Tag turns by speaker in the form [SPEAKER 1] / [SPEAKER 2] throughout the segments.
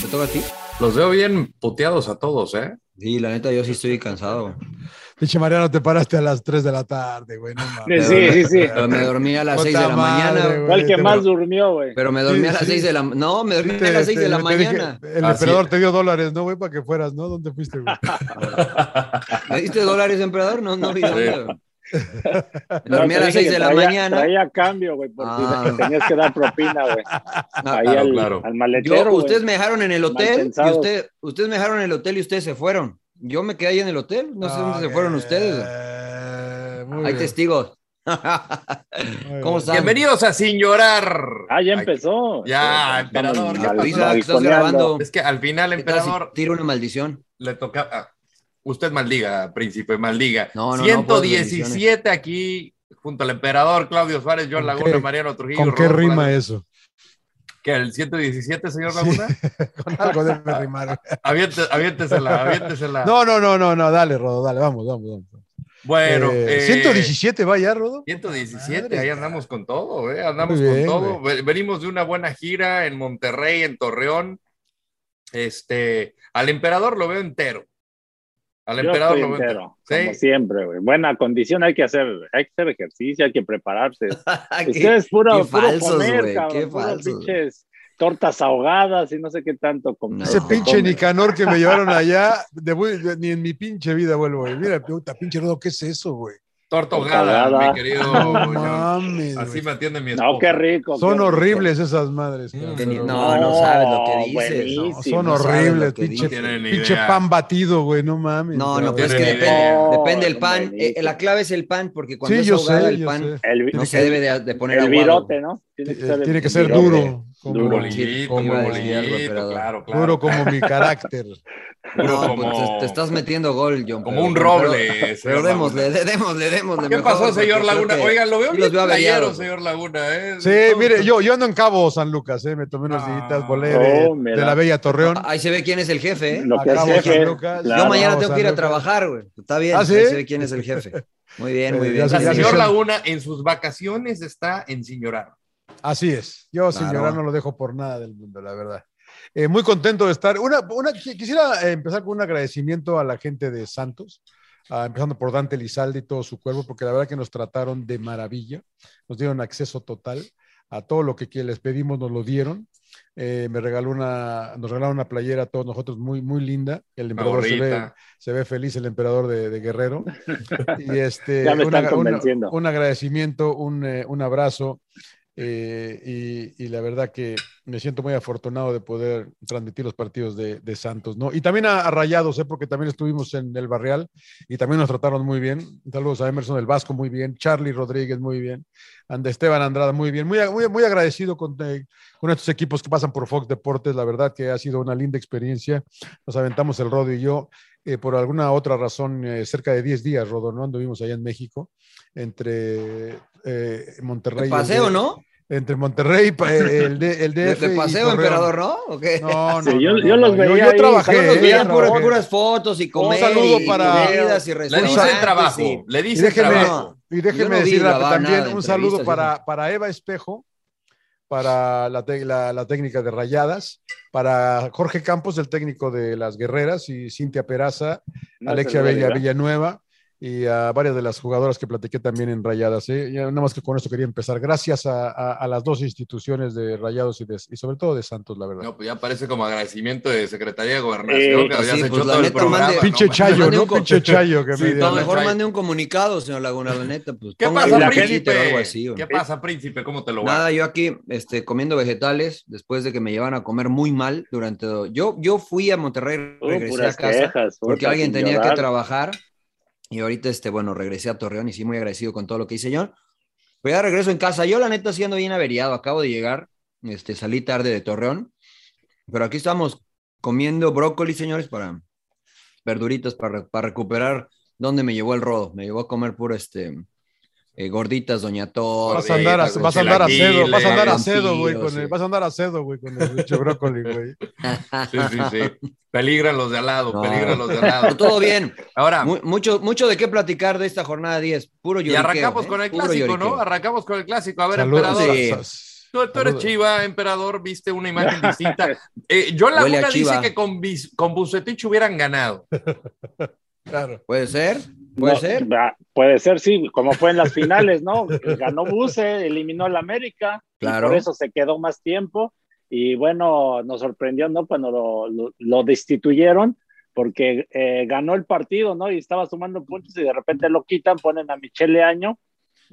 [SPEAKER 1] ¿Te toca a ti? Los veo bien puteados a todos, ¿eh?
[SPEAKER 2] Sí, la neta, yo sí estoy cansado.
[SPEAKER 3] Pinche Mariano, te paraste a las 3 de la tarde, güey. No,
[SPEAKER 4] sí, sí, sí, sí.
[SPEAKER 2] Pero me dormí a las Ota 6 de la madre, mañana.
[SPEAKER 4] Fue el que más durmió, güey.
[SPEAKER 2] Pero me dormí sí, a las 6 de la No, me dormí sí, a las 6 te, de la mañana.
[SPEAKER 3] Dije, el emperador ah, te dio dólares, ¿no, güey? Para que fueras, ¿no? ¿Dónde fuiste, güey?
[SPEAKER 2] ¿Me diste dólares, emperador? No, no vi dólares. Dormí no, a las 6 de la
[SPEAKER 4] traía,
[SPEAKER 2] mañana.
[SPEAKER 4] Traía cambio, güey, porque ah. tenías que dar propina, güey. No, Ahí claro, al, claro. al maletero.
[SPEAKER 2] Yo, ustedes me dejaron en el hotel. Y usted, ustedes me dejaron en el hotel y ustedes se fueron. Yo me quedé ahí en el hotel. No sé dónde okay. se fueron ustedes. Hay bien. testigos. ¿Cómo están?
[SPEAKER 1] Bienvenidos a Sin Llorar.
[SPEAKER 4] Ah, ya empezó.
[SPEAKER 1] Ya, Eso, emperador. ¿Qué pasó?
[SPEAKER 2] estás grabando.
[SPEAKER 1] Es que al final, emperador.
[SPEAKER 2] Si tiro una maldición.
[SPEAKER 1] Le toca. Ah. Usted maldiga, príncipe, maldiga. No, no, 117 no, aquí, junto al emperador Claudio Suárez, John Laguna, Mariano Trujillo.
[SPEAKER 3] ¿Con qué Rodolfo rima Laguna? eso?
[SPEAKER 1] ¿Que el 117, señor Laguna? Sí.
[SPEAKER 3] con algo de rimar.
[SPEAKER 1] Aviente, aviéntesela, aviéntesela.
[SPEAKER 3] No, no, no, no, no, dale, Rodo, dale, vamos, vamos, vamos.
[SPEAKER 1] Bueno,
[SPEAKER 3] eh, eh, 117 va ya, Rodo.
[SPEAKER 1] 117, Madre ahí andamos con todo, eh, andamos bien, con todo. Güey. Venimos de una buena gira en Monterrey, en Torreón. Este, al emperador lo veo entero. Al
[SPEAKER 4] Yo
[SPEAKER 1] emperador
[SPEAKER 4] estoy entero, ¿Sí? como siempre, güey. Buena condición, hay que hacer, hay que hacer ejercicio, hay que prepararse. Ustedes puro, qué puro falsos, comer, wey, cabrón, qué falsos, pinches tortas ahogadas y no sé qué tanto comer.
[SPEAKER 3] Ese pinche come. Nicanor que me llevaron allá, de, de, ni en mi pinche vida vuelvo, güey. Mira, puta, pinche rodo, ¿qué es eso, güey?
[SPEAKER 1] Torta ahogada, mi querido.
[SPEAKER 3] Mames,
[SPEAKER 1] Así me atiende mi
[SPEAKER 4] esposa. No, qué rico.
[SPEAKER 3] Son
[SPEAKER 4] qué
[SPEAKER 3] horribles rico. esas madres. Cabrón.
[SPEAKER 2] No, no sabes lo que dices.
[SPEAKER 3] No, son no horribles, pinche, no pinche pan batido, güey, no mames.
[SPEAKER 2] No, no, pero es que depende, depende del pan. Eh, la clave es el pan, porque cuando sí, es ahogada sé, el pan el, no se debe de, de poner
[SPEAKER 4] el
[SPEAKER 2] aguado.
[SPEAKER 4] virote, ¿no?
[SPEAKER 3] Tiene que eh, ser, tiene que ser duro.
[SPEAKER 1] Como duro, bolillito, como bolillito, claro, claro.
[SPEAKER 3] Duro como mi carácter.
[SPEAKER 2] no, como... Pues te, te, estás metiendo gol, John.
[SPEAKER 1] Como un roble.
[SPEAKER 2] Pero, démosle, démosle, démosle.
[SPEAKER 1] ¿Qué
[SPEAKER 2] mejor,
[SPEAKER 1] pasó, señor Laguna? Que... Oigan, lo veo bien playero, señor Laguna. ¿eh?
[SPEAKER 3] Sí, Entonces... mire, yo, yo ando en Cabo San Lucas, ¿eh? me tomé unas sillitas, volé oh, de, de, la Bella Torreón.
[SPEAKER 2] Ahí se ve quién es el jefe. ¿eh?
[SPEAKER 4] Lo que Acabo es jefe.
[SPEAKER 2] Lucas, claro. Yo mañana tengo que ir a trabajar, güey. Está bien, ¿Ah, sí? Eh, ahí se ve quién es el jefe. Muy bien, muy bien.
[SPEAKER 1] El señor Laguna en sus vacaciones está en Señorar.
[SPEAKER 3] Así es. Yo, claro. sin llorar, no lo dejo por nada del mundo, la verdad. Eh, muy contento de estar. Una, una, quisiera eh, empezar con un agradecimiento a la gente de Santos, ah, empezando por Dante Lizalde y todo su cuerpo, porque la verdad que nos trataron de maravilla. Nos dieron acceso total a todo lo que, que les pedimos, nos lo dieron. Eh, me regaló una, nos regalaron una playera a todos nosotros muy, muy linda. El emperador se ve, se ve, feliz, el emperador de, de Guerrero. y este,
[SPEAKER 4] ya me están
[SPEAKER 3] una,
[SPEAKER 4] convenciendo.
[SPEAKER 3] un agradecimiento, un, eh, un abrazo. Eh, y, y, la verdad que me siento muy afortunado de poder transmitir los partidos de, de Santos, ¿no? Y también a, a Rayados, ¿eh? porque también estuvimos en el Barrial y también nos trataron muy bien. Saludos a Emerson del Vasco, muy bien. Charlie Rodríguez, muy bien. Ande Esteban Andrada, muy bien. Muy, muy, muy agradecido con, eh, con estos equipos que pasan por Fox Deportes. La verdad que ha sido una linda experiencia. Nos aventamos el Rodo y yo. Eh, por alguna otra razón, eh, cerca de 10 días, Rodo, ¿no? Anduvimos allá en México, entre eh, Monterrey.
[SPEAKER 2] El paseo, el, ¿no?
[SPEAKER 3] Entre Monterrey, eh, el, de, el DF.
[SPEAKER 2] ¿De paseo, emperador, no? ¿O qué?
[SPEAKER 3] No, no, sí,
[SPEAKER 4] yo, yo, los veía.
[SPEAKER 3] Yo, yo trabajé.
[SPEAKER 2] Ahí, los veía
[SPEAKER 3] trabajé.
[SPEAKER 2] Puras, puras, fotos y comer.
[SPEAKER 3] Un saludo para.
[SPEAKER 2] Y y
[SPEAKER 1] le dicen trabajo. Sí. Le dicen
[SPEAKER 3] y déjeme,
[SPEAKER 1] trabajo.
[SPEAKER 3] Y déjeme no decir también un saludo para, para Eva Espejo, para la, la, la, técnica de rayadas, para Jorge ¿eh? Campos, el técnico de las guerreras, y Cintia Peraza, no Alexia Bella Villanueva, y a varias de las jugadoras que platiqué también en Rayadas. ¿eh? Ya nada más que con esto quería empezar. Gracias a, a, a las dos instituciones de Rayados y, de, y, sobre todo de Santos, la verdad.
[SPEAKER 1] No, pues ya parece como agradecimiento de Secretaría de Gobernación. Eh, que sí, se pues la
[SPEAKER 3] neta, mande, pinche chayo, ¿no? Pinche chayo. Que
[SPEAKER 2] sí, me no, mejor mande un comunicado, señor Laguna, la neta. Pues,
[SPEAKER 1] ¿Qué pasa, príncipe? O algo así, ¿o? ¿Qué pasa, príncipe? ¿Cómo te lo
[SPEAKER 2] Nada, vas? yo aquí este, comiendo vegetales después de que me llevan a comer muy mal durante... Yo, yo fui a Monterrey, regresé oh, a casa quejas, porque alguien tenía llorar. que trabajar. Y ahorita, este, bueno, regresé a Torreón y sí, muy agradecido con todo lo que hice yo. Pero ya regreso en casa. Yo, la neta, siendo bien averiado, acabo de llegar. Este, salí tarde de Torreón. Pero aquí estamos comiendo brócoli, señores, para verduritas, para, para recuperar donde me llevó el rodo. Me llevó a comer puro, este, eh, gorditas, doña Torre.
[SPEAKER 3] Vas a andar a, vas a, andar a cedo, vas a andar a cedo, güey, con el, vas a andar a cedo, güey, con el dicho brócoli, güey.
[SPEAKER 1] Sí, sí, sí. Peligran los de al lado, no. peligran los de al lado. No,
[SPEAKER 2] todo bien.
[SPEAKER 1] Ahora,
[SPEAKER 2] Mu mucho, mucho de qué platicar de esta jornada 10. Puro lloriqueo.
[SPEAKER 1] Y arrancamos
[SPEAKER 2] ¿eh?
[SPEAKER 1] con el clásico, ¿no? Arrancamos con el clásico. A ver, Salud, emperador. Sí. Tú, tú, eres Chiva, emperador, viste una imagen distinta. Eh, yo la Laguna dice que con, Bis con Bucetich hubieran ganado.
[SPEAKER 2] Claro. Puede ser. ¿Puede
[SPEAKER 4] no,
[SPEAKER 2] ser?
[SPEAKER 4] Puede ser, sí, como fue en las finales, ¿no? Ganó Buse, eliminó al América, claro. y por eso se quedó más tiempo. Y bueno, nos sorprendió, ¿no? Cuando lo, lo, lo destituyeron, porque eh, ganó el partido, ¿no? Y estaba sumando puntos y de repente lo quitan, ponen a Michele Año.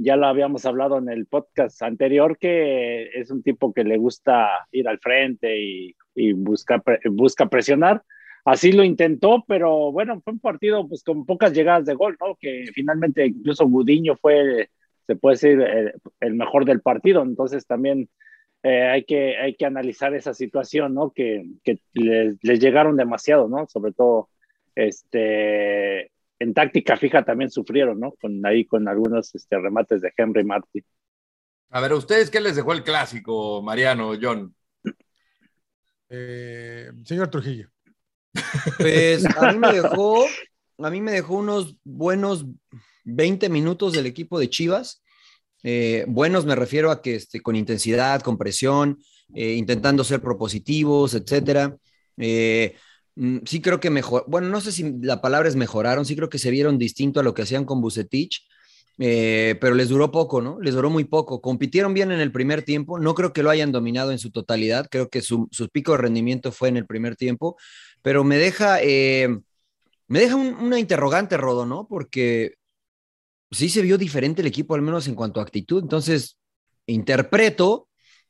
[SPEAKER 4] Ya lo habíamos hablado en el podcast anterior, que es un tipo que le gusta ir al frente y, y busca, busca presionar así lo intentó, pero bueno, fue un partido pues con pocas llegadas de gol, ¿no? Que finalmente incluso Gudiño fue, se puede decir, el, el mejor del partido, entonces también eh, hay, que, hay que analizar esa situación, ¿no? Que, que les, les, llegaron demasiado, ¿no? Sobre todo, este, en táctica fija también sufrieron, ¿no? Con, ahí con algunos este, remates de Henry Martí.
[SPEAKER 1] A ver, ¿a ustedes qué les dejó el clásico, Mariano, John?
[SPEAKER 3] Eh, señor Trujillo.
[SPEAKER 2] Pues a mí me dejó, a mí me dejó unos buenos 20 minutos del equipo de Chivas. Eh, buenos me refiero a que este, con intensidad, con presión, eh, intentando ser propositivos, etcétera. Eh, sí creo que mejor, bueno, no sé si la palabra es mejoraron, sí creo que se vieron distinto a lo que hacían con Bucetich, eh, pero les duró poco, ¿no? Les duró muy poco. Compitieron bien en el primer tiempo, no creo que lo hayan dominado en su totalidad, creo que su, su pico de rendimiento fue en el primer tiempo, pero me deja, eh, me deja un, una interrogante, Rodo, ¿no? Porque sí se vio diferente el equipo, al menos en cuanto a actitud. Entonces, interpreto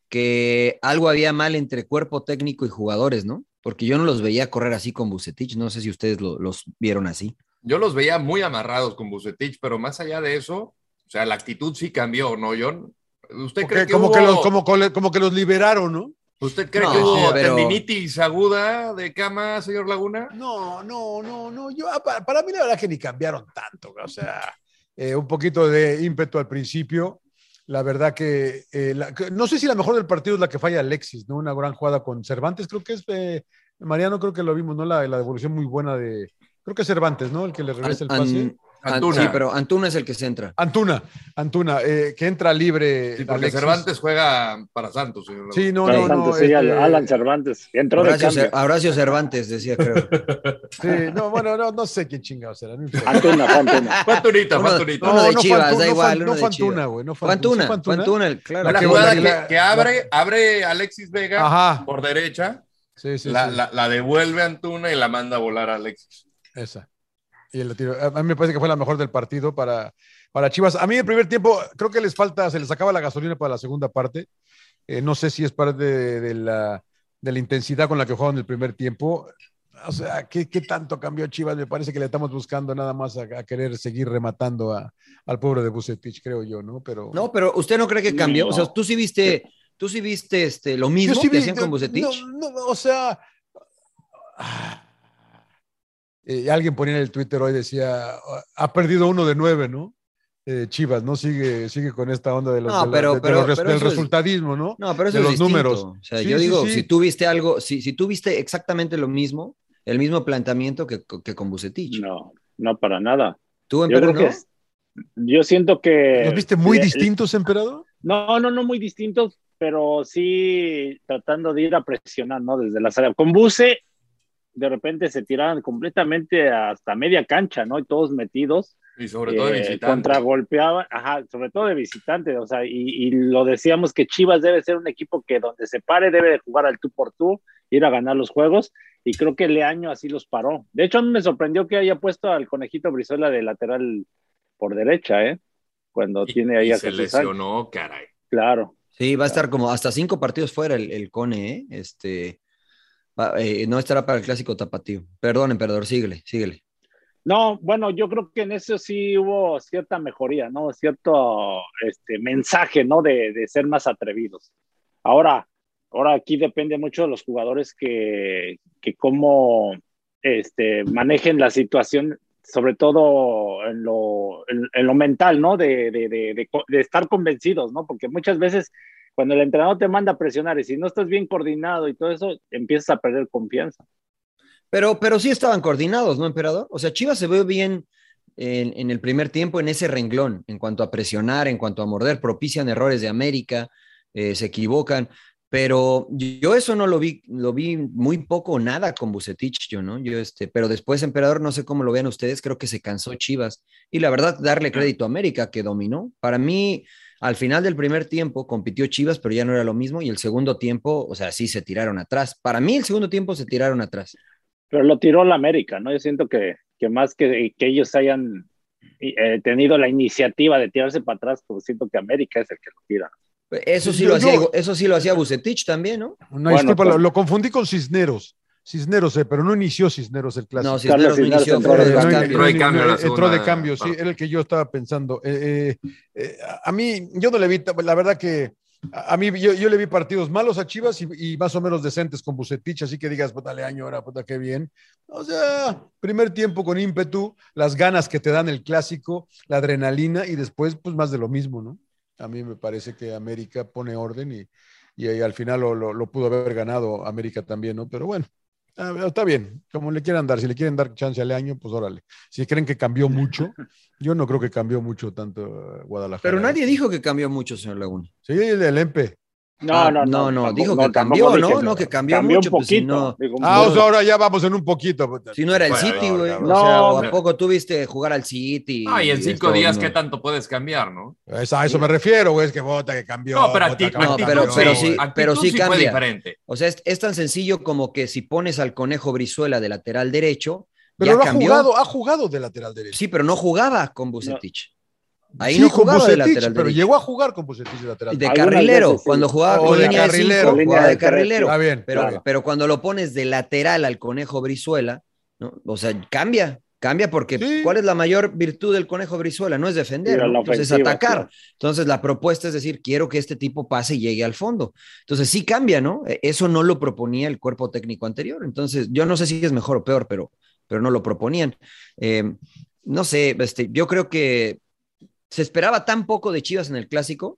[SPEAKER 2] que algo había mal entre cuerpo técnico y jugadores, ¿no? Porque yo no los veía correr así con Bucetich, no sé si ustedes lo, los vieron así.
[SPEAKER 1] Yo los veía muy amarrados con Bucetich, pero más allá de eso, o sea, la actitud sí cambió, ¿no, John?
[SPEAKER 3] ¿Usted cree que como, hubo... que los, como, como que los liberaron, ¿no?
[SPEAKER 1] ¿Usted cree no, que hubo pero... tendinitis aguda de cama, señor Laguna?
[SPEAKER 3] No, no, no, no. Yo, para, para mí la verdad que ni cambiaron tanto. O sea, eh, un poquito de ímpetu al principio. La verdad que, eh, la, que, no sé si la mejor del partido es la que falla Alexis, ¿no? Una gran jugada con Cervantes, creo que es eh, Mariano, creo que lo vimos, ¿no? La, la, devolución muy buena de, creo que es Cervantes, ¿no? El que le regresa el pase.
[SPEAKER 2] An,
[SPEAKER 1] Ah,
[SPEAKER 2] an, Antuna. Sí, pero Antuna es el que se entra.
[SPEAKER 3] Antuna, Antuna, eh, que entra libre.
[SPEAKER 1] Sí, porque Alexis. Cervantes juega para Santos. Señor
[SPEAKER 3] sí, no, eh,
[SPEAKER 4] para
[SPEAKER 3] no, Santos,
[SPEAKER 4] no sí, este... Alan Cervantes. Entró
[SPEAKER 2] Horacio,
[SPEAKER 4] de cambio.
[SPEAKER 2] Horacio Cervantes decía, creo.
[SPEAKER 3] sí, no, bueno, no, no sé quién chingados era.
[SPEAKER 4] Antuna, Antuna.
[SPEAKER 1] Fantunita, Fantunita.
[SPEAKER 2] Uno de Chivas, da igual.
[SPEAKER 3] No Fantuna, güey. No
[SPEAKER 2] Fantuna. Fantuna, claro.
[SPEAKER 1] La jugada que, que abre, abre Alexis Vega Ajá. por derecha.
[SPEAKER 3] Sí, sí,
[SPEAKER 1] la,
[SPEAKER 3] sí.
[SPEAKER 1] La, la devuelve a Antuna y la manda a volar a Alexis.
[SPEAKER 3] Esa. Y el tiro. A mí me parece que fue la mejor del partido para, para Chivas. A mí el primer tiempo creo que les falta, se les acaba la gasolina para la segunda parte. Eh, no sé si es parte de, de, la, de, la, intensidad con la que jugaron el primer tiempo. O sea, ¿qué, ¿qué, tanto cambió Chivas? Me parece que le estamos buscando nada más a, a querer seguir rematando a, al pobre de Bucetich, creo yo, ¿no? Pero,
[SPEAKER 2] no, pero usted no cree que cambió. No. O sea, tú sí viste, tú sí viste este, lo mismo sí que vi, hacían con Bucetich.
[SPEAKER 3] No, no, o sea. Ah. Eh, alguien ponía en el Twitter hoy, decía, ha perdido uno de nueve, ¿no? Eh, Chivas, ¿no? Sigue, sigue con esta onda de los,
[SPEAKER 2] no, pero,
[SPEAKER 3] de,
[SPEAKER 2] pero,
[SPEAKER 3] de los
[SPEAKER 2] pero
[SPEAKER 3] del resultadismo, ¿no?
[SPEAKER 2] No, pero eso
[SPEAKER 3] de
[SPEAKER 2] es
[SPEAKER 3] los
[SPEAKER 2] distinto.
[SPEAKER 3] números.
[SPEAKER 2] O sea, sí, yo sí, digo, sí. si tú viste algo, si, si tú viste exactamente lo mismo, el mismo planteamiento que, que con Bucetich.
[SPEAKER 4] No, no para nada.
[SPEAKER 2] ¿Tú, emperador?
[SPEAKER 4] Yo, no? yo siento que.
[SPEAKER 3] ¿Los viste muy eh, distintos, emperador?
[SPEAKER 4] No, no, no muy distintos, pero sí tratando de ir a presionar, ¿no? Desde la sala. Con Buce de repente se tiraban completamente hasta media cancha, ¿no? Y eh, todos metidos.
[SPEAKER 1] Y sobre todo de visitante.
[SPEAKER 4] Contragolpeaba, ajá, sobre todo de visitante, o sea, y, y, lo decíamos que Chivas debe ser un equipo que donde se pare debe de jugar al tú por tú, ir a ganar los juegos, y creo que Leaño así los paró. De hecho, a mí me sorprendió que haya puesto al conejito Brizuela de lateral por derecha, ¿eh? Cuando
[SPEAKER 1] Y-
[SPEAKER 4] tiene ahí
[SPEAKER 1] y
[SPEAKER 4] a
[SPEAKER 1] se
[SPEAKER 4] Jesús Sánchez.
[SPEAKER 1] lesionó, caray.
[SPEAKER 4] Claro.
[SPEAKER 2] Sí, va a estar como hasta cinco partidos fuera el, el Cone, ¿eh? Este, va- eh, no estará para el clásico tapatío. Perdón, emperador, síguele, síguele.
[SPEAKER 4] No, bueno, yo creo que en eso sí hubo cierta mejoría, ¿no? Cierto este, mensaje, ¿no? De, de ser más atrevidos. Ahora, ahora aquí depende mucho de los jugadores que, que cómo este, manejen la situación, sobre todo en lo, en, en lo mental, ¿no? De, de- de- de co- de estar convencidos, ¿no? Porque muchas veces cuando el entrenador te manda a presionar y si no estás bien coordinado y todo eso, empiezas a perder confianza.
[SPEAKER 2] Pero, pero sí estaban coordinados, ¿no, emperador? O sea, Chivas se ve bien en, en el primer tiempo en ese renglón, en cuanto a presionar, en cuanto a morder, propician errores de América, eh, se equivocan. Pero yo eso no lo vi, lo vi muy poco o nada con Bucetich, yo, ¿no? Yo este, pero después, emperador, no sé cómo lo vean ustedes, creo que se cansó Chivas. Y la verdad, darle crédito a América, que dominó. Para mí, al final del primer tiempo compitió Chivas, pero ya no era lo mismo. Y el segundo tiempo, o sea, sí se tiraron atrás. Para mí, el segundo tiempo se tiraron atrás.
[SPEAKER 4] pero lo tiró la América, ¿no? Yo siento que, que más que, que ellos hayan eh, tenido la iniciativa de tirarse para atrás, pues siento que América es el que lo tira.
[SPEAKER 2] Eso sí,
[SPEAKER 4] Yo-
[SPEAKER 2] lo hacía,
[SPEAKER 4] yo-
[SPEAKER 2] eso sí lo hacía Bucetich también, ¿no?
[SPEAKER 3] Una disculpa,
[SPEAKER 2] pues
[SPEAKER 3] lo, lo confundí con Cisneros. Cisneros, eh, pero no inició Cisneros el clásico.
[SPEAKER 2] No, Cisneros Carlos no Cisneros inició, entró
[SPEAKER 3] Eh,
[SPEAKER 2] de
[SPEAKER 3] no,
[SPEAKER 2] cambio.
[SPEAKER 3] entró de cambio.
[SPEAKER 1] la
[SPEAKER 3] Entró de
[SPEAKER 1] segunda
[SPEAKER 3] cambio, sí, era el que yo estaba pensando. Eh, eh, eh, a mí, yo no le vi, la verdad que a a mí yo, yo le vi partidos malos a Chivas y, y más o menos decentes con Bucetich, así que digas, puta, le año ahora, puta, qué bien. O sea, primer tiempo con ímpetu, las ganas que te dan el clásico, la adrenalina y después, pues más de lo mismo, ¿no? A mí me parece que América pone orden y, y, ahí al final lo, lo- lo pudo haber ganado América también, ¿no? Pero bueno, ah, está bien, como le quieran dar, si le quieren dar chance al año, pues órale. Si creen que cambió mucho, yo no creo que cambió mucho tanto eh, Guadalajara.
[SPEAKER 2] Pero
[SPEAKER 3] ¿eh?
[SPEAKER 2] nadie dijo que cambió mucho, señor Laguna.
[SPEAKER 3] Sí, el del Empe.
[SPEAKER 4] No,
[SPEAKER 2] Ah,
[SPEAKER 4] no,
[SPEAKER 2] no,
[SPEAKER 4] no.
[SPEAKER 2] no,
[SPEAKER 4] tampoco-
[SPEAKER 2] dijo que
[SPEAKER 4] no,
[SPEAKER 2] cambió,
[SPEAKER 4] tampoco
[SPEAKER 2] ¿no?
[SPEAKER 4] dije,
[SPEAKER 2] No, que cambió mucho,
[SPEAKER 4] un
[SPEAKER 2] pues, si
[SPEAKER 4] poquito.
[SPEAKER 2] no-
[SPEAKER 4] digo,
[SPEAKER 3] Ah, o
[SPEAKER 4] no.
[SPEAKER 3] sea, ahora ya vamos en un poquito. puta.
[SPEAKER 2] Si no era el
[SPEAKER 3] Bueno,
[SPEAKER 2] City, güey.
[SPEAKER 3] cabrón.
[SPEAKER 2] O sea,
[SPEAKER 4] No,
[SPEAKER 2] ¿o ¿a
[SPEAKER 4] no.
[SPEAKER 2] poco tuviste jugar al City?
[SPEAKER 1] Ah, y en cinco
[SPEAKER 2] esto,
[SPEAKER 1] días,
[SPEAKER 2] no?
[SPEAKER 1] ¿qué tanto puedes cambiar, no?
[SPEAKER 3] Es a eso me refiero, güey, es que bota, que cambió.
[SPEAKER 1] No, pero a
[SPEAKER 3] bota,
[SPEAKER 1] ti-
[SPEAKER 3] cabrón,
[SPEAKER 2] No,
[SPEAKER 1] actitud
[SPEAKER 2] pero,
[SPEAKER 3] cabrón.
[SPEAKER 2] pero
[SPEAKER 1] sí,
[SPEAKER 2] sí,
[SPEAKER 1] actitud
[SPEAKER 2] pero sí
[SPEAKER 1] sí fue
[SPEAKER 2] cambia.
[SPEAKER 1] diferente.
[SPEAKER 2] O sea, es, es tan sencillo como que si pones al conejo Brizuela de lateral derecho,
[SPEAKER 3] Pero
[SPEAKER 2] ya
[SPEAKER 3] lo ha
[SPEAKER 2] cambió.
[SPEAKER 3] jugado, ha jugado de lateral derecho.
[SPEAKER 2] Sí, pero no jugaba con Bucetich. Ahí
[SPEAKER 3] Sí,
[SPEAKER 2] no
[SPEAKER 3] con
[SPEAKER 2] jugaba de
[SPEAKER 3] Bucetich,
[SPEAKER 2] lateral
[SPEAKER 3] pero
[SPEAKER 2] derecho.
[SPEAKER 3] llegó a jugar con Bucetich de lateral
[SPEAKER 2] Y de
[SPEAKER 3] derecho.
[SPEAKER 4] Algunas
[SPEAKER 2] carrilero,
[SPEAKER 4] veces sí.
[SPEAKER 2] cuando jugaba
[SPEAKER 3] O
[SPEAKER 2] con
[SPEAKER 3] de
[SPEAKER 2] línea de cinco,
[SPEAKER 3] carrilero.
[SPEAKER 2] jugaba de
[SPEAKER 4] Línea de tres.
[SPEAKER 2] carrilero.
[SPEAKER 3] Está bien,
[SPEAKER 2] Pero,
[SPEAKER 3] está bien.
[SPEAKER 2] pero cuando lo pones de lateral al conejo Brizuela, ¿no? o sea, cambia, cambia porque
[SPEAKER 3] Sí.
[SPEAKER 2] ¿cuál es la mayor virtud del conejo Brizuela? No es defender,
[SPEAKER 4] Ir a
[SPEAKER 2] ¿no?
[SPEAKER 4] la
[SPEAKER 2] entonces es
[SPEAKER 4] ofensiva,
[SPEAKER 2] atacar.
[SPEAKER 4] claro.
[SPEAKER 2] Entonces la propuesta es decir, quiero que este tipo pase y llegue al fondo. Entonces sí cambia, ¿no? E- Eso no lo proponía el cuerpo técnico anterior. Entonces yo no sé si es mejor o peor, pero, pero no lo proponían. Eh, no sé, este, yo creo que se esperaba tan poco de Chivas en el clásico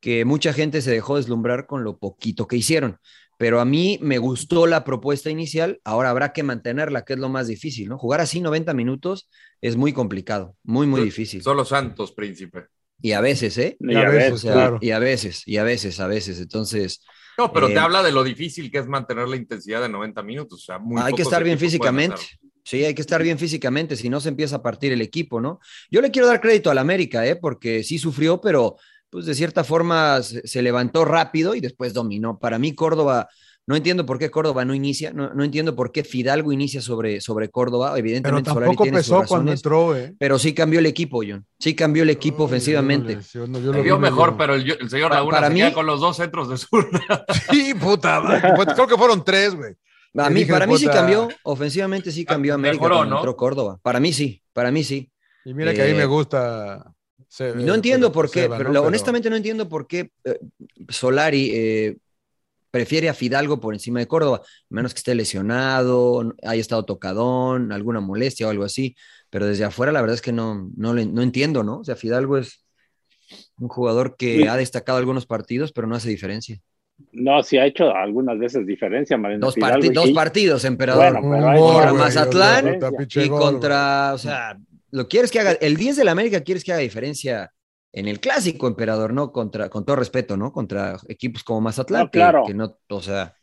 [SPEAKER 2] que mucha gente se dejó deslumbrar con lo poquito que hicieron. Pero a mí me gustó la propuesta inicial, ahora habrá que mantenerla, que es lo más difícil, ¿no? Jugar así 90 minutos es muy complicado, muy, muy difícil.
[SPEAKER 1] Solo Santos, príncipe.
[SPEAKER 2] Y a veces, ¿eh?
[SPEAKER 4] Y a
[SPEAKER 2] O
[SPEAKER 4] veces,
[SPEAKER 2] sea,
[SPEAKER 3] Pues, claro.
[SPEAKER 2] Y a veces, y a veces, a veces. Entonces,
[SPEAKER 1] No, pero
[SPEAKER 2] Eh,
[SPEAKER 1] te habla de lo difícil que es mantener la intensidad de 90 minutos. O sea, muy
[SPEAKER 2] hay que
[SPEAKER 1] pocos
[SPEAKER 2] estar bien
[SPEAKER 1] equipos pueden
[SPEAKER 2] físicamente. Sí, hay que estar bien físicamente, si no se empieza a partir el equipo, ¿no? Yo le quiero dar crédito al América, ¿eh? Porque sí sufrió, pero pues de cierta forma se, se levantó rápido y después dominó. Para mí Córdoba, no entiendo por qué Córdoba no inicia, no, no entiendo por qué Fidalgo inicia sobre, sobre Córdoba,
[SPEAKER 3] Pero
[SPEAKER 2] evidentemente Solari
[SPEAKER 3] tampoco
[SPEAKER 2] tiene sus
[SPEAKER 3] pesó cuando
[SPEAKER 2] razones,
[SPEAKER 3] entró, ¿eh?
[SPEAKER 2] pero sí cambió el equipo, John. Sí cambió el equipo ofensivamente.
[SPEAKER 3] Yo no- yo lo
[SPEAKER 1] hacerlo. Se vio
[SPEAKER 3] vi
[SPEAKER 1] mejor,
[SPEAKER 3] medio-
[SPEAKER 1] pero el, el señor
[SPEAKER 2] Pa-
[SPEAKER 1] Laguna
[SPEAKER 2] para
[SPEAKER 1] se
[SPEAKER 2] mí-
[SPEAKER 1] queda con los dos centros de zurda.
[SPEAKER 3] Sí, puta. madre, pues, Creo que fueron tres, güey.
[SPEAKER 2] A
[SPEAKER 3] Le
[SPEAKER 2] mí,
[SPEAKER 3] dije,
[SPEAKER 2] para mí sí
[SPEAKER 3] puta.
[SPEAKER 2] cambió, ofensivamente sí cambió
[SPEAKER 1] Ah,
[SPEAKER 2] América
[SPEAKER 1] mejoró,
[SPEAKER 2] cuando
[SPEAKER 1] ¿no?
[SPEAKER 2] entró Córdoba. Para mí sí, para mí sí.
[SPEAKER 3] Y mira que a mí
[SPEAKER 2] Eh,
[SPEAKER 3] me gusta. Se-
[SPEAKER 2] No
[SPEAKER 3] eh,
[SPEAKER 2] entiendo
[SPEAKER 3] pero-
[SPEAKER 2] por qué,
[SPEAKER 3] Seba,
[SPEAKER 2] pero
[SPEAKER 3] ¿no?
[SPEAKER 2] lo- honestamente no entiendo por qué eh, Solari eh, prefiere a Fidalgo por encima de Córdoba, a menos que esté lesionado, n- haya estado tocadón, alguna molestia o algo así, pero desde afuera la verdad es que no, no, le- no entiendo, ¿no? O sea, Fidalgo es un jugador que
[SPEAKER 4] Sí.
[SPEAKER 2] ha destacado algunos partidos, pero no hace diferencia.
[SPEAKER 4] No, sí ha hecho algunas veces diferencia, Mariano.
[SPEAKER 2] Dos,
[SPEAKER 4] Fidalgo,
[SPEAKER 2] parti-
[SPEAKER 4] y-
[SPEAKER 2] dos partidos, emperador.
[SPEAKER 4] Bueno,
[SPEAKER 3] Un
[SPEAKER 4] pero hay
[SPEAKER 3] gol,
[SPEAKER 2] Contra
[SPEAKER 3] güey,
[SPEAKER 2] Mazatlán
[SPEAKER 3] o sea, puta, pinche
[SPEAKER 2] y
[SPEAKER 3] gol,
[SPEAKER 2] contra, o sea, lo quieres que haga, el 10 del América quieres que haga diferencia en el clásico, emperador, ¿no? Contra, con todo respeto, ¿no? Contra equipos como Mazatlán,
[SPEAKER 4] No,
[SPEAKER 2] que-
[SPEAKER 4] claro.
[SPEAKER 2] que, no, o sea,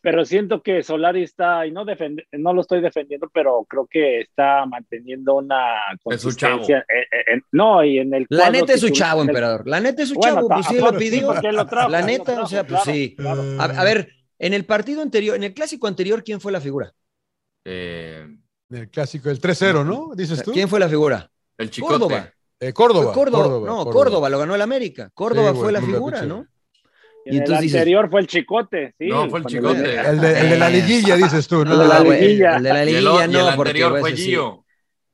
[SPEAKER 4] pero siento que Solari está, y no, defende, no lo estoy defendiendo, pero creo que está manteniendo una
[SPEAKER 1] consistencia.
[SPEAKER 4] En, en, en- no, y en el
[SPEAKER 2] La
[SPEAKER 4] cuadro
[SPEAKER 2] neta es su
[SPEAKER 4] titular-
[SPEAKER 2] chavo,
[SPEAKER 4] en el-
[SPEAKER 2] emperador. La neta es su
[SPEAKER 4] Bueno,
[SPEAKER 2] chavo,
[SPEAKER 4] ta-
[SPEAKER 2] pues sí lo
[SPEAKER 4] aparte, eh,
[SPEAKER 2] pidió.
[SPEAKER 4] porque lo trajo,
[SPEAKER 2] la
[SPEAKER 4] lo
[SPEAKER 2] neta,
[SPEAKER 4] trajo,
[SPEAKER 2] o sea, pues
[SPEAKER 4] claro,
[SPEAKER 2] sí.
[SPEAKER 4] claro.
[SPEAKER 2] A, a ver, en el partido anterior, en el clásico anterior, ¿quién fue la figura?
[SPEAKER 1] Eh,
[SPEAKER 3] Mm, El clásico, el 3-0, ¿no? Dices tú.
[SPEAKER 2] ¿Quién fue la figura?
[SPEAKER 1] el chicote.
[SPEAKER 2] Córdoba.
[SPEAKER 3] Eh,
[SPEAKER 2] Fue
[SPEAKER 3] Córdoba,
[SPEAKER 2] Córdoba.
[SPEAKER 3] Córdoba,
[SPEAKER 2] No,
[SPEAKER 3] Córdoba.
[SPEAKER 2] Córdoba. lo ganó el América. Córdoba
[SPEAKER 3] Sí,
[SPEAKER 2] fue
[SPEAKER 3] güey,
[SPEAKER 2] la
[SPEAKER 3] muy
[SPEAKER 2] figura,
[SPEAKER 3] rápido.
[SPEAKER 2] ¿no?
[SPEAKER 4] En el
[SPEAKER 2] entonces dices-
[SPEAKER 4] anterior fue el chicote, sí.
[SPEAKER 1] No, fue el
[SPEAKER 4] cuando
[SPEAKER 1] chicote.
[SPEAKER 4] le-
[SPEAKER 3] El de, el de la liguilla, dices tú, ¿no?
[SPEAKER 4] El de la
[SPEAKER 2] Eh, Ah, güey,
[SPEAKER 4] liguilla.
[SPEAKER 2] El de la
[SPEAKER 1] Y el,
[SPEAKER 2] liguilla,
[SPEAKER 1] y el
[SPEAKER 2] no, porque
[SPEAKER 1] anterior
[SPEAKER 2] güey,
[SPEAKER 1] fue
[SPEAKER 2] ese sí.
[SPEAKER 1] Gio.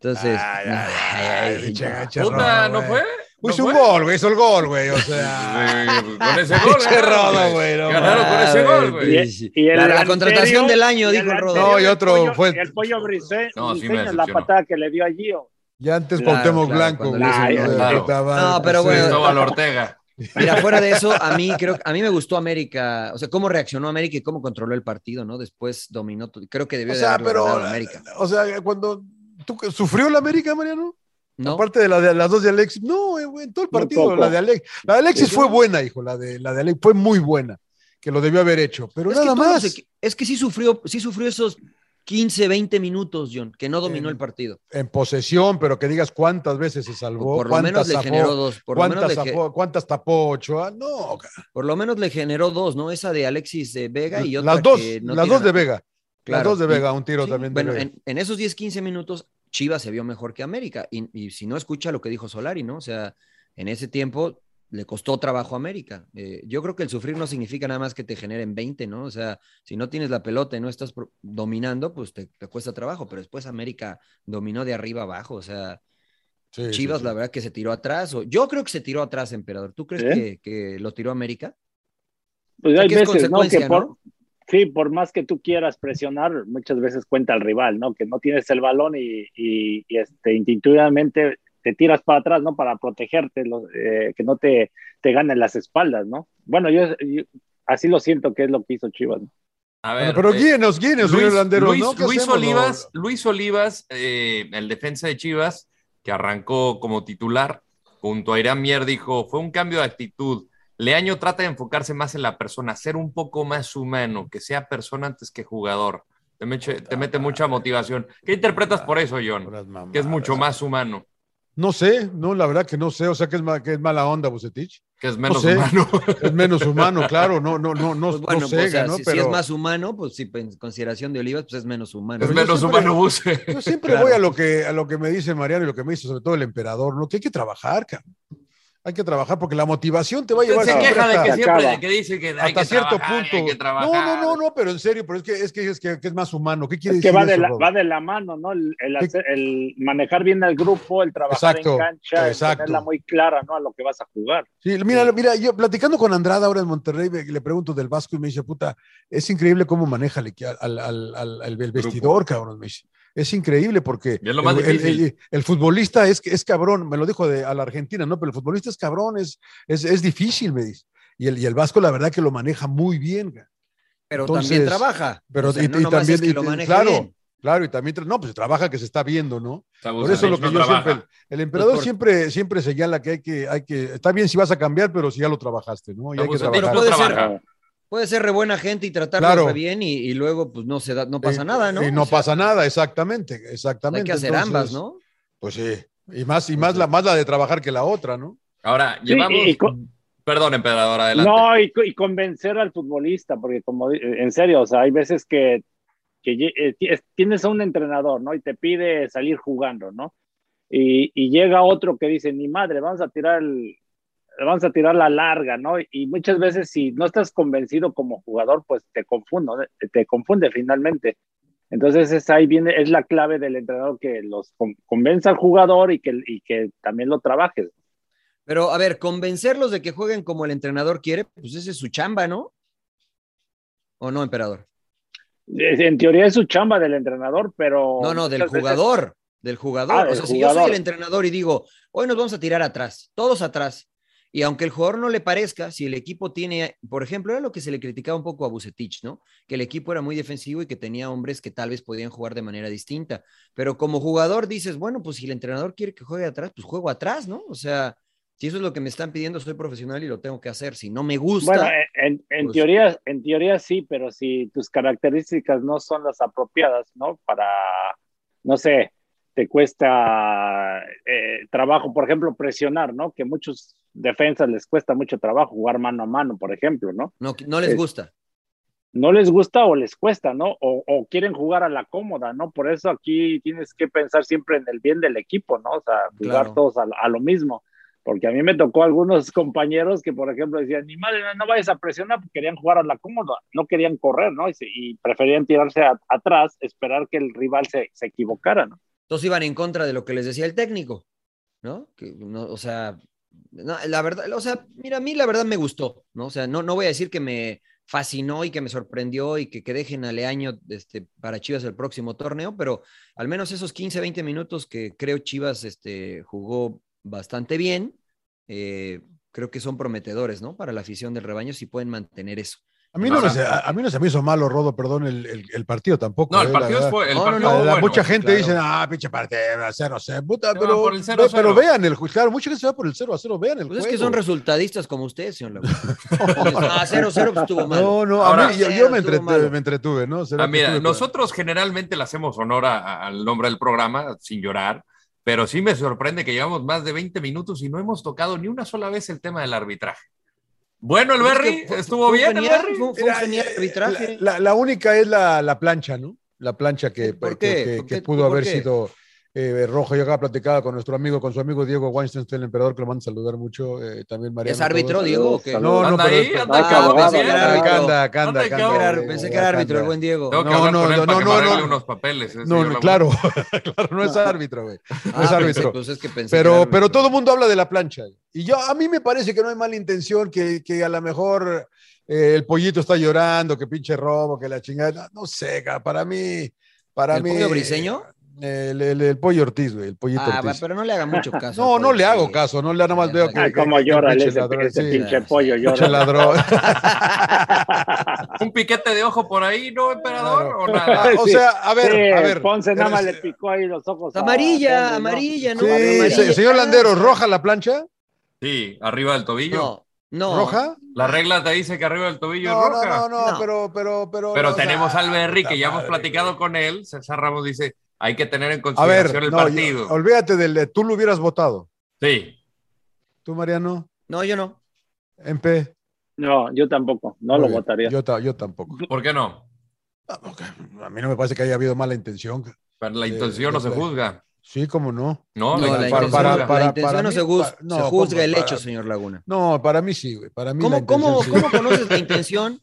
[SPEAKER 2] Entonces,
[SPEAKER 3] Ay,
[SPEAKER 2] no,
[SPEAKER 3] ay,
[SPEAKER 2] ay, ay,
[SPEAKER 3] Ah, pinche
[SPEAKER 2] no.
[SPEAKER 3] gacha,
[SPEAKER 1] Puta, ¿no
[SPEAKER 3] güey. Pues
[SPEAKER 1] fue?
[SPEAKER 2] Pues
[SPEAKER 1] ¿No
[SPEAKER 3] Hizo
[SPEAKER 1] fue?
[SPEAKER 3] un gol, güey, hizo el gol, güey, o sea.
[SPEAKER 1] Eh, Con ese gol.
[SPEAKER 3] Pinche
[SPEAKER 1] ganaron,
[SPEAKER 3] rodo,
[SPEAKER 1] güey.
[SPEAKER 3] güey, no
[SPEAKER 1] Ganaron con ese gol, güey.
[SPEAKER 4] Y-
[SPEAKER 2] Sí, sí. Ah,
[SPEAKER 4] y el
[SPEAKER 2] La- la
[SPEAKER 4] anterior-
[SPEAKER 2] contratación del año,
[SPEAKER 4] y
[SPEAKER 2] dijo el
[SPEAKER 4] anterior
[SPEAKER 2] Rodolfo.
[SPEAKER 3] No, y otro
[SPEAKER 4] pollo-
[SPEAKER 3] fue-
[SPEAKER 4] El pollo brisé,
[SPEAKER 1] No, sí me
[SPEAKER 4] Briseño, la
[SPEAKER 1] decepcionó.
[SPEAKER 4] patada que le dio oh. a Gio.
[SPEAKER 3] Ya antes
[SPEAKER 2] Claro,
[SPEAKER 3] Cuauhtémoc
[SPEAKER 2] claro,
[SPEAKER 3] Blanco,
[SPEAKER 2] cuando
[SPEAKER 3] güey,
[SPEAKER 4] le-
[SPEAKER 3] ese,
[SPEAKER 4] Ay,
[SPEAKER 3] güey,
[SPEAKER 1] claro.
[SPEAKER 3] puta madre,
[SPEAKER 2] No, pero
[SPEAKER 3] sí.
[SPEAKER 2] bueno.
[SPEAKER 1] Cristóbal Ortega.
[SPEAKER 2] Mira, fuera de eso, a mí creo a mí me gustó América, o sea, cómo reaccionó América y cómo controló el partido, ¿no? Después dominó, to- creo que debió
[SPEAKER 3] O
[SPEAKER 2] de
[SPEAKER 3] sea,
[SPEAKER 2] haberlo
[SPEAKER 3] pero.
[SPEAKER 2] ganado América.
[SPEAKER 3] O sea, cuando. ¿tú, ¿Sufrió la América, Mariano?
[SPEAKER 2] ¿No?
[SPEAKER 3] Aparte de, la de las dos de Alexis. No, eh, güey, en todo el
[SPEAKER 4] Muy
[SPEAKER 3] partido.
[SPEAKER 4] poco.
[SPEAKER 3] La de Alexis, la de Alexis fue buena, hijo. La de, la de Alexis fue muy buena. Que lo debió haber hecho. Pero
[SPEAKER 2] es, que
[SPEAKER 3] nada
[SPEAKER 2] todos
[SPEAKER 3] más.
[SPEAKER 2] los equi- es que sí sufrió, sí sufrió esos 15, 20 minutos, John, que no dominó
[SPEAKER 3] Eh,
[SPEAKER 2] el partido.
[SPEAKER 3] En posesión, pero que digas cuántas veces se salvó.
[SPEAKER 2] Por lo menos
[SPEAKER 3] cuántas
[SPEAKER 2] le
[SPEAKER 3] zafó,
[SPEAKER 2] generó dos. Por lo, menos
[SPEAKER 3] cuántas,
[SPEAKER 2] le, ge-
[SPEAKER 3] zafó, cuántas tapó Ochoa. No, ca-
[SPEAKER 2] por lo menos le generó dos, ¿no? Esa de Alexis de Vega y otra
[SPEAKER 3] las dos.
[SPEAKER 2] que no
[SPEAKER 3] las
[SPEAKER 2] tiene
[SPEAKER 3] dos de
[SPEAKER 2] nada.
[SPEAKER 3] Vega.
[SPEAKER 2] Claro,
[SPEAKER 3] Las dos de
[SPEAKER 2] y-
[SPEAKER 3] Vega, un tiro
[SPEAKER 2] Sí,
[SPEAKER 3] también. de
[SPEAKER 2] bueno,
[SPEAKER 3] Vega.
[SPEAKER 2] en, en esos 10, 15 minutos, Chivas se vio mejor que América. Y, y si no, escucha lo que dijo Solari, ¿no? O sea, en ese tiempo le costó trabajo a América. Eh, yo creo que el sufrir no significa nada más que te generen 20, ¿no? O sea, si no tienes la pelota y no estás pro- dominando, pues te, te cuesta trabajo. Pero después América dominó de arriba abajo. O sea,
[SPEAKER 3] Sí, sí,
[SPEAKER 2] Chivas,
[SPEAKER 3] sí.
[SPEAKER 2] la verdad que se tiró atrás. O, yo creo que se tiró atrás, emperador. ¿Tú crees que, que lo tiró América?
[SPEAKER 4] Pues hay
[SPEAKER 2] Aquí es
[SPEAKER 4] veces, ¿no? Que
[SPEAKER 2] consecuencia,
[SPEAKER 4] por,
[SPEAKER 2] ¿no?
[SPEAKER 4] Sí, por más que tú quieras presionar, muchas veces cuenta el rival, ¿no? Que no tienes el balón y, y- y, este, instintivamente te tiras para atrás, ¿no? Para protegerte, lo- eh, que no te, te ganen las espaldas, ¿no? Bueno, yo, yo así lo siento que es lo que hizo Chivas. ¿no?
[SPEAKER 1] A
[SPEAKER 3] Bueno,
[SPEAKER 1] ver,
[SPEAKER 3] pero
[SPEAKER 1] eh,
[SPEAKER 3] guíenos, guíenos,
[SPEAKER 1] Luis,
[SPEAKER 3] señor Landero,
[SPEAKER 1] Luis-
[SPEAKER 3] ¿no? ¿Qué
[SPEAKER 1] Luis
[SPEAKER 3] hacemos,
[SPEAKER 1] Olivas, Luis Olivas, eh, el defensa de Chivas, que arrancó como titular junto a Irán Mier, dijo, fue un cambio de actitud. Leaño trata de enfocarse más en la persona, ser un poco más humano, que sea persona antes que jugador. Te, meche- te mete mucha motivación. ¿Qué interpretas por eso,
[SPEAKER 3] no?
[SPEAKER 1] John?
[SPEAKER 3] Puras mamadas.
[SPEAKER 1] Que es mucho más humano,
[SPEAKER 3] No sé, no, la verdad que no sé. O sea, que es, ma- que es mala onda, Bucetich.
[SPEAKER 1] que es menos
[SPEAKER 3] sé.
[SPEAKER 1] humano.
[SPEAKER 3] Es menos humano, claro. No, no, no, no,
[SPEAKER 2] Pues bueno,
[SPEAKER 3] no
[SPEAKER 2] pues,
[SPEAKER 3] sé,
[SPEAKER 2] o sea,
[SPEAKER 3] ¿no?
[SPEAKER 2] si, si
[SPEAKER 3] pero
[SPEAKER 2] es más humano, pues si en consideración de Olivas, pues es menos humano.
[SPEAKER 1] es
[SPEAKER 3] yo
[SPEAKER 1] menos
[SPEAKER 3] siempre-
[SPEAKER 1] humano, Buse.
[SPEAKER 3] yo siempre
[SPEAKER 2] Claro.
[SPEAKER 3] voy a lo, que, a lo que me dice Mariano y lo que me dice sobre todo el emperador, ¿no? Que hay que trabajar, cabrón. Hay que trabajar porque la motivación te va a llevar
[SPEAKER 1] Se
[SPEAKER 3] siempre
[SPEAKER 1] queja de
[SPEAKER 3] hasta-
[SPEAKER 1] que
[SPEAKER 4] Se
[SPEAKER 1] siempre
[SPEAKER 4] acaba.
[SPEAKER 1] que dice que hay
[SPEAKER 3] hasta
[SPEAKER 1] que
[SPEAKER 3] cierto
[SPEAKER 1] trabajar, hay
[SPEAKER 3] punto.
[SPEAKER 1] que trabajar.
[SPEAKER 3] no, no, no, no, pero en serio, pero es que es, que, es, que, que es más humano. ¿Qué quiere
[SPEAKER 4] Es que
[SPEAKER 3] decir
[SPEAKER 4] va de,
[SPEAKER 3] eso,
[SPEAKER 4] la,
[SPEAKER 3] Rodo?
[SPEAKER 4] va de la mano, ¿no? El, el hacer- el manejar bien al grupo, el trabajar
[SPEAKER 3] Exacto,
[SPEAKER 4] en cancha, el
[SPEAKER 3] exacto.
[SPEAKER 4] tenerla muy clara, ¿no? A lo que vas a jugar.
[SPEAKER 3] Sí, mira, mira, yo platicando con Andrada ahora en Monterrey, me- le pregunto del Vasco y me dice, puta, es increíble cómo maneja el, equi- al, al- al- al- el vestidor, cabrón, me dice. Es increíble porque
[SPEAKER 1] Y es lo más
[SPEAKER 3] el, el-
[SPEAKER 1] difícil.
[SPEAKER 3] el- el futbolista es, es cabrón, me lo dijo de, a la Argentina, ¿no? Pero el futbolista es cabrón, es, es, es difícil, me dice. Y el, y el Vasco, la verdad que lo maneja muy bien. ca-
[SPEAKER 2] Pero
[SPEAKER 3] Entonces,
[SPEAKER 2] también trabaja.
[SPEAKER 3] pero
[SPEAKER 2] O sea,
[SPEAKER 3] y-
[SPEAKER 2] no
[SPEAKER 3] y
[SPEAKER 2] nomás
[SPEAKER 3] también-
[SPEAKER 2] es que
[SPEAKER 3] y-
[SPEAKER 2] lo
[SPEAKER 3] y-
[SPEAKER 2] maneje
[SPEAKER 3] claro.
[SPEAKER 2] bien.
[SPEAKER 3] Claro, y también, tra- no, pues trabaja que se está viendo, ¿no?
[SPEAKER 1] O sea,
[SPEAKER 3] Por eso
[SPEAKER 1] Bucetich
[SPEAKER 3] lo que
[SPEAKER 1] Pues no
[SPEAKER 3] yo
[SPEAKER 1] trabaja. Pues
[SPEAKER 3] siempre, el emperador
[SPEAKER 2] por-
[SPEAKER 3] siempre, siempre señala que hay que, hay que, está bien si vas a cambiar, pero si ya lo trabajaste, ¿no? Y
[SPEAKER 1] No, pues,
[SPEAKER 3] hay que
[SPEAKER 1] Bucetich
[SPEAKER 3] trabajar.
[SPEAKER 2] Pero
[SPEAKER 1] no
[SPEAKER 2] puede ser-
[SPEAKER 1] trabaja.
[SPEAKER 2] Puede ser re buena gente y tratarlo
[SPEAKER 3] Claro.
[SPEAKER 2] re bien y, y luego pues no se da, no pasa
[SPEAKER 3] Eh,
[SPEAKER 2] nada, ¿no?
[SPEAKER 3] Y no
[SPEAKER 2] O sea,
[SPEAKER 3] pasa nada, exactamente,
[SPEAKER 2] Hay
[SPEAKER 3] exactamente.
[SPEAKER 2] que hacer
[SPEAKER 3] Entonces,
[SPEAKER 2] ambas, ¿no? Pues
[SPEAKER 3] Pues sí. Y más, y más la, más la de trabajar que la otra, ¿no?
[SPEAKER 1] Ahora,
[SPEAKER 4] Sí,
[SPEAKER 1] llevamos.
[SPEAKER 4] y- y co-
[SPEAKER 1] Perdón, emperador, adelante.
[SPEAKER 4] No, y, co- y convencer al futbolista, porque como, di- en serio, o sea, hay veces que, que lle- eh, ti- es- tienes a un entrenador, ¿no? Y te pide salir jugando, ¿no? Y, y llega otro que dice, ni madre, vamos a tirar el- vamos a tirar la larga, ¿no? Y muchas veces si no estás convencido como jugador, pues te confundo, ¿no? te confunde finalmente. Entonces es ahí viene, es la clave del entrenador que los con- convenza al jugador y que, y que también lo trabajes.
[SPEAKER 2] Pero a ver, convencerlos de que jueguen como el entrenador quiere, pues esa es su chamba, ¿no? ¿O no, emperador?
[SPEAKER 4] Es- En teoría es su chamba del entrenador, pero...
[SPEAKER 2] No, no, del
[SPEAKER 4] muchas veces-
[SPEAKER 2] jugador, del
[SPEAKER 4] Ah,
[SPEAKER 2] jugador. o
[SPEAKER 4] del
[SPEAKER 2] sea, si yo soy
[SPEAKER 4] jugador.
[SPEAKER 2] el entrenador y digo, hoy nos vamos a tirar atrás, todos atrás, y aunque el jugador no le parezca, si el equipo tiene, por ejemplo, era lo que se le criticaba un poco a Bucetich, ¿no? Que el equipo era muy defensivo y que tenía hombres que tal vez podían jugar de manera distinta. Pero como jugador dices, bueno, pues si el entrenador quiere que juegue atrás, pues juego atrás, ¿no? O sea, si eso es lo que me están pidiendo, soy profesional y lo tengo que hacer. Si no me gusta.
[SPEAKER 4] Bueno, en, en pues, teoría, en teoría sí, pero si tus características no son las apropiadas, ¿no? Para, no sé, te cuesta eh, trabajo, por ejemplo, presionar, ¿no? Que muchos defensas les cuesta mucho trabajo jugar mano a mano, por ejemplo, ¿no?
[SPEAKER 2] No, no les gusta. Eh,
[SPEAKER 4] no les gusta o les cuesta, ¿no? O, o, quieren jugar a la cómoda, ¿no? Por eso aquí tienes que pensar siempre en el bien del equipo, ¿no? O sea, jugar claro. todos a, a lo mismo porque a mí me tocó algunos compañeros que, por ejemplo, decían, ni madre, no, no vayas a presionar, porque querían jugar a la cómoda, no querían correr, ¿no? Y, se, y preferían tirarse a, atrás, esperar que el rival se, se, equivocara, ¿no?
[SPEAKER 2] Entonces iban en contra de lo que les decía el técnico, ¿no? Que, no o sea, no, la verdad, o sea, mira, a mí la verdad me gustó, ¿no? O sea, no, no voy a decir que me fascinó y que me sorprendió y que, que dejen a Leaño este, para Chivas el próximo torneo, pero al menos esos 15, 20 minutos que creo Chivas este, jugó bastante bien. Eh, creo que son prometedores, ¿no? Para la afición del rebaño, si pueden mantener eso.
[SPEAKER 3] A mí, no, no se, a, a mí no se me hizo malo, Rodo, perdón, el, el, el partido tampoco.
[SPEAKER 1] No, el partido eh, fue. El no, partido no, bueno,
[SPEAKER 3] mucha gente claro. dice, ah, pinche partido, 0 a 0. Puta, pero, por el 0 -0. pero vean el Claro, mucha gente se va por el 0 a 0, vean el
[SPEAKER 2] pues juego. Es que son resultadistas como ustedes, señor Laguna. ah, 0 0 pues, estuvo mal.
[SPEAKER 3] No, no, Ahora, a mí, yo, yo me, entretuve, me, entretuve, ¿no?
[SPEAKER 1] Ah, mira, nosotros generalmente le hacemos honor al nombre del programa, sin llorar pero sí me sorprende que llevamos más de 20 minutos y no hemos tocado ni una sola vez el tema del arbitraje. Bueno, el Berry, estuvo bien el Berry.
[SPEAKER 3] arbitraje. eh, La, la, la, única es la, la, plancha, ¿no? La plancha que, que, que, que pudo haber qué? sido eh, rojo. Yo acá platicaba con nuestro amigo, con su amigo Diego Weinstein, el emperador, que lo mando a saludar mucho. Eh, también María.
[SPEAKER 2] ¿Es árbitro, Diego? ¿o qué?
[SPEAKER 3] No, no, pero, ahí, anda, ah, pensé que era árbitro. Anda, canda,
[SPEAKER 2] canda, Pensé que era árbitro el buen Diego.
[SPEAKER 1] Tengo que no, no, no, no, no, no. unos papeles.
[SPEAKER 3] Eh, no, no claro, claro, no es árbitro, güey. No es árbitro. Pero, pero todo el mundo habla de la plancha. Y yo, a mí me parece que no hay mala intención, que, que a lo mejor eh, el pollito está llorando, que pinche robo, que la chingada. No, sé, para mí. Para
[SPEAKER 2] ¿El
[SPEAKER 3] mí,
[SPEAKER 2] pollo briseño?
[SPEAKER 3] El, el, el, pollo Ortiz, güey, el pollito ah, Ortiz.
[SPEAKER 2] pero pues, no le haga mucho caso.
[SPEAKER 3] No, no le hago caso, no le nada más veo que...
[SPEAKER 4] Ay, cómo Ah, llora el ese, ladrón, ese sí, pinche pollo, llora.
[SPEAKER 3] ladrón.
[SPEAKER 1] Un piquete de ojo por ahí, ¿no, emperador? Claro. ¿O, nada?
[SPEAKER 3] Sí, o sea, a ver, sí, a ver.
[SPEAKER 4] Ponce nada más le picó ahí los ojos.
[SPEAKER 2] Amarilla, a... amarilla, ¿no?
[SPEAKER 3] Amarilla. señor Landero, ¿roja la plancha?
[SPEAKER 1] Sí, arriba del tobillo.
[SPEAKER 2] No. No.
[SPEAKER 3] ¿Roja?
[SPEAKER 1] La regla te dice que arriba del tobillo
[SPEAKER 3] no,
[SPEAKER 1] es roja.
[SPEAKER 3] No, no, no, pero, pero, pero.
[SPEAKER 1] Pero tenemos al Berry, que ya hemos platicado con él. César Ramos dice: hay que tener en consideración ver, el no, partido.
[SPEAKER 3] Yo, olvídate del. Tú lo hubieras votado.
[SPEAKER 1] Sí.
[SPEAKER 3] ¿Tú, Mariano?
[SPEAKER 2] No, yo no.
[SPEAKER 3] ¿MP?
[SPEAKER 4] No, yo tampoco. No Muy lo bien. votaría.
[SPEAKER 3] Yo, yo, tampoco. Ah,
[SPEAKER 1] ¿Por qué no?
[SPEAKER 3] A mí no me parece que haya habido mala intención.
[SPEAKER 1] Pero la intención eh, no se juzga.
[SPEAKER 3] Sí, cómo no.
[SPEAKER 1] No,
[SPEAKER 2] no la, para, para, para, la intención no se, juzga, no, se juzga el hecho, señor Laguna.
[SPEAKER 3] No, para mí sí, güey. Para mí
[SPEAKER 2] ¿Cómo,
[SPEAKER 3] la intención,
[SPEAKER 2] cómo,
[SPEAKER 3] sí.
[SPEAKER 2] ¿Cómo conoces la intención?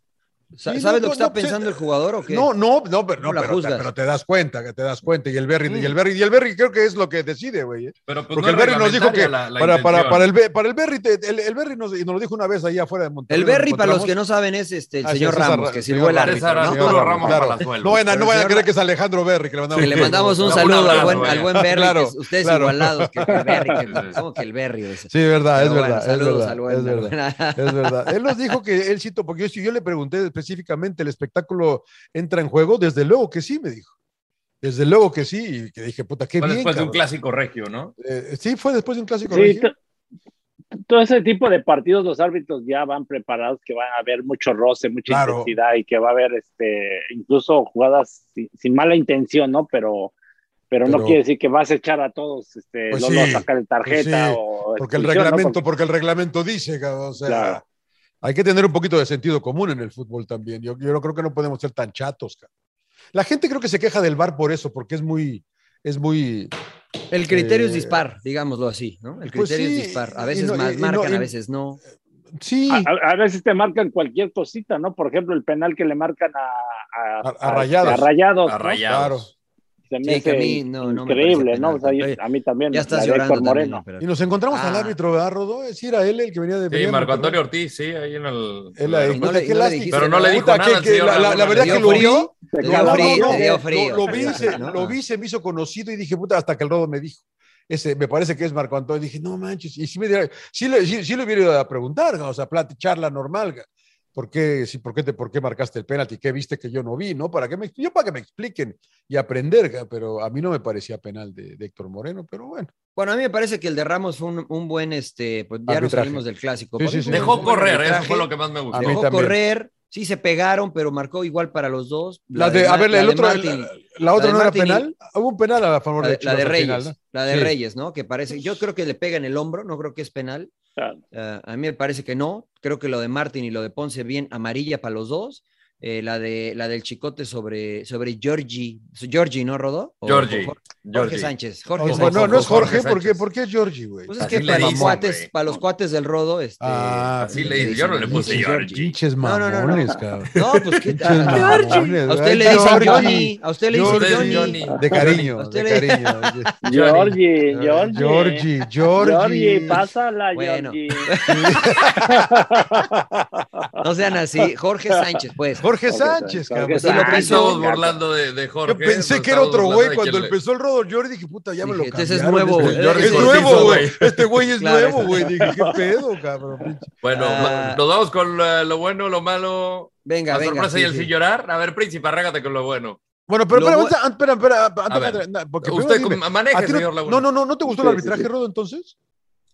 [SPEAKER 2] ¿Sabes sí, no, lo que está no, pensando se, el jugador o qué?
[SPEAKER 3] No, no, no, pero, no, pero, te, pero te das cuenta, que te das cuenta. Y el Berry, mm. y el Berry, y el Berry creo que es lo que decide, güey. ¿eh?
[SPEAKER 1] Pero pues
[SPEAKER 3] Porque el Berry nos dijo que la, la para, para, para, el, para el Berry, el, el Berry nos, y nos, lo dijo una vez allá afuera de Monterrey.
[SPEAKER 2] El Berry, para los que no saben, es este, el ah, señor Ramos, Ramos, que sirvió el árbitro.
[SPEAKER 1] Arturo Ramos claro.
[SPEAKER 3] No van a, no van a creer que es Alejandro Berry. Que le mandamos,
[SPEAKER 2] sí, le mandamos un saludo al buen, al buen Berry, ustedes igualados que el Berry. Como que el Berry.
[SPEAKER 3] Sí, verdad, es verdad. Saludos al buen Es verdad. Él nos dijo que él citó, porque yo le pregunté específicamente el espectáculo entra en juego, desde luego que sí, me dijo. Desde luego que sí, y que dije, puta, qué
[SPEAKER 1] fue
[SPEAKER 3] bien.
[SPEAKER 1] Pues, Después cabrón. de un clásico regio, ¿no?
[SPEAKER 3] Eh, sí, fue después de un clásico sí, regio.
[SPEAKER 4] Todo ese tipo de partidos, los árbitros ya van preparados, que van a haber mucho roce, mucha claro. intensidad y que va a haber este, incluso jugadas sin, sin mala intención, ¿no? Pero pero, pero, no quiere decir que vas a echar a todos, este, pues los sí, vas a sacar el tarjeta. Pues sí, o
[SPEAKER 3] porque el reglamento, ¿no? porque... el reglamento dice, o sea, claro. Hay que tener un poquito de sentido común en el fútbol también. Yo, yo creo que no podemos ser tan chatos. Cara. La gente creo que se queja del bar por eso, porque es muy, es muy.
[SPEAKER 2] El criterio eh, es dispar, digámoslo así, ¿no? El criterio pues sí, es dispar. A veces no, más y, marcan, y no, y, a veces no.
[SPEAKER 3] Sí.
[SPEAKER 4] A, a, veces te marcan cualquier cosita, ¿no? Por ejemplo, el penal que le marcan a, este,
[SPEAKER 3] a, a Rayados.
[SPEAKER 4] A Rayados.
[SPEAKER 1] A rayados. ¿no? Claro.
[SPEAKER 4] Se me sí, que a mí, no, no increíble, me ¿no? O sea, yo, a mí también.
[SPEAKER 2] Ya estás llorando
[SPEAKER 3] Moreno. También, y nos encontramos ah. al árbitro, ¿verdad, Rodó? Es ir a él el que venía de...
[SPEAKER 1] Sí, Mariano, Marco Antonio Ortiz, sí, ahí en el...
[SPEAKER 3] el, el
[SPEAKER 1] no
[SPEAKER 3] le,
[SPEAKER 1] le dijiste, pero no le dijo puta, nada
[SPEAKER 3] que, que la, la, la, verdad que lo
[SPEAKER 2] frío, vi... Te dio frío,
[SPEAKER 3] te
[SPEAKER 2] dio frío.
[SPEAKER 3] Lo, lo, vi, se, lo vi, se me hizo conocido y dije, puta, hasta que el Rodo me dijo. Ese, me parece que es Marco Antonio. Dije, no manches. Y sí, me, sí, sí, sí, le hubiera ido a preguntar, o sea, plata, charla normal. ¿Por qué, sí, por, qué te, ¿Por qué marcaste el penalti? ¿Qué viste que yo no vi? ¿no? ¿Para qué me, yo para que me expliquen y aprender, pero a mí no me parecía penal de, de Héctor Moreno, pero bueno.
[SPEAKER 2] Bueno, a mí me parece que el de Ramos fue un, un buen, este, pues ya nos salimos del clásico.
[SPEAKER 1] Sí, sí, sí. Dejó correr, eso fue lo que más me
[SPEAKER 3] Ah,
[SPEAKER 1] gustó.
[SPEAKER 2] Dejó también. correr, sí se pegaron, pero marcó igual para los dos.
[SPEAKER 3] La, la de, de, a ver, la, el otro, Martin, la, la, otra no Martin, era penal. Hubo un penal a favor de
[SPEAKER 2] Chivas. La de Reyes, final, ¿no? la de Reyes, ¿no? Que parece, yo creo que le pega en el hombro, no creo que es penal. Claro. Uh, a mí me parece que no. Creo que lo de Martín y lo de Ponce bien amarilla para los dos. Eh, la, de, la del chicote sobre, sobre Georgie. Georgie, ¿no, Rodó?
[SPEAKER 1] O, Georgie.
[SPEAKER 2] Jorge, Jorge Sánchez. Jorge
[SPEAKER 3] no,
[SPEAKER 2] Sánchez.
[SPEAKER 3] No, no es Jorge, Jorge porque, porque, es Georgie, güey.
[SPEAKER 2] Pues es que para, dicen, cuates, para, los cuates del Rodo. Este,
[SPEAKER 1] ah, así le dicen. Yo no le puse Georgie.
[SPEAKER 3] Pinches mamones, no, no, no. cabrón. No,
[SPEAKER 2] pues qué tal. Georgie. A usted le dicen Johnny. A usted le dicen Johnny.
[SPEAKER 3] De cariño. De cariño.
[SPEAKER 4] Georgie, Georgie.
[SPEAKER 3] Georgie, Georgie.
[SPEAKER 4] Georgie, pásala, Georgie.
[SPEAKER 2] No sean así. Jorge Sánchez, pues.
[SPEAKER 3] Jorge Sánchez, cabrón. Jorge Sánchez.
[SPEAKER 1] Sí, estamos burlando de, de, Jorge.
[SPEAKER 3] Yo pensé que era otro güey. Cuando empezó el rodo, Jordi dije, puta, ya me lo cambiaron.
[SPEAKER 2] Este es nuevo.
[SPEAKER 3] Este, Jordi es Cortizo, nuevo, güey. Este güey es claro, nuevo, güey. Dije, qué pedo, cabrón.
[SPEAKER 1] Bueno, ah, nos vamos con lo, lo bueno, lo malo.
[SPEAKER 2] Venga,
[SPEAKER 1] la
[SPEAKER 2] venga.
[SPEAKER 1] sorpresa sí, y el sí. sin llorar. A ver, príncipe, arrágate con lo bueno.
[SPEAKER 3] Bueno, pero espera, bu espera, espera, espera, espera ver,
[SPEAKER 1] porque usted dime, maneja,
[SPEAKER 3] Ah, no,
[SPEAKER 1] señor
[SPEAKER 3] Laguna. No, no, no, ¿no te gustó el arbitraje, Rodo, entonces?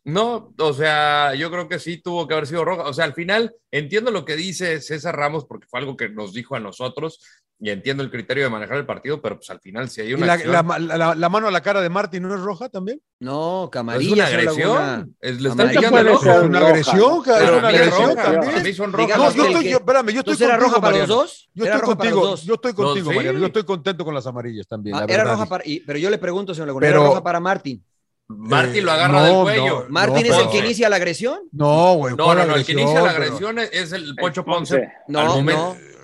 [SPEAKER 1] No, o sea, yo creo que sí tuvo que haber sido roja. O sea, al final entiendo lo que dice César Ramos porque fue algo que nos dijo a nosotros y entiendo el criterio de manejar el partido, pero pues al final si hay una. pues,
[SPEAKER 3] La, acción... la, la, la, mano a la cara de Martín no es roja también?
[SPEAKER 2] No, camarilla.
[SPEAKER 1] Es una agresión. Es, le están pillando
[SPEAKER 3] el ojo. Es una agresión,
[SPEAKER 1] claro.
[SPEAKER 3] Una agresión también.
[SPEAKER 1] Son
[SPEAKER 3] rojas. No, yo estoy, yo, espérame, yo estoy
[SPEAKER 2] contigo, roja para
[SPEAKER 3] Mariano.
[SPEAKER 2] los dos?
[SPEAKER 3] Yo
[SPEAKER 2] ¿Era
[SPEAKER 3] estoy
[SPEAKER 2] roja
[SPEAKER 3] contigo,
[SPEAKER 2] para los dos?
[SPEAKER 3] yo estoy contigo, no, Mariano. Sí. Yo estoy contento con las amarillas también.
[SPEAKER 2] Ah, era roja para, y, pero yo le pregunto, señor Laguna, ¿era roja para Martín?
[SPEAKER 1] Martín eh, lo agarra no, del cuello.
[SPEAKER 2] No, ¿Martín no, es el que inicia la agresión?
[SPEAKER 3] No, güey.
[SPEAKER 1] No, no, no, el que inicia la agresión pero... es el Pocho Ponce. Ponce.
[SPEAKER 2] No, no,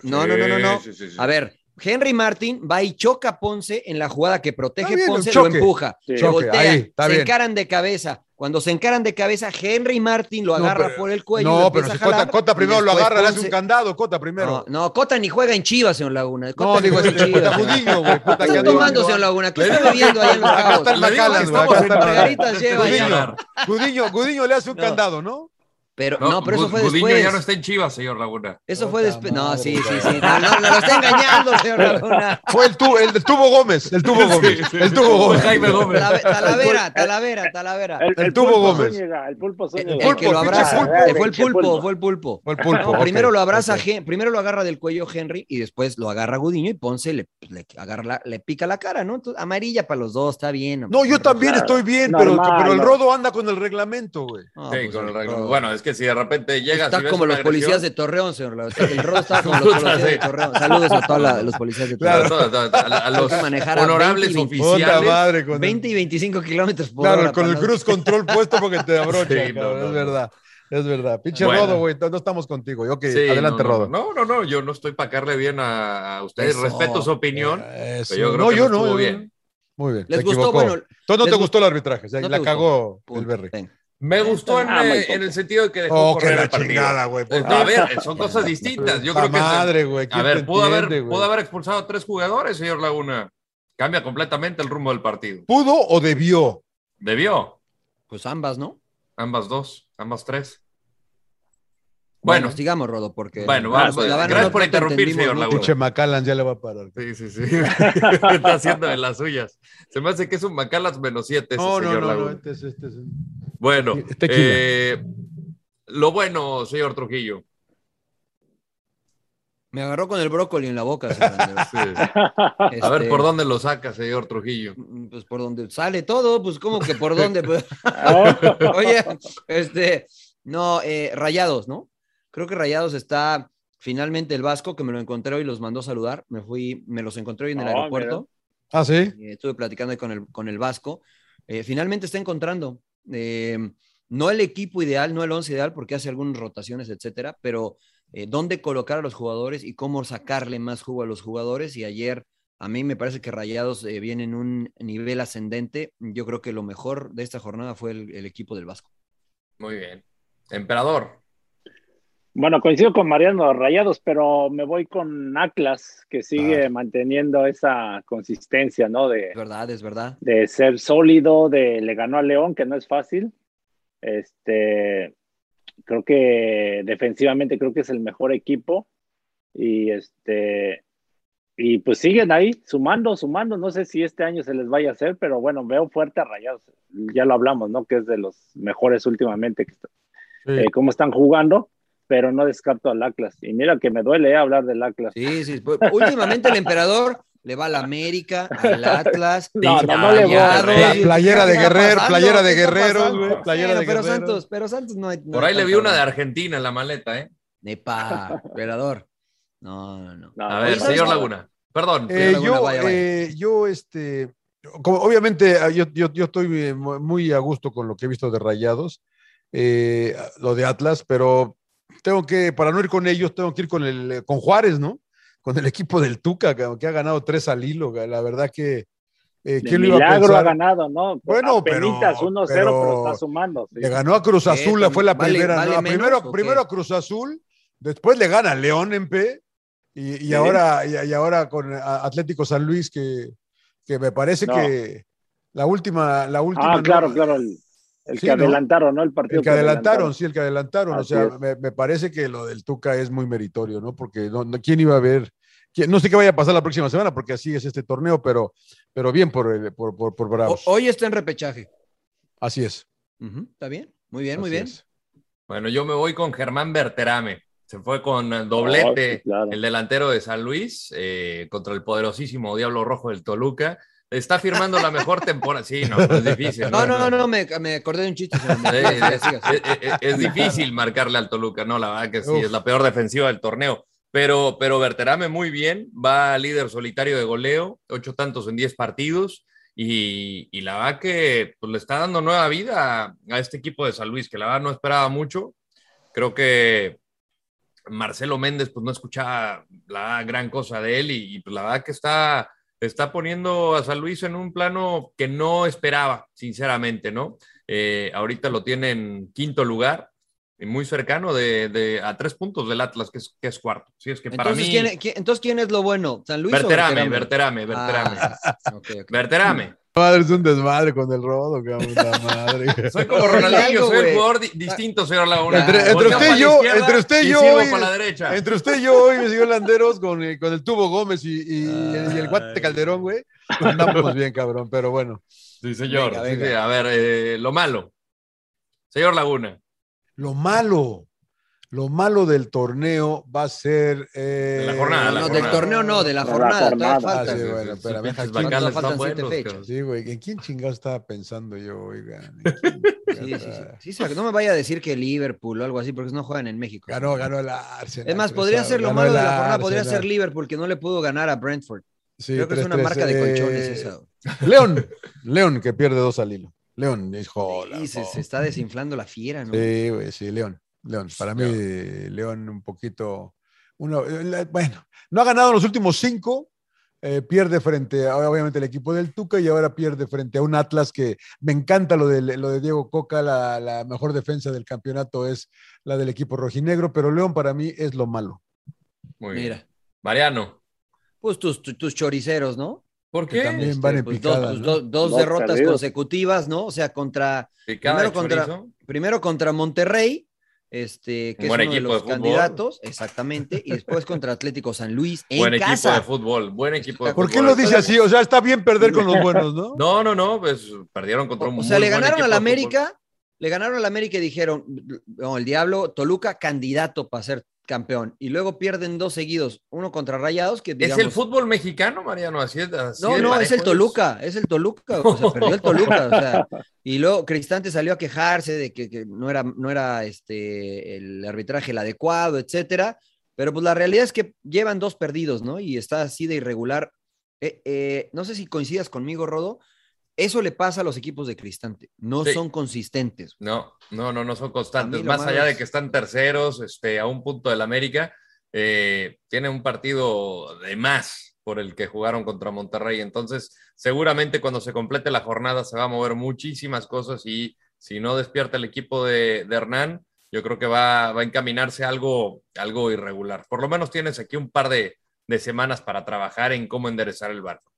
[SPEAKER 2] no, no, no, no. Sí, sí, sí. A ver, Henry Martín va y choca a Ponce en la jugada que protege bien, Ponce, lo empuja, se voltea, Ahí, se bien. encaran de cabeza. Cuando se encaran de cabeza, Henry Martin lo agarra no, pero, por el cuello.
[SPEAKER 3] No, pero si Cota, Cota, primero lo agarra, Ponce... le hace un candado, Cota primero.
[SPEAKER 2] No, no, Cota ni juega en Chivas, señor Laguna. Cota
[SPEAKER 3] no, digo,
[SPEAKER 2] es
[SPEAKER 3] Cota Budiño, güey.
[SPEAKER 2] ¿Qué está tomando, señor Laguna? ¿Qué está bebiendo allá en los
[SPEAKER 3] Acá están Macalas, güey.
[SPEAKER 2] Margaritas lleva allá.
[SPEAKER 3] Gudiño, Gudiño le hace un candado, ¿no?
[SPEAKER 2] Pero, no, no, pero eso fue Gudiño después.
[SPEAKER 1] ya no está en Chivas, señor Laguna.
[SPEAKER 2] Eso fue después. No, sí, sí, sí. No, no, no, lo está engañando, señor Laguna.
[SPEAKER 3] Fue el, tu, el, el tubo Gómez. El tubo Gómez. El tubo Gómez.
[SPEAKER 1] Jaime Gómez.
[SPEAKER 2] Talavera, Talavera, Talavera.
[SPEAKER 3] El, el, el tubo pulpo Gómez.
[SPEAKER 4] Zúñiga, el pulpo
[SPEAKER 2] Zúñiga. El, que lo abraza. Pulpo, fue el pulpo, fue el pulpo.
[SPEAKER 3] Fue el pulpo. No, okay.
[SPEAKER 2] Primero lo abraza, okay. primero lo agarra del cuello Henry y después lo agarra Gudiño y Ponce le, le, agarra la, le pica la cara, ¿no? Entonces, amarilla para los dos, está bien.
[SPEAKER 3] No, yo también estoy bien, pero, pero el rodo anda con el reglamento, güey.
[SPEAKER 2] Ah,
[SPEAKER 1] sí, con el reglamento. Bueno, es que si de repente llegas.
[SPEAKER 2] pues, Está como los policías de Torreón, señor. El rodo está como los policías de Torreón. Saludos a todos los policías de Torreón.
[SPEAKER 1] a, los honorables oficiales.
[SPEAKER 2] 20 y 25 kilómetros por
[SPEAKER 3] claro, con el cruise control puesto porque te abrocha. es verdad. Es verdad. Pinche Rodo, güey. No estamos contigo. Ok, adelante, Rodo.
[SPEAKER 1] No, no, no. Yo no estoy para carle bien a, ustedes. Respeto su opinión.
[SPEAKER 2] eh,
[SPEAKER 3] yo Ah, no, yo no. Muy bien.
[SPEAKER 2] Les gustó, bueno. pues,
[SPEAKER 3] Entonces no te gustó el arbitraje. la cagó el Berry.
[SPEAKER 1] Me
[SPEAKER 2] Ah,
[SPEAKER 1] gustó en, eh, en, el sentido de que dejó
[SPEAKER 3] oh, correr
[SPEAKER 1] que
[SPEAKER 3] la chingada, güey. pues.
[SPEAKER 1] Eh,
[SPEAKER 2] Ah,
[SPEAKER 1] A ver, son cosas distintas. Yo creo que
[SPEAKER 3] madre, güey.
[SPEAKER 1] A ver, pudo entiende, haber wey? pudo haber expulsado a tres jugadores, señor Laguna. Cambia completamente el rumbo del partido.
[SPEAKER 3] ¿Pudo o debió?
[SPEAKER 1] Debió.
[SPEAKER 2] Pues ambas, ¿no?
[SPEAKER 1] Ambas dos, ambas tres.
[SPEAKER 2] Bueno, bueno digamos, Rodo, porque.
[SPEAKER 1] Bueno, vamos. Pues, gracias no por interrumpir, señor Laguna.
[SPEAKER 3] Pinche Macallan ya le va a parar.
[SPEAKER 1] Sí, sí, sí. Está haciendo de las suyas. Se me hace que es un Macallan menos siete, ese, no, señor no, Laguna. No, este es, este es... Bueno, eh, lo bueno, señor Trujillo.
[SPEAKER 2] Me agarró con el brócoli en la boca.
[SPEAKER 1] sí. este, a ver, ¿por dónde lo saca, señor Trujillo?
[SPEAKER 2] Pues por donde sale todo, pues como que por dónde.
[SPEAKER 4] Ah,
[SPEAKER 2] Oye, este, no, eh, Rayados, ¿no? Creo que Rayados está finalmente el Vasco, que me lo encontré hoy y los mandó saludar. Me fui, me los encontré hoy en el oh, aeropuerto.
[SPEAKER 3] Mira. Ah, sí.
[SPEAKER 2] Eh, estuve platicando con el, con el Vasco. Eh, finalmente está encontrando. Eh, no el equipo ideal, no el once ideal, porque hace algunas rotaciones, etcétera, pero eh, dónde colocar a los jugadores y cómo sacarle más jugo a los jugadores. Y ayer, a mí me parece que Rayados eh, viene en un nivel ascendente. Yo creo que lo mejor de esta jornada fue el, el equipo del Vasco.
[SPEAKER 1] Muy bien. Emperador.
[SPEAKER 4] Bueno, coincido con Mariano Rayados, pero me voy con Atlas, que sigue ah. manteniendo esa consistencia, ¿no? De,
[SPEAKER 2] es verdad, es verdad.
[SPEAKER 4] De ser sólido, de le ganó a León, que no es fácil. Este, creo que defensivamente creo que es el mejor equipo y este y pues siguen ahí sumando, sumando, no sé si este año se les vaya a hacer, pero bueno, veo fuerte a Rayados. Ya lo hablamos, ¿no? Que es de los mejores últimamente que está, sí. eh, cómo están jugando, pero no descarto al Atlas. Y mira que me duele eh, hablar del Atlas.
[SPEAKER 2] Sí, sí, pues, últimamente el emperador le va al América, al Atlas,
[SPEAKER 3] no, no, no le voy, playera de Guerrero, playera de Guerrero, güey, playera
[SPEAKER 2] pero,
[SPEAKER 3] de
[SPEAKER 2] pero Santos, pero Santos no, hay, ¿eh?
[SPEAKER 1] Por ahí le vi una de Argentina en la maleta, ¿eh?
[SPEAKER 2] Nepa, emperador. No, no, no.
[SPEAKER 1] A ver, señor Laguna. Perdón.
[SPEAKER 3] Eh, Laguna, yo, vaya, vaya. Eh, yo, este, como, obviamente, ah, yo, yo, yo, estoy eh, muy a gusto con lo que he visto de Rayados, eh, lo de Atlas, pero tengo que, para no ir con ellos, tengo que ir con, el, eh, con Juárez, ¿no? Con el equipo del Tuca, que, ha ganado tres al hilo. La verdad que.
[SPEAKER 4] Eh, ¿quién lo iba milagro a pensar? ha ganado, ¿no? Bueno, Penitas 1-0, pero, pero, está sumando.
[SPEAKER 3] Sí.
[SPEAKER 2] Este,
[SPEAKER 3] Le ganó a Cruz Azul, la fue la vale, primera. Vale no, menos, primero, primero a Cruz Azul, después le gana a León en P, y, y ¿Sí? ahora, y, y, ahora con Atlético San Luis, que, que me parece no. que la última, la última.
[SPEAKER 4] Ah, no, claro, claro. El, el sí, que adelantaron, ¿no? El partido.
[SPEAKER 3] El que, que adelantaron, adelantaron, sí, el que adelantaron. Así o sea, me, me, parece que lo del Tuca es muy meritorio, ¿no? Porque no, ¿quién iba a ver? ¿Quién? No sé qué vaya a pasar la próxima semana, porque así es este torneo, pero, pero bien por, el, por, por, por Bravos.
[SPEAKER 2] O, hoy está en repechaje.
[SPEAKER 3] Así es.
[SPEAKER 2] Uh -huh. Está bien, muy bien, así muy bien. Es.
[SPEAKER 1] Bueno, yo me voy con Germán Berterame. Se fue con el doblete, oh, sí, claro. el delantero de San Luis, eh, contra el poderosísimo Diablo Rojo del Toluca. Está firmando la mejor temporada. Sí, no, no es difícil.
[SPEAKER 2] No, no, no, no, no me, me, acordé de un chiste. Me...
[SPEAKER 1] Es, es, es, es, difícil marcarle al Toluca, no, la verdad que sí, Uf. es la peor defensiva del torneo. Pero, pero Berterame muy bien, va líder solitario de goleo, ocho tantos en diez partidos. Y, y la verdad que pues, le está dando nueva vida a, a este equipo de San Luis, que la verdad no esperaba mucho. Creo que Marcelo Méndez, pues no escuchaba la gran cosa de él y, y pues, la verdad que está, está poniendo a San Luis en un plano que no esperaba, sinceramente, ¿no? Eh, ahorita lo tiene en quinto lugar, muy cercano de, de, a tres puntos del Atlas, que es, que es cuarto. Sí, es que para
[SPEAKER 2] entonces,
[SPEAKER 1] mí...
[SPEAKER 2] ¿quién, ¿quién, entonces, ¿quién es lo bueno? ¿San Luis
[SPEAKER 1] Verterame, o Verterame, Verterame. Verterame. Ah, okay, okay. Verterame.
[SPEAKER 3] Madre, es un desmadre con el rodo, cabrón, la madre.
[SPEAKER 1] Soy como Ronaldinho, soy el jugador di distinto, señor Laguna.
[SPEAKER 3] Entre, entre usted y yo, entre usted y yo, hoy, la entre usted y yo hoy, mi señor Landeros, con, con el tubo Gómez y, y, y el guante Calderón, güey, pues andamos bien, cabrón, pero bueno.
[SPEAKER 1] Sí, señor. Venga, venga. Sí, sí. A ver, eh, lo malo. Señor Laguna.
[SPEAKER 3] Lo malo. Lo malo del torneo va a ser. Eh...
[SPEAKER 1] De la jornada.
[SPEAKER 2] No,
[SPEAKER 1] la
[SPEAKER 2] del
[SPEAKER 1] jornada.
[SPEAKER 2] torneo no, de la no, jornada. La jornada. Falta, ah,
[SPEAKER 3] sí, bueno, pero
[SPEAKER 2] sí, faltan siete buenos, fechas. Pero...
[SPEAKER 3] Sí, güey. ¿En quién chingado estaba pensando yo, oigan?
[SPEAKER 2] Sí, sí, sí, No me vaya a decir que Liverpool o algo así, porque no juegan en México.
[SPEAKER 3] Ganó, ganó el Arsenal.
[SPEAKER 2] Es más, podría ser lo malo de la jornada, podría ser Liverpool, que no le pudo ganar a Brentford. Sí, Creo que 3, es una 3, marca eh... de colchones esa.
[SPEAKER 3] León, León, que pierde dos al hilo. León, hijo.
[SPEAKER 2] Sí, se, se está desinflando la fiera, ¿no?
[SPEAKER 3] Sí, güey, sí, León. León, para mí León un poquito, uno, eh, bueno, no ha ganado en los últimos cinco, eh, pierde frente a, obviamente el equipo del Tuca y ahora pierde frente a un Atlas que me encanta lo de, lo de Diego Coca, la, la mejor defensa del campeonato es la del equipo rojinegro, pero León para mí es lo malo.
[SPEAKER 1] Muy Mira. Bien. Mariano.
[SPEAKER 2] Pues tus, tus, tus choriceros, ¿no?
[SPEAKER 1] ¿Por qué?
[SPEAKER 3] También este, van en
[SPEAKER 2] pues
[SPEAKER 3] picada,
[SPEAKER 2] dos, ¿no? dos, dos, dos, derrotas perdidos. consecutivas, ¿no? O sea, contra primero, contra primero contra Monterrey, este, que buen es uno de los de candidatos, exactamente, y después contra Atlético San Luis en
[SPEAKER 1] buen
[SPEAKER 2] casa.
[SPEAKER 1] equipo de fútbol, buen equipo de
[SPEAKER 3] ¿Por
[SPEAKER 1] fútbol?
[SPEAKER 3] qué lo dice así? O sea, está bien perder con los buenos, ¿no?
[SPEAKER 1] No, no, no, pues perdieron contra un
[SPEAKER 2] O sea, le ganaron al América, le ganaron al América y dijeron, no, el diablo, Toluca candidato para ser campeón y luego pierden dos seguidos, uno contra Rayados que digamos,
[SPEAKER 1] es el fútbol mexicano, Mariano, así es. Así
[SPEAKER 2] no,
[SPEAKER 1] es
[SPEAKER 2] no, es el Toluca, es el Toluca, o sea, perdió el Toluca, o sea, y luego Cristante salió a quejarse de que, que, no era no era este el arbitraje el adecuado, etcétera, pero pues la realidad es que llevan dos perdidos, ¿no? Y está así de irregular. Eh, eh, no sé si coincidas conmigo, Rodo, eso le pasa a los equipos de Cristante. No sí. son consistentes.
[SPEAKER 1] No, no, no, no son constantes. Más allá es... de que están terceros, este, a un punto del América, eh, tiene un partido de más por el que jugaron contra Monterrey. Entonces, seguramente cuando se complete la jornada se va a mover muchísimas cosas y si no despierta el equipo de, de Hernán, yo creo que va, va a encaminarse a algo, algo irregular. Por lo menos tienes aquí un par de, de semanas para trabajar en cómo enderezar el barco.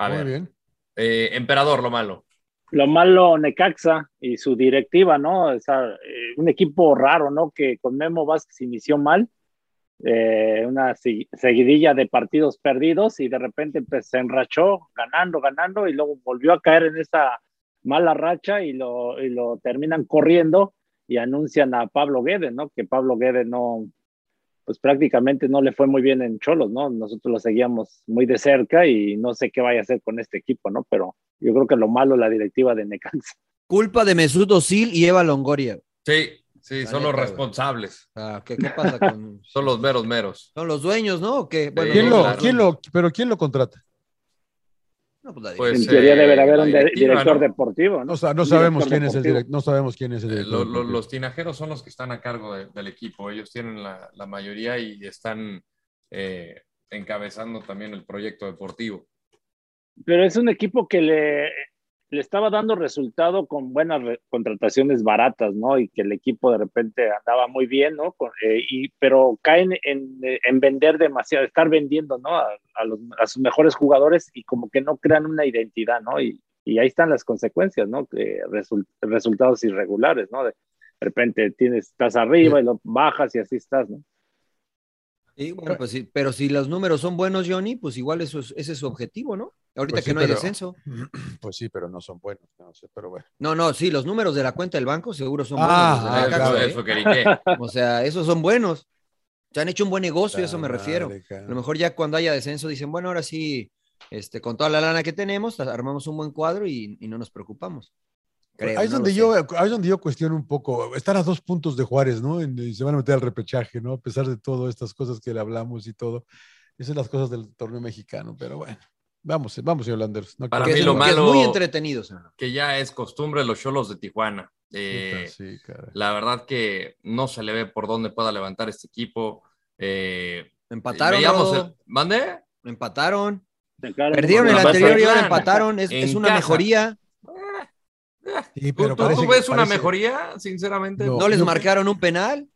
[SPEAKER 1] A Muy ver. bien. Eh, emperador, lo malo.
[SPEAKER 4] lo malo Necaxa y su directiva, ¿no? O sea, eh, un equipo raro, ¿no? Que con Memo Vázquez inició mal, eh, una si- seguidilla de partidos perdidos y de repente pues, se enrachó ganando, ganando y luego volvió a caer en esa mala racha y lo, y lo terminan corriendo y anuncian a Pablo Guedes, ¿no? Que Pablo Guedes no, pues prácticamente no le fue muy bien en Cholos, ¿no? Nosotros lo seguíamos muy de cerca y no sé qué vaya a hacer con este equipo, ¿no? Pero yo creo que lo malo es la directiva de Necaxa.
[SPEAKER 2] Culpa de Mesut Özil y Eva Longoria.
[SPEAKER 1] Sí, sí, son los responsables.
[SPEAKER 2] Ah, ¿qué, qué pasa con...?
[SPEAKER 1] son los meros meros.
[SPEAKER 2] Son los dueños, ¿no? ¿O qué? Bueno, no,
[SPEAKER 3] ¿Quién lo,
[SPEAKER 2] claro.
[SPEAKER 3] quién lo- pero ¿quién lo contrata?
[SPEAKER 2] No, pues la
[SPEAKER 1] Pues,
[SPEAKER 4] en teoría
[SPEAKER 1] eh,
[SPEAKER 4] debe haber
[SPEAKER 1] la
[SPEAKER 4] un de-
[SPEAKER 1] directiva,
[SPEAKER 4] director
[SPEAKER 1] ¿no?
[SPEAKER 4] deportivo, ¿no?
[SPEAKER 3] O sea, no
[SPEAKER 4] Un
[SPEAKER 3] sabemos
[SPEAKER 4] director
[SPEAKER 3] quién es el
[SPEAKER 4] deportivo.
[SPEAKER 3] director. No sabemos quién es el director.
[SPEAKER 1] Eh, Lo- lo-
[SPEAKER 3] deportivo.
[SPEAKER 1] los tinajeros son los que están a cargo de- del equipo. Ellos tienen la, la mayoría y están eh, encabezando también el proyecto deportivo.
[SPEAKER 4] Pero es un equipo que le, le estaba dando resultado con buenas re- contrataciones baratas, ¿no? Y que el equipo de repente andaba muy bien, ¿no? Con- eh, y, pero caen en, eh, en vender demasiado, estar vendiendo, ¿no? A, a los- a sus mejores jugadores y como que no crean una identidad, ¿no? Y, y ahí están las consecuencias, ¿no? Que resul- resultados irregulares, ¿no? De, de repente tienes, estás arriba y lo bajas y así estás, ¿no?
[SPEAKER 2] Sí, bueno, pues sí, pero si los números son buenos, Johnny, pues igual eso es, ese es su objetivo, ¿no? Ahorita
[SPEAKER 3] Pues sí,
[SPEAKER 2] que no hay
[SPEAKER 3] pero-
[SPEAKER 2] descenso.
[SPEAKER 3] Pues sí, pero no son buenos. No sé, pero bueno.
[SPEAKER 2] No, no, sí, los números de la cuenta del banco seguro son
[SPEAKER 3] Ah,
[SPEAKER 2] buenos. los de
[SPEAKER 3] ah,
[SPEAKER 2] Necaxa,
[SPEAKER 3] claro.
[SPEAKER 2] ¿eh?
[SPEAKER 1] Eso queriqué.
[SPEAKER 2] O sea, esos son buenos. Se han hecho un buen negocio, a eso me
[SPEAKER 3] Madre,
[SPEAKER 2] refiero.
[SPEAKER 3] cara.
[SPEAKER 2] A lo mejor ya cuando haya descenso dicen, bueno, ahora sí, este, con toda la lana que tenemos, armamos un buen cuadro y, y no nos preocupamos. Creo,
[SPEAKER 3] Pues ahí, es
[SPEAKER 2] no lo
[SPEAKER 3] donde
[SPEAKER 2] sé.
[SPEAKER 3] yo, ahí es donde yo cuestiono un poco. Están a dos puntos de Juárez, ¿no? En- Y se van a meter al repechaje, ¿no? A pesar de todo, estas cosas que le hablamos y todo. Esas son las cosas del torneo mexicano, pero bueno. Vamos, vamos, señor Landers. No
[SPEAKER 1] Para
[SPEAKER 2] Que
[SPEAKER 1] mí
[SPEAKER 2] es, que
[SPEAKER 1] lo
[SPEAKER 2] es
[SPEAKER 1] malo-
[SPEAKER 2] muy entretenido, señor.
[SPEAKER 1] Que ya es costumbre los cholos de Tijuana. Eh,
[SPEAKER 3] Puta, sí, cara.
[SPEAKER 1] La verdad que no se le ve por dónde pueda levantar este equipo. Eh,
[SPEAKER 2] Empataron,
[SPEAKER 1] veíamos
[SPEAKER 2] Rodo,
[SPEAKER 1] el- ¿Mande?
[SPEAKER 2] empataron.
[SPEAKER 4] Sacaron-
[SPEAKER 2] Perdieron el
[SPEAKER 1] Mazatlán.
[SPEAKER 2] anterior y ahora empataron. Es,
[SPEAKER 1] En
[SPEAKER 2] es una
[SPEAKER 1] casa.
[SPEAKER 2] mejoría.
[SPEAKER 3] Sí,
[SPEAKER 1] ¿Tú,
[SPEAKER 3] pero
[SPEAKER 1] tú-
[SPEAKER 3] parece
[SPEAKER 1] tú
[SPEAKER 3] que-
[SPEAKER 1] ves una
[SPEAKER 3] parece-
[SPEAKER 1] mejoría, sinceramente?
[SPEAKER 3] No.
[SPEAKER 2] No les
[SPEAKER 3] yo-
[SPEAKER 2] marcaron un penal,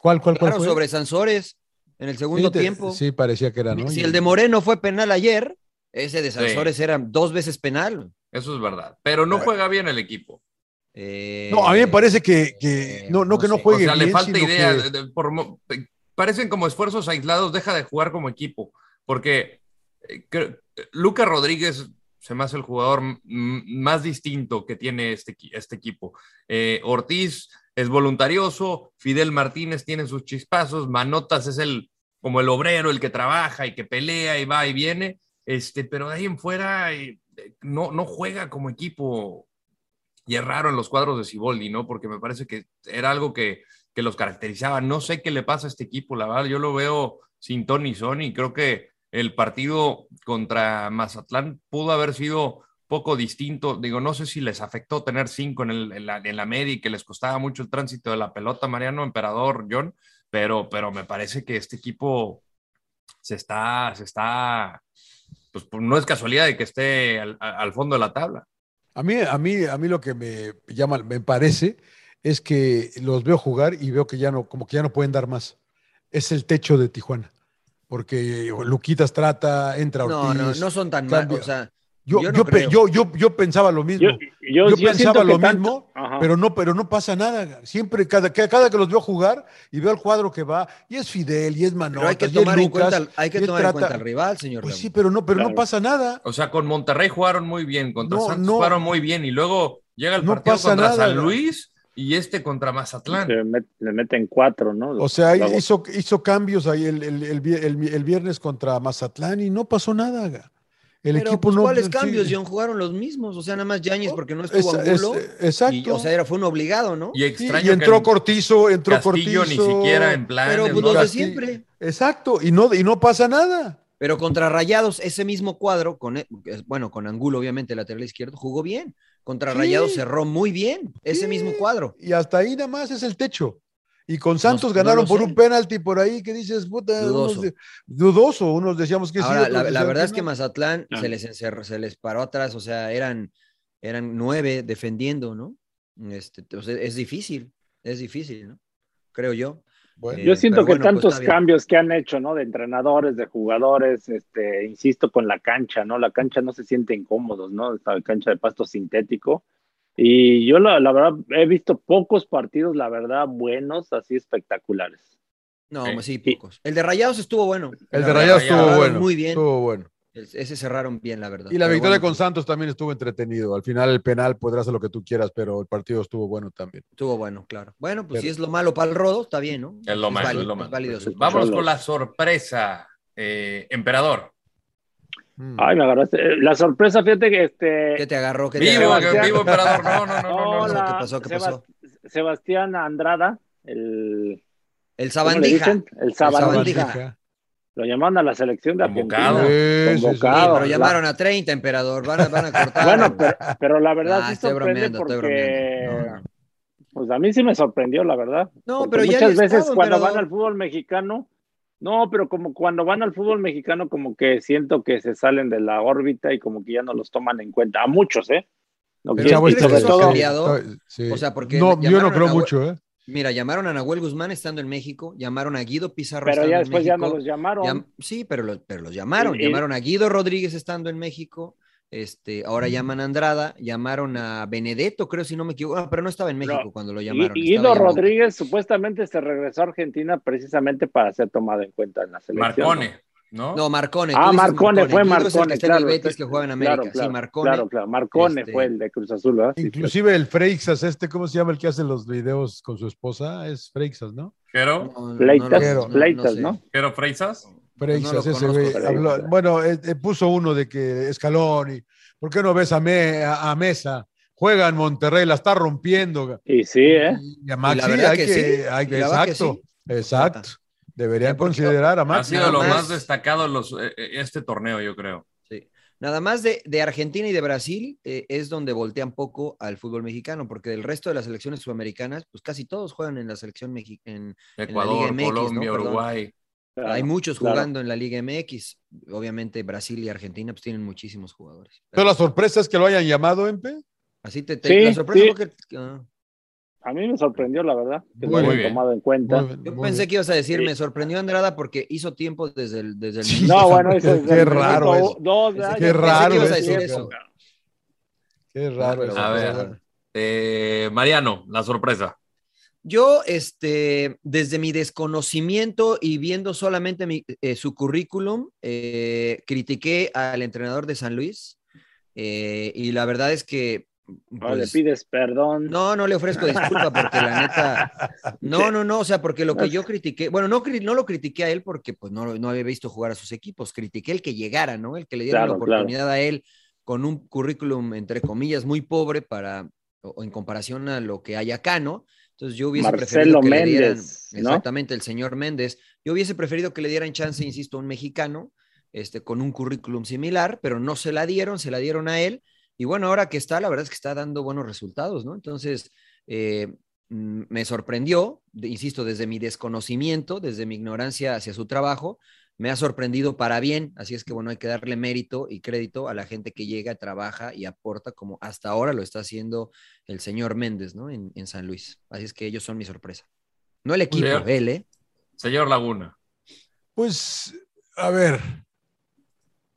[SPEAKER 3] ¿Cuál, cuál, cuál
[SPEAKER 2] claro,
[SPEAKER 3] fue?
[SPEAKER 2] sobre Sansores en el segundo
[SPEAKER 3] Sí, te-
[SPEAKER 2] tiempo.
[SPEAKER 3] Sí, parecía que era, ¿no?
[SPEAKER 2] Si
[SPEAKER 3] Y-
[SPEAKER 2] el de Moreno fue penal ayer, ese de Sansores era dos veces penal.
[SPEAKER 1] Eso es verdad. Pero no juega bien el equipo.
[SPEAKER 2] Eh,
[SPEAKER 3] No, a mí me parece que, que-
[SPEAKER 2] eh,
[SPEAKER 3] no, no, que no
[SPEAKER 2] sé.
[SPEAKER 1] O
[SPEAKER 3] juegue
[SPEAKER 1] sea, le
[SPEAKER 3] bien,
[SPEAKER 1] falta
[SPEAKER 3] sino
[SPEAKER 1] idea.
[SPEAKER 3] que-
[SPEAKER 1] de- de- por mo- pe- parecen como esfuerzos aislados, deja de jugar como equipo. Porque eh, cre- Luca Rodríguez se me hace el jugador m- m- más distinto que tiene este, equi- este equipo. Eh, Ortiz es voluntarioso, Fidel Martínez tiene sus chispazos, Manotas es el como el obrero, el que trabaja y que pelea y va y viene. Este, pero de ahí en fuera eh, eh, no, no juega como equipo. Y es raro en los cuadros de Ciboldi, ¿no? Porque me parece que era algo que, que los caracterizaba. No sé qué le pasa a este equipo, la verdad. Yo lo veo sin Tony Sony. Creo que el partido contra Mazatlán pudo haber sido poco distinto. Digo, no sé si les afectó tener cinco en, el- en la, en la media y que les costaba mucho el tránsito de la pelota, Mariano, Emperador, John, pero, pero me parece que este equipo se está, se está, pues pues, no es casualidad de que esté al- a- al fondo de la tabla.
[SPEAKER 3] A mí, a mí, a mí lo que me llama, me parece, es que los veo jugar y veo que ya no, como que ya no pueden dar más. Es el techo de Tijuana. Porque Luquitas trata, entra Ortiz.
[SPEAKER 2] No, no, no son tan mal.
[SPEAKER 3] cambia.
[SPEAKER 2] O sea,
[SPEAKER 3] yo,
[SPEAKER 2] yo
[SPEAKER 3] yo,
[SPEAKER 2] no
[SPEAKER 3] pe-
[SPEAKER 2] creo.
[SPEAKER 3] yo- yo- yo pensaba lo mismo.
[SPEAKER 4] Yo,
[SPEAKER 3] Yo,
[SPEAKER 4] yo, yo siento
[SPEAKER 3] pensaba
[SPEAKER 4] que
[SPEAKER 3] lo
[SPEAKER 4] tanto- Ah.
[SPEAKER 3] mismo,
[SPEAKER 4] Ajá.
[SPEAKER 3] pero no, pero no pasa nada. Siempre, cada, cada, cada que los veo jugar y veo el cuadro que va, y es Fidel, y es Manuel,
[SPEAKER 2] pero hay que tomar, en cuenta, hay que tomar en cuenta al
[SPEAKER 3] rival.
[SPEAKER 2] rival, señor.
[SPEAKER 3] Pues sí,
[SPEAKER 2] Laguna.
[SPEAKER 3] pero no, pero no
[SPEAKER 4] Claro.
[SPEAKER 3] pasa nada.
[SPEAKER 1] O sea, con Monterrey jugaron muy bien, contra
[SPEAKER 3] No,
[SPEAKER 1] Santos
[SPEAKER 3] no.
[SPEAKER 1] jugaron muy bien y luego llega el
[SPEAKER 3] No
[SPEAKER 1] partido
[SPEAKER 3] pasa
[SPEAKER 1] contra
[SPEAKER 3] nada,
[SPEAKER 1] San
[SPEAKER 3] ¿no?
[SPEAKER 1] Luis y este contra Mazatlán.
[SPEAKER 4] Le, met- le meten cuatro, ¿no?
[SPEAKER 3] O sea,
[SPEAKER 4] Luego-
[SPEAKER 3] hizo, hizo cambios ahí el, el- el vi- el- el viernes contra Mazatlán y no pasó nada. El
[SPEAKER 2] Pero,
[SPEAKER 3] equipo
[SPEAKER 2] pues,
[SPEAKER 3] no.
[SPEAKER 2] ¿cuáles
[SPEAKER 3] sí.
[SPEAKER 2] cambios, John? Jugaron los mismos. O sea, nada más Yañez porque no estuvo
[SPEAKER 3] Esa- es-
[SPEAKER 2] Angulo.
[SPEAKER 3] exacto.
[SPEAKER 2] y, o sea, era, fue un obligado, ¿no?
[SPEAKER 1] Y
[SPEAKER 3] Sí,
[SPEAKER 1] extraño
[SPEAKER 3] y entró
[SPEAKER 1] que
[SPEAKER 3] Cortizo, entró
[SPEAKER 1] Castillo
[SPEAKER 3] Cortizo.
[SPEAKER 1] ni siquiera en planes.
[SPEAKER 2] Pero, pues,
[SPEAKER 1] ¿no?
[SPEAKER 2] los de
[SPEAKER 3] Casti-
[SPEAKER 2] siempre.
[SPEAKER 3] Exacto, y no, y no pasa nada.
[SPEAKER 2] Pero contra Rayados, ese mismo cuadro, con, e, bueno, con Angulo, obviamente, lateral izquierdo, jugó bien. Contra
[SPEAKER 3] Sí.
[SPEAKER 2] Rayados cerró muy bien ese
[SPEAKER 3] Sí.
[SPEAKER 2] mismo cuadro.
[SPEAKER 3] Y hasta ahí nada más es el techo. Y con Santos
[SPEAKER 2] no
[SPEAKER 3] ganaron
[SPEAKER 2] lo
[SPEAKER 3] por
[SPEAKER 2] sé.
[SPEAKER 3] un penalti por ahí que dices, puta,
[SPEAKER 2] Dudoso.
[SPEAKER 3] unos de- dudoso. Unos decíamos que sí,
[SPEAKER 2] Ahora,
[SPEAKER 3] otros
[SPEAKER 2] la, la
[SPEAKER 3] decían
[SPEAKER 2] verdad es que
[SPEAKER 3] no.
[SPEAKER 2] Mazatlán
[SPEAKER 4] Ah.
[SPEAKER 2] se les encerró, se les paró atrás, o sea, eran, eran nueve defendiendo, ¿no? Este, o sea, es difícil, es difícil, ¿no? Creo yo.
[SPEAKER 4] Bueno, Yo siento que bueno, tantos pues cambios que han hecho, ¿no? De entrenadores, de jugadores, este, insisto, con la cancha, ¿no? La cancha no se siente incómodos, ¿no? Esta cancha de pasto sintético. Y yo la, la, verdad he visto pocos partidos, la verdad, buenos, así espectaculares.
[SPEAKER 2] No, sí, sí pocos. El de Rayados estuvo bueno.
[SPEAKER 3] El de Rayados estuvo Rayados bueno.
[SPEAKER 2] Muy bien.
[SPEAKER 3] Estuvo bueno.
[SPEAKER 2] Ese cerraron bien, la verdad.
[SPEAKER 3] Y la pero victoria bueno, pues con Santos también estuvo entretenido. Al final el penal podrás hacer lo que tú quieras, pero el partido estuvo bueno también.
[SPEAKER 2] Estuvo bueno, claro. Bueno, pues pero, si es lo malo para el rodo, está bien, ¿no?
[SPEAKER 1] Es lo es malo, válido, es lo malo. Válido, pues, Vámonos con la sorpresa, eh, emperador.
[SPEAKER 2] Mm.
[SPEAKER 4] Ay, me agarraste. eh, La sorpresa, fíjate que este.
[SPEAKER 2] ¿Qué te agarró? ¿Qué
[SPEAKER 1] vivo,
[SPEAKER 2] te
[SPEAKER 1] agarró? Que, vivo, emperador. No, no, no,
[SPEAKER 4] no,
[SPEAKER 1] no.
[SPEAKER 4] no. ¿Qué pasó? ¿Qué pasó? Sebastián Andrada, el.
[SPEAKER 2] El Sabandija.
[SPEAKER 4] El Sabandija. Lo llamaron a la selección de Convocado. Argentina.
[SPEAKER 2] Sí, Convocado. Sí, pero llamaron a 30, emperador. Van a, van a cortar.
[SPEAKER 4] Ah, bueno, pero, pero, la verdad ah, sí sorprende porque... No. Pues a mí sí me sorprendió, la verdad. No, porque pero muchas ya veces estado, cuando emperador. van al fútbol mexicano, no, pero como cuando van al fútbol mexicano, como que siento que se salen de la órbita y como que ya no los toman en cuenta. A muchos, ¿eh?
[SPEAKER 2] No, sobre
[SPEAKER 3] este
[SPEAKER 2] todo. Sí. O sea, porque
[SPEAKER 3] no, yo no creo la... mucho, ¿eh?
[SPEAKER 2] Mira, llamaron a Nahuel Guzmán estando en México, llamaron a Guido Pizarro
[SPEAKER 4] pero
[SPEAKER 2] estando
[SPEAKER 4] ya después
[SPEAKER 2] en México.
[SPEAKER 4] ya no los llamaron. Llam
[SPEAKER 2] sí, pero, los, pero los llamaron. Sí, llamaron a Guido Rodríguez estando en México. Este, ahora llaman a Andrada, llamaron a Benedetto, creo si no me equivoco, ah, pero no estaba en México no. cuando lo llamaron.
[SPEAKER 4] Y, Guido Rodríguez supuestamente se regresó a Argentina precisamente para ser tomado en cuenta en la selección.
[SPEAKER 1] Marcone, ¿no?
[SPEAKER 2] No, Marcone.
[SPEAKER 4] Ah, Marcone, Marcone, fue Marcone,
[SPEAKER 2] el
[SPEAKER 4] que claro.
[SPEAKER 2] Betis que jugaba en América,
[SPEAKER 4] claro, claro,
[SPEAKER 2] sí, Marcone.
[SPEAKER 4] Claro, claro, Marcone este... fue el de Cruz Azul, ¿verdad?
[SPEAKER 3] Inclusive el Freixas, este, ¿cómo se llama el que hace los videos con su esposa? Es Freixas, ¿no?
[SPEAKER 1] Pero
[SPEAKER 4] Leitas, Leitas, ¿no?
[SPEAKER 1] Pero Freixas.
[SPEAKER 2] Pues
[SPEAKER 3] Preixas, no ese güey. Habló, bueno, eh, eh, puso uno de que Escalón, y, ¿por qué no ves a, me, a, a, Mesa? Juega en Monterrey, la está rompiendo.
[SPEAKER 4] Y sí, ¿eh?
[SPEAKER 3] Y a Maxi, y la verdad hay que, que, hay que exacto, que sí. exacto. Deberían considerar a Maxi.
[SPEAKER 1] Ha sido lo más destacado los, este torneo, yo creo.
[SPEAKER 2] Sí. Nada más de, de Argentina y de Brasil eh, es donde voltean poco al fútbol mexicano, porque del resto de las selecciones sudamericanas, pues casi todos juegan en la selección mexicana.
[SPEAKER 1] Ecuador, en la Liga MX, Colombia, ¿no? Uruguay.
[SPEAKER 2] Claro, Hay muchos jugando claro. en la Liga MX. Obviamente Brasil y Argentina pues tienen muchísimos jugadores.
[SPEAKER 3] Pero, la sorpresa es que lo hayan llamado, Empe.
[SPEAKER 2] Así te, te sí, la sorpresa sí. porque, ah.
[SPEAKER 4] A mí me sorprendió, la verdad, que muy lo hayan tomado en cuenta.
[SPEAKER 2] Muy, muy Yo pensé bien. que ibas a decir, sí. me sorprendió Andrada porque hizo tiempo desde el... Desde
[SPEAKER 4] el no, bueno, eso es...
[SPEAKER 3] Qué raro eso.
[SPEAKER 4] Dos
[SPEAKER 3] años. Qué
[SPEAKER 2] pensé
[SPEAKER 3] raro
[SPEAKER 2] que ibas a decir eso.
[SPEAKER 3] Claro. Qué raro
[SPEAKER 1] eso. A ver, eh, Mariano, la sorpresa.
[SPEAKER 2] Yo, este, desde mi desconocimiento y viendo solamente mi, eh, su currículum, eh, critiqué al entrenador de San Luis eh, y la verdad es que...
[SPEAKER 4] Pues, no le pides perdón.
[SPEAKER 2] No, no le ofrezco disculpa porque la neta... No, no, no, o sea, porque lo que yo critiqué, bueno, no, no lo critiqué a él porque pues no, no había visto jugar a sus equipos, critiqué el que llegara, ¿no? El que le diera claro, la oportunidad claro. a él con un currículum, entre comillas, muy pobre para, o, en comparación a lo que hay acá, ¿no? Entonces yo hubiese preferido
[SPEAKER 4] Marcelo
[SPEAKER 2] que Méndez,
[SPEAKER 4] le
[SPEAKER 2] dieran, ¿no? exactamente el señor Méndez. Yo hubiese preferido que le dieran chance, insisto, a un mexicano, este, con un currículum similar, pero no se la dieron, se la dieron a él. Y bueno, ahora que está, la verdad es que está dando buenos resultados, ¿no? Entonces eh, me sorprendió, insisto, desde mi desconocimiento, desde mi ignorancia hacia su trabajo, me ha sorprendido para bien, así es que bueno, hay que darle mérito y crédito a la gente que llega, trabaja y aporta como hasta ahora lo está haciendo el señor Méndez, ¿no? En, en San Luis. Así es que ellos son mi sorpresa. No el equipo, señor, él, ¿eh?
[SPEAKER 1] Señor Laguna.
[SPEAKER 3] Pues, a ver.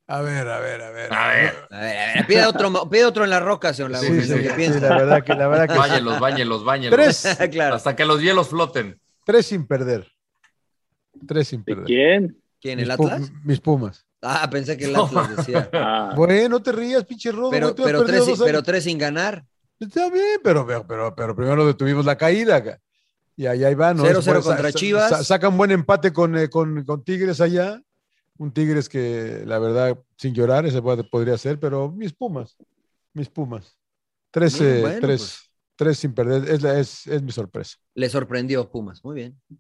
[SPEAKER 3] A ver, a ver, a ver.
[SPEAKER 1] A ver, a
[SPEAKER 2] ver, a ver. Eh, Pide, otro, pide otro en la roca, señor Laguna.
[SPEAKER 3] Sí, sí, sí, la verdad que, la verdad que.
[SPEAKER 1] Báñelos, báñelos, báñelos. Tres.
[SPEAKER 2] claro.
[SPEAKER 1] Hasta que los hielos floten.
[SPEAKER 3] Tres sin perder. Tres sin perder.
[SPEAKER 4] ¿Quién?
[SPEAKER 2] ¿Quién? ¿El Atlas?
[SPEAKER 3] mis Pumas.
[SPEAKER 2] Ah, pensé que el Atlas decía.
[SPEAKER 3] ah. Bueno, no te rías, pinche robo.
[SPEAKER 2] Pero,
[SPEAKER 3] tú
[SPEAKER 2] pero, tres, pero, tres, sin ganar.
[SPEAKER 3] Está bien, pero, pero, pero primero detuvimos la caída. Acá. Y allá iban.
[SPEAKER 2] 0-0 ¿no? bueno, contra sa Chivas. Sa
[SPEAKER 3] sacan buen empate con, eh, con, con, Tigres allá. Un Tigres que, la verdad, sin llorar, ese podría ser, pero mis Pumas. Mis Pumas. Tres, bien, eh, bueno, tres, pues. tres sin perder. Es, la, es, es mi sorpresa.
[SPEAKER 2] Le sorprendió Pumas. Muy bien.
[SPEAKER 1] Bien,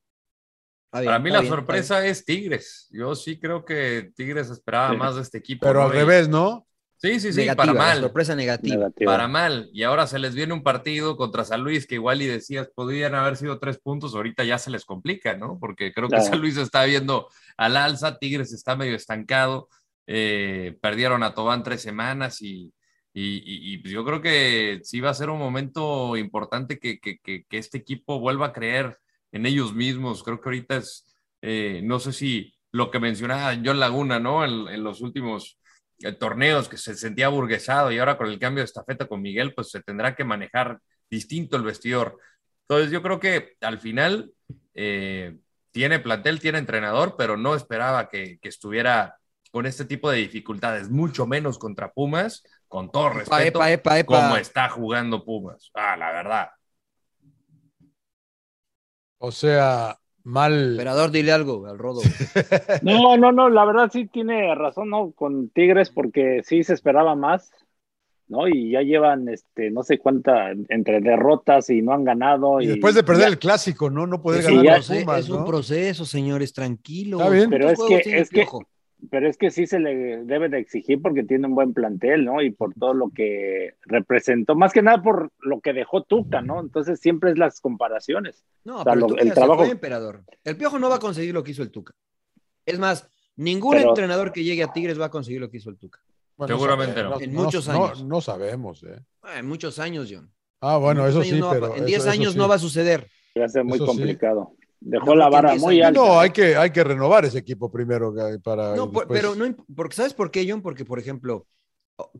[SPEAKER 1] Para mí la bien, sorpresa es Tigres. Yo sí creo que Tigres esperaba sí. más de este equipo.
[SPEAKER 3] Pero ¿no? al revés, ¿no?
[SPEAKER 1] Sí, sí, sí, negativa, para mal.
[SPEAKER 2] Sorpresa negativa. negativa.
[SPEAKER 1] Para mal. Y ahora se les viene un partido contra San Luis que igual y decías podrían haber sido tres puntos, ahorita ya se les complica, ¿no? Porque creo claro. que San Luis está viendo al alza, Tigres está medio estancado, eh, perdieron a Tobán tres semanas y, y, y, y, yo creo que sí va a ser un momento importante que, que, que, que este equipo vuelva a creer en ellos mismos. Creo que ahorita es, eh, no sé si lo que mencionaba John Laguna, ¿no? En, en los últimos eh, torneos que se sentía burguesado y ahora con el cambio de estafeta con Miguel, pues se tendrá que manejar distinto el vestidor. Entonces yo creo que al final eh, tiene plantel, tiene entrenador, pero no esperaba que, que, estuviera con este tipo de dificultades, mucho menos contra Pumas, con todo respeto, epa, epa, epa, como está jugando Pumas. Ah, la verdad.
[SPEAKER 3] O sea, mal.
[SPEAKER 2] Emperador, dile algo al Rodo.
[SPEAKER 4] no, no, no, la verdad sí tiene razón, ¿no? Con Tigres, porque sí se esperaba más, ¿no? Y ya llevan, este, no sé cuánta, entre derrotas y no han ganado.
[SPEAKER 3] Y, y después de perder ya. el clásico, ¿no? No poder sí, ganar los Pumas,
[SPEAKER 2] Es un
[SPEAKER 3] ¿no?
[SPEAKER 2] proceso, señores, Este tranquilo.
[SPEAKER 4] Está bien. Pero es que, es que, pero es que sí se le debe de exigir porque tiene un buen plantel, ¿no? Y por todo lo que representó, más que nada por lo que dejó Tuca, ¿no? Entonces siempre es las comparaciones.
[SPEAKER 2] No, o sea, pero lo, el trabajo. Fue, emperador. El Piojo no va a conseguir lo que hizo el Tuca. Es más, ningún pero... entrenador que llegue a Tigres va a conseguir lo que hizo el Tuca.
[SPEAKER 1] Bueno, Seguramente no.
[SPEAKER 2] En muchos años.
[SPEAKER 3] No, no sabemos, ¿eh?
[SPEAKER 2] Ah, en muchos años, John.
[SPEAKER 3] Ah, bueno, eso sí,
[SPEAKER 2] no va,
[SPEAKER 3] pero.
[SPEAKER 2] En 10 años sí. no va a suceder.
[SPEAKER 4] Va a ser muy eso complicado. Sí dejó no, la vara muy alta.
[SPEAKER 3] No, hay que, hay que renovar ese equipo primero eh, para.
[SPEAKER 2] No, por, pero no, porque ¿sabes por qué, John? Porque, por ejemplo,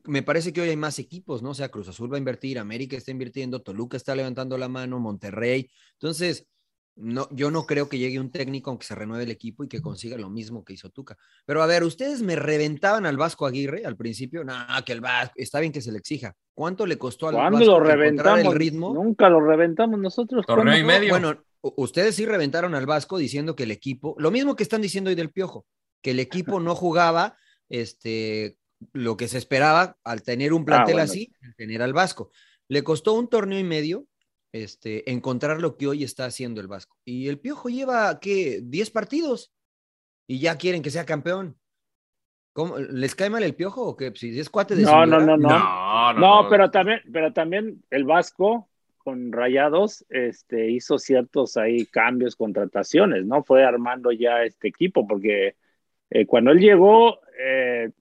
[SPEAKER 2] me parece que hoy hay más equipos, ¿no? O sea, Cruz Azul va a invertir, América está invirtiendo, Toluca está levantando la mano, Monterrey. Entonces, no, yo no creo que llegue un técnico aunque se renueve el equipo y que consiga lo mismo que hizo Tuca. Pero a ver, ustedes me reventaban al Vasco Aguirre al principio. No, que el Vasco, está bien que se le exija. ¿Cuánto le costó al
[SPEAKER 4] ¿Cuándo
[SPEAKER 2] Vasco
[SPEAKER 4] lo reventamos? El ritmo? Nunca lo reventamos nosotros.
[SPEAKER 1] Torneo y medio.
[SPEAKER 2] Bueno, ustedes sí reventaron al Vasco diciendo que el equipo, lo mismo que están diciendo hoy del Piojo, que el equipo no jugaba este, lo que se esperaba al tener un plantel ah, bueno. así, al tener al Vasco. Le costó un torneo y medio este, encontrar lo que hoy está haciendo el Vasco. Y el Piojo lleva, ¿qué? 10 partidos y ya quieren que sea campeón. ¿Cómo? ¿Les cae mal el piojo o qué? Si es cuate de
[SPEAKER 4] no, no, no, no, no, no. No, pero también, pero también el Vasco con Rayados este, hizo ciertos ahí cambios, contrataciones, ¿no? Fue armando ya este equipo, porque eh, cuando él llegó, eh,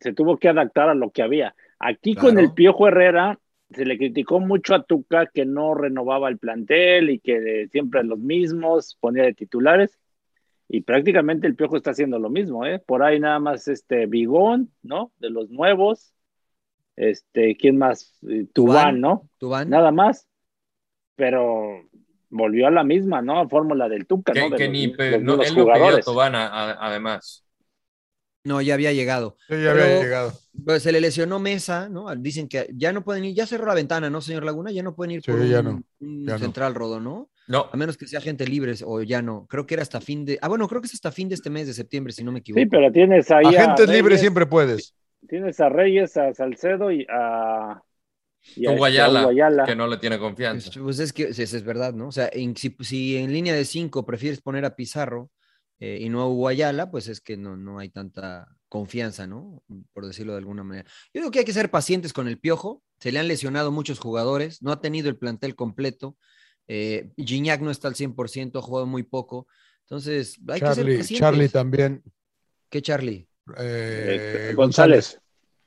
[SPEAKER 4] se tuvo que adaptar a lo que había. Aquí claro. con el Piojo Herrera, se le criticó mucho a Tuca que no renovaba el plantel y que eh, siempre los mismos ponía de titulares. Y prácticamente el Piojo está haciendo lo mismo, ¿eh? Por ahí nada más este Bigón, ¿no? De los nuevos. Este, ¿quién más? Tubán, Tubán ¿no?
[SPEAKER 2] Tubán.
[SPEAKER 4] Nada más pero volvió a la misma, ¿no? Fórmula del Tuca,
[SPEAKER 1] que,
[SPEAKER 4] ¿no?
[SPEAKER 1] Que ni, los, no, los él jugadores. No a a, además.
[SPEAKER 2] No, ya había llegado.
[SPEAKER 3] Sí, ya pero, había llegado.
[SPEAKER 2] Pues se le lesionó Mesa, ¿no? Dicen que ya no pueden ir, ya cerró la ventana, ¿no, señor Laguna? Ya no pueden ir
[SPEAKER 3] sí,
[SPEAKER 2] por
[SPEAKER 3] ya
[SPEAKER 2] un,
[SPEAKER 3] no,
[SPEAKER 2] un
[SPEAKER 3] ya
[SPEAKER 2] central rodo, ¿no?
[SPEAKER 1] No.
[SPEAKER 2] A menos que sea gente libre o ya no. Creo que era hasta fin de. Ah, bueno, creo que es hasta fin de este mes de septiembre, si no me equivoco.
[SPEAKER 4] Sí, pero tienes ahí.
[SPEAKER 3] A, a gente libre siempre puedes.
[SPEAKER 4] Tienes a Reyes, a Salcedo y a.
[SPEAKER 1] Y a Guayala, Guayala, que no le tiene confianza.
[SPEAKER 2] Pues, pues es que es, es verdad, ¿no? O sea, en, si, si, en línea de cinco prefieres poner a Pizarro eh, y no a Guayala, pues es que no, no hay tanta confianza, ¿no? Por decirlo de alguna manera. Yo digo que hay que ser pacientes con el piojo. Se le han lesionado muchos jugadores, no ha tenido el plantel completo. Eh, Gignac no está al 100%, ha jugado muy poco. Entonces, hay
[SPEAKER 3] Charlie,
[SPEAKER 2] que ser pacientes.
[SPEAKER 3] Charlie también.
[SPEAKER 2] ¿Qué Charlie?
[SPEAKER 3] Eh, González.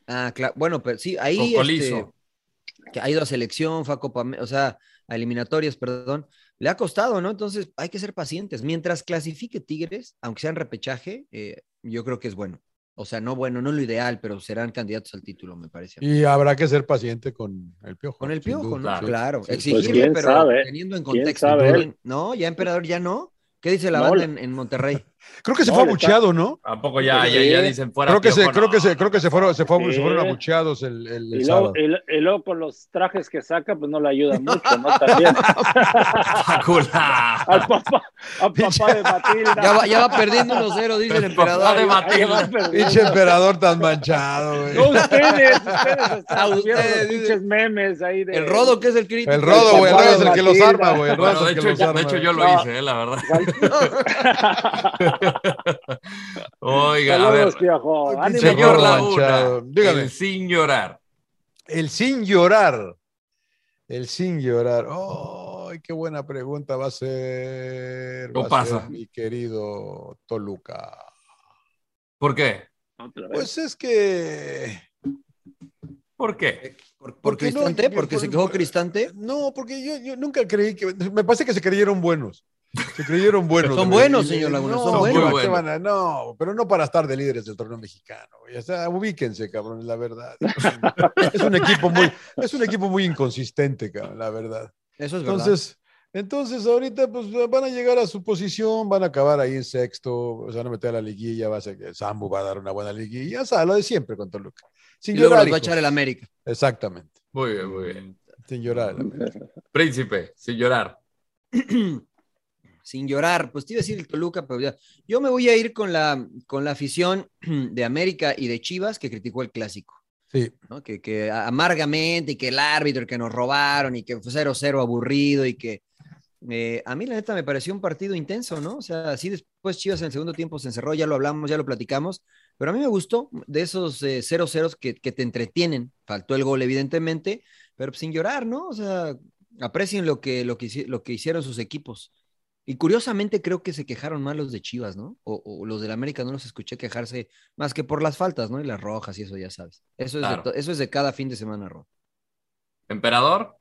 [SPEAKER 2] Ah, claro. Bueno, pero sí, ahí este, que ha ido a selección, fue a Copa, o sea, a eliminatorias, perdón, le ha costado, ¿no? Entonces hay que ser pacientes. Mientras clasifique Tigres, aunque sea en repechaje, eh, yo creo que es bueno. O sea, no bueno, no lo ideal, pero serán candidatos al título, me parece.
[SPEAKER 3] Y habrá que ser paciente con el piojo.
[SPEAKER 2] Con el piojo, ¿no? Claro, claro. Sí. exigirle, pues pero sabe, teniendo en contexto. Sabe. No, ya emperador ya no. ¿Qué dice la no, banda en, en, Monterrey?
[SPEAKER 3] Creo que se no, fue abucheado, ¿no?
[SPEAKER 1] Tampoco ya, ya, ya, dicen fuera.
[SPEAKER 3] Creo que, piojo, se, no. creo que se, creo que se fueron, se, fue, sí. se fueron abucheados el, el, el
[SPEAKER 4] y, luego, eh, el, y luego, con los trajes que saca, pues no le ayuda mucho, ¿no? También.
[SPEAKER 1] Ah,
[SPEAKER 4] al papá, al papá de Matilda.
[SPEAKER 2] Ya va, ya va perdiendo 1-0, dice
[SPEAKER 3] Pues,
[SPEAKER 2] el, emperador.
[SPEAKER 1] de Matilda.
[SPEAKER 3] Pinche emperador tan manchado, güey.
[SPEAKER 4] No, ustedes, ustedes a ustedes, pinches memes ahí de.
[SPEAKER 2] El rodo que es el crítico.
[SPEAKER 3] El rodo, güey, el rodo es el que los arma, güey.
[SPEAKER 1] Bueno, de, hecho, de hecho, yo lo hice, eh, la verdad. Oiga, a ver.
[SPEAKER 4] Piojo,
[SPEAKER 1] señor Laguna, dígame. El sin llorar.
[SPEAKER 3] El sin llorar. El sin llorar. ¡Ay, oh, qué buena pregunta va a ser!
[SPEAKER 1] No
[SPEAKER 3] va
[SPEAKER 1] pasa.
[SPEAKER 3] Ser, mi querido Toluca.
[SPEAKER 1] ¿Por qué?
[SPEAKER 3] Pues es que.
[SPEAKER 1] ¿Por qué?
[SPEAKER 2] ¿Por, por porque Cristante? No, ¿Porque por, se quejó Cristante?
[SPEAKER 3] No, porque yo, yo nunca creí que. Me parece que se creyeron buenos. Se creyeron buenos.
[SPEAKER 2] Son
[SPEAKER 3] güey.
[SPEAKER 2] buenos,
[SPEAKER 3] Y-
[SPEAKER 2] señor Laguna,
[SPEAKER 3] no,
[SPEAKER 2] son
[SPEAKER 3] güey,
[SPEAKER 2] buenos.
[SPEAKER 3] ¿qué van a- no, pero no para estar de líderes del torneo mexicano. güey. O sea, ubíquense, cabrón, la verdad. Es un equipo muy, es un equipo muy inconsistente, cabrón, la verdad.
[SPEAKER 2] Eso es verdad.
[SPEAKER 3] entonces, entonces ahorita pues van a llegar a su posición, van a acabar ahí en sexto, se van a meter a la liguilla, va a ser que Sambu va a dar una buena liguilla, o sea, lo de siempre con Toluca.
[SPEAKER 2] Y
[SPEAKER 3] Sin
[SPEAKER 2] luego
[SPEAKER 3] llorar,
[SPEAKER 2] los va a
[SPEAKER 3] hijo.
[SPEAKER 2] echar el América.
[SPEAKER 3] Exactamente,
[SPEAKER 1] Muy bien, muy bien.
[SPEAKER 3] sin llorar.
[SPEAKER 1] Príncipe, sin llorar.
[SPEAKER 2] Sin llorar, pues te iba a decir el Toluca, pero ya. Yo me voy a ir con la, con la afición de América y de Chivas que criticó el clásico.
[SPEAKER 3] Sí.
[SPEAKER 2] ¿no? Que, que amargamente y que el árbitro, y que nos robaron y que fue 0-0 aburrido y que... eh, a mí la neta me pareció un partido intenso, ¿no? O sea, así después Chivas en el segundo tiempo se encerró, ya lo hablamos, ya lo platicamos, pero a mí me gustó de esos eh, 0-0 que, que te entretienen. Faltó el gol, evidentemente, pero pues, sin llorar, ¿no? O sea, aprecien lo que, lo que, hici- lo que hicieron sus equipos. Y curiosamente creo que se quejaron más los de Chivas, ¿no? O, o los del América no los escuché quejarse más que por las faltas, ¿no? Y las rojas y eso ya sabes. Eso es, de,
[SPEAKER 1] Claro.
[SPEAKER 2] to- eso es de cada fin de semana, Ron.
[SPEAKER 1] ¿Emperador?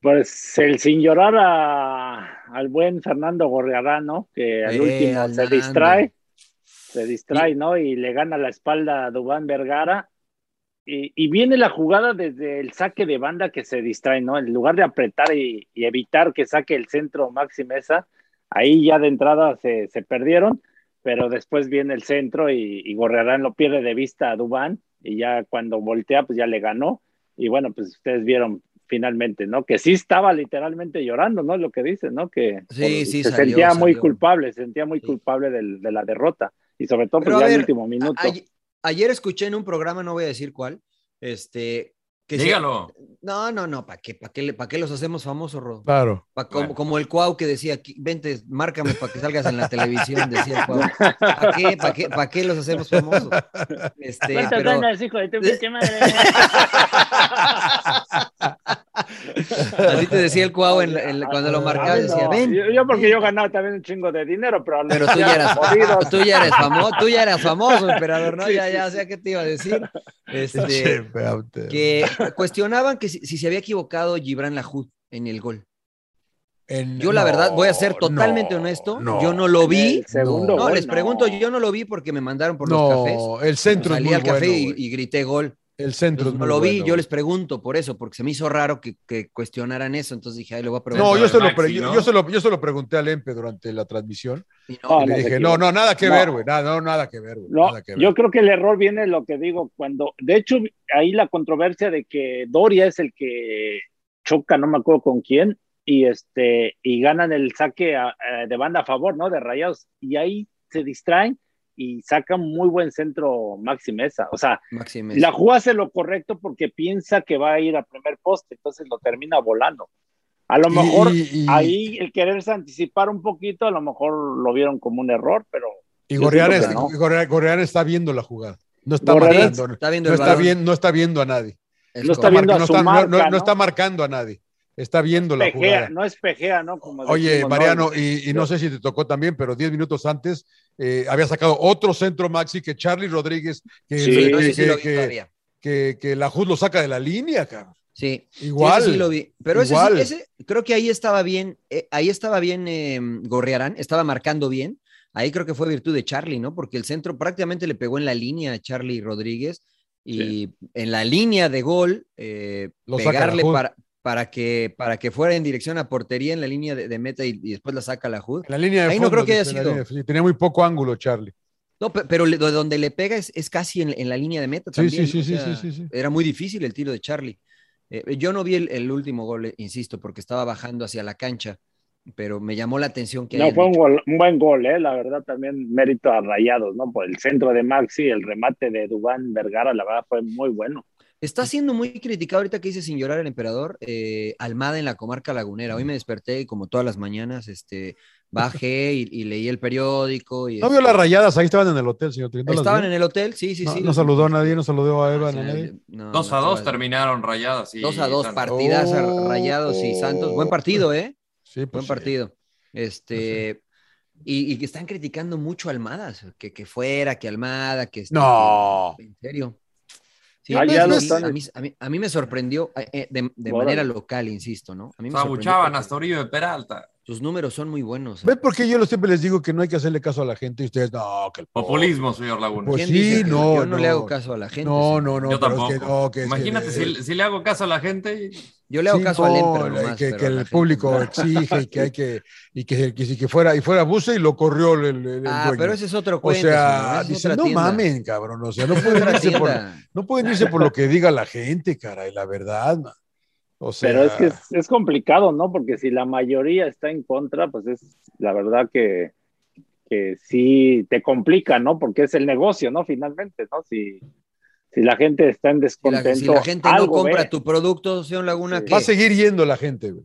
[SPEAKER 4] Pues el sin llorar a- al buen Fernando Gorriarán, ¿no? Que al
[SPEAKER 2] Eh,
[SPEAKER 4] último se
[SPEAKER 2] Fernando.
[SPEAKER 4] distrae, se distrae, ¿no? Y le gana la espalda a Dubán Vergara. Y, y viene la jugada desde el saque de banda que se distrae, ¿no? En lugar de apretar y, y evitar que saque el centro Maxi Mesa, ahí ya de entrada se, se perdieron, pero después viene el centro y, y Gorriarán lo pierde de vista a Dubán y ya cuando voltea, pues ya le ganó. Y bueno, pues ustedes vieron finalmente, ¿no? Que sí estaba literalmente llorando, ¿no? Lo que dice, ¿no? Que
[SPEAKER 2] Sí,
[SPEAKER 4] por-
[SPEAKER 2] sí,
[SPEAKER 4] se
[SPEAKER 2] salió,
[SPEAKER 4] sentía muy
[SPEAKER 2] salió.
[SPEAKER 4] culpable, se sentía muy culpable del- de la derrota y sobre todo
[SPEAKER 2] Pero
[SPEAKER 4] pues,
[SPEAKER 2] a
[SPEAKER 4] ya
[SPEAKER 2] ver,
[SPEAKER 4] el último minuto.
[SPEAKER 2] A- ay- ayer escuché en un programa, no voy a decir cuál, este... Que se-
[SPEAKER 1] Dígalo.
[SPEAKER 2] no, no, no, ¿para qué, para qué, le- pa' qué los hacemos famosos, Ro?
[SPEAKER 3] Claro.
[SPEAKER 2] Pa- como,
[SPEAKER 1] Bueno.
[SPEAKER 2] como el Cuau que decía, "Qui- vente, márcame para que salgas en la televisión, decía el Cuau. ¿Para qué, pa' qué, pa' qué los hacemos famosos? Este,
[SPEAKER 4] ¿Cuántas
[SPEAKER 2] pero,
[SPEAKER 4] ganas, hijo de tu pinche madre?
[SPEAKER 2] así te decía el Cuau en la- en la- cuando lo
[SPEAKER 4] A
[SPEAKER 2] marcaba,
[SPEAKER 4] mí
[SPEAKER 2] decía,
[SPEAKER 4] no.
[SPEAKER 2] ven.
[SPEAKER 4] Yo, yo porque yo ganaba también un chingo de dinero, pero,
[SPEAKER 2] Pero tú ya eras,
[SPEAKER 4] jodido.
[SPEAKER 2] tú ya eres famoso, tú ya eras famoso, emperador, ¿no? Ya, ya, o sea, ¿qué te iba a decir? Este, que cuestionaban que si, si se había equivocado Gibran Lahoud en el gol.
[SPEAKER 3] Eh,
[SPEAKER 2] Yo la verdad voy a ser totalmente honesto, yo no lo vi.
[SPEAKER 4] El segundo
[SPEAKER 2] No,
[SPEAKER 4] gol,
[SPEAKER 2] les
[SPEAKER 4] no.
[SPEAKER 2] pregunto, yo no lo vi porque me mandaron por los cafés.
[SPEAKER 3] No, el centro es
[SPEAKER 2] Salí
[SPEAKER 3] muy
[SPEAKER 2] al café
[SPEAKER 3] bueno,
[SPEAKER 2] y-
[SPEAKER 3] güey.
[SPEAKER 2] y, grité gol.
[SPEAKER 3] El centro es
[SPEAKER 2] No
[SPEAKER 3] muy
[SPEAKER 2] lo vi,
[SPEAKER 3] bueno,
[SPEAKER 2] yo
[SPEAKER 3] güey.
[SPEAKER 2] les pregunto por eso, porque se me hizo raro que, que cuestionaran eso, entonces dije, ahí lo voy a preguntar.
[SPEAKER 3] No, yo se, lo pre-
[SPEAKER 1] Maxi,
[SPEAKER 3] yo-
[SPEAKER 1] ¿no?
[SPEAKER 3] yo se lo- yo se lo pregunté al Empe durante la transmisión.
[SPEAKER 2] Y no,
[SPEAKER 4] No,
[SPEAKER 3] y le
[SPEAKER 4] se
[SPEAKER 3] dije,
[SPEAKER 4] equivoca.
[SPEAKER 3] no, no, nada que
[SPEAKER 4] No.
[SPEAKER 3] ver, güey. Nada, no, nada que ver, güey.
[SPEAKER 4] No,
[SPEAKER 3] nada que ver.
[SPEAKER 4] yo creo que el error viene de lo que digo cuando, de hecho, ahí la controversia de que Doria es el que choca, no me acuerdo con quién, y este y ganan el saque a- eh, de banda a favor, ¿no? De Rayados y ahí se distraen y sacan muy buen centro Maxi Mesa, o sea,
[SPEAKER 2] Maxi Mesa.
[SPEAKER 4] la jugada hace lo correcto porque piensa que va a ir a primer poste, entonces lo termina volando. A lo
[SPEAKER 3] Y-
[SPEAKER 4] mejor
[SPEAKER 3] y- y-
[SPEAKER 4] ahí el quererse anticipar un poquito, a lo mejor lo vieron como un error, pero
[SPEAKER 3] Y
[SPEAKER 4] yo
[SPEAKER 3] Gorriarán
[SPEAKER 4] siento
[SPEAKER 3] está,
[SPEAKER 4] que no.
[SPEAKER 3] Gorriarán- Gorriarán está viendo la jugada. No está
[SPEAKER 4] Gorriarán
[SPEAKER 3] marcando.
[SPEAKER 2] está viendo
[SPEAKER 3] no,
[SPEAKER 2] el
[SPEAKER 3] está
[SPEAKER 2] balón.
[SPEAKER 3] bien- no está viendo a nadie.
[SPEAKER 2] Es
[SPEAKER 4] no está
[SPEAKER 3] Está
[SPEAKER 2] correcto.
[SPEAKER 4] viendo
[SPEAKER 3] marca-
[SPEAKER 4] a
[SPEAKER 3] no,
[SPEAKER 4] su
[SPEAKER 3] está, no-
[SPEAKER 4] marca,
[SPEAKER 3] no- no
[SPEAKER 4] ¿no?
[SPEAKER 3] está marcando a nadie. Está viendo la
[SPEAKER 4] Pejea,
[SPEAKER 3] jugada.
[SPEAKER 4] no es pejea, ¿no? Como
[SPEAKER 3] Oye,
[SPEAKER 4] decimos, ¿no?
[SPEAKER 3] Mariano, y, y no sé si te tocó también, pero 10 minutos antes eh, había sacado otro centro Maxi que Charlie Rodríguez, que,
[SPEAKER 4] Sí,
[SPEAKER 3] que-
[SPEAKER 2] No sé si
[SPEAKER 3] que-
[SPEAKER 2] lo vi
[SPEAKER 3] que-
[SPEAKER 2] todavía.
[SPEAKER 3] que- que la JUD lo saca de la línea, cabrón.
[SPEAKER 2] Sí. Sí,
[SPEAKER 3] Igual.
[SPEAKER 2] ese sí lo vi. Pero ese, sí-
[SPEAKER 3] Igual.
[SPEAKER 2] ese- creo que ahí estaba bien, eh, ahí estaba bien eh, Gorriarán, estaba marcando bien. Ahí creo que fue virtud de Charlie, ¿no? Porque el centro prácticamente le pegó en la línea a Charlie Rodríguez y en la línea de gol, eh,
[SPEAKER 3] Lo saca
[SPEAKER 2] pegarle
[SPEAKER 3] la Hood.
[SPEAKER 2] para, para, que, para que fuera en dirección a portería en la línea de, de meta y, y después la saca la Hood.
[SPEAKER 3] En la línea de
[SPEAKER 2] Ahí no
[SPEAKER 3] fondo,
[SPEAKER 2] creo que haya
[SPEAKER 3] dice, en la
[SPEAKER 2] sido.
[SPEAKER 3] línea de- sí, tenía muy poco ángulo, Charlie.
[SPEAKER 2] No, pe- pero le- do- donde le pega es, es casi en, en la línea de meta
[SPEAKER 3] Sí,
[SPEAKER 2] también.
[SPEAKER 3] sí,
[SPEAKER 2] ¿no?
[SPEAKER 3] sí,
[SPEAKER 2] O
[SPEAKER 3] sí,
[SPEAKER 2] sea,
[SPEAKER 3] sí, sí, sí.
[SPEAKER 2] Era muy difícil el tiro de Charlie. Eh, yo no vi el, el último gol, eh, insisto, porque estaba bajando hacia la cancha, pero me llamó la atención que
[SPEAKER 4] No,
[SPEAKER 2] hayan
[SPEAKER 4] fue un,
[SPEAKER 2] hecho.
[SPEAKER 4] gol- un buen gol, ¿eh? La verdad, también mérito a Rayados, ¿no? Por el centro de Maxi, el remate de Dubán Vergara, la verdad, fue muy bueno.
[SPEAKER 2] Está siendo muy criticado ahorita que dice sin llorar el emperador, eh, Almada en la comarca lagunera. Hoy me desperté y como todas las mañanas, este, bajé y, y leí el periódico. Y,
[SPEAKER 3] ¿No vio
[SPEAKER 2] este,
[SPEAKER 3] las rayadas? Ahí estaban en el hotel, señor. ¿No las
[SPEAKER 2] Estaban
[SPEAKER 3] vio?
[SPEAKER 2] en el hotel, sí, sí,
[SPEAKER 3] no,
[SPEAKER 2] sí. Ah,
[SPEAKER 3] no saludó a nadie, no saludó a Eva, ni a nadie.
[SPEAKER 2] No,
[SPEAKER 1] Dos a
[SPEAKER 2] no,
[SPEAKER 1] dos
[SPEAKER 2] estaba-
[SPEAKER 1] terminaron rayadas. y
[SPEAKER 2] Dos a dos,
[SPEAKER 1] Santos.
[SPEAKER 2] partidas
[SPEAKER 3] Oh.
[SPEAKER 2] rayados y Santos. Buen partido, ¿eh?
[SPEAKER 3] Sí, pues
[SPEAKER 2] Buen
[SPEAKER 3] sí.
[SPEAKER 2] partido. Este. Y, y que están criticando mucho a Almada, o sea, que, que fuera, que Almada, que... este,
[SPEAKER 3] No.
[SPEAKER 2] que- En serio. Sí,
[SPEAKER 4] Ah,
[SPEAKER 2] a, mí,
[SPEAKER 4] ya
[SPEAKER 2] a,
[SPEAKER 4] lo
[SPEAKER 2] mí,
[SPEAKER 4] están-
[SPEAKER 2] a mí- a mí- a mí me sorprendió eh, eh, de, de
[SPEAKER 4] Órale.
[SPEAKER 2] manera local, insisto, ¿no? A mí me sorprendió
[SPEAKER 1] Sabuchaban
[SPEAKER 2] porque-
[SPEAKER 1] hasta Oribe Peralta.
[SPEAKER 2] Sus números son muy buenos.
[SPEAKER 3] ¿Ves por qué yo siempre les digo que no hay que hacerle caso a la gente y ustedes, no, que el
[SPEAKER 2] Oh.
[SPEAKER 1] populismo, señor Laguna?
[SPEAKER 3] Pues sí, no.
[SPEAKER 2] Yo no, le hago caso a la gente.
[SPEAKER 3] No, no, no.
[SPEAKER 1] Yo
[SPEAKER 3] pero
[SPEAKER 1] tampoco.
[SPEAKER 3] es que no, que es
[SPEAKER 1] Imagínate
[SPEAKER 3] que-
[SPEAKER 1] si, si le hago caso a la gente.
[SPEAKER 2] Yo le hago
[SPEAKER 3] Sí,
[SPEAKER 2] caso a
[SPEAKER 3] no,
[SPEAKER 2] Len, pero
[SPEAKER 3] eh,
[SPEAKER 2] nomás,
[SPEAKER 3] que,
[SPEAKER 2] pero
[SPEAKER 3] que
[SPEAKER 2] a
[SPEAKER 3] el
[SPEAKER 2] la gente
[SPEAKER 3] público
[SPEAKER 2] no.
[SPEAKER 3] exige y que hay que y que, que si- que fuera y fuera buce y lo corrió el, el- el
[SPEAKER 2] Ah,
[SPEAKER 3] dueño.
[SPEAKER 2] pero ese es otro
[SPEAKER 3] o
[SPEAKER 2] cuento.
[SPEAKER 3] sea,
[SPEAKER 2] señor, esa es
[SPEAKER 3] dice,
[SPEAKER 2] otra
[SPEAKER 3] no
[SPEAKER 2] tienda".
[SPEAKER 3] mamen, cabrón, o sea, no
[SPEAKER 2] Esa es
[SPEAKER 3] pueden
[SPEAKER 2] otra
[SPEAKER 3] irse por
[SPEAKER 2] tienda.
[SPEAKER 3] no pueden irse por lo que diga la gente, caray, la verdad. man. O sea,
[SPEAKER 4] Pero es que es, es complicado, ¿no? Porque si la mayoría está en contra, pues es la verdad que, que sí te complica, ¿no? Porque es el negocio, ¿no? Finalmente, ¿no? Si, si la gente está en
[SPEAKER 2] Si la-
[SPEAKER 4] descontento,
[SPEAKER 2] si la gente no
[SPEAKER 4] algo ¿eh?
[SPEAKER 2] compra
[SPEAKER 4] ve.
[SPEAKER 2] tu producto, señor Laguna, ¿qué?
[SPEAKER 3] va a seguir yendo la gente, güey.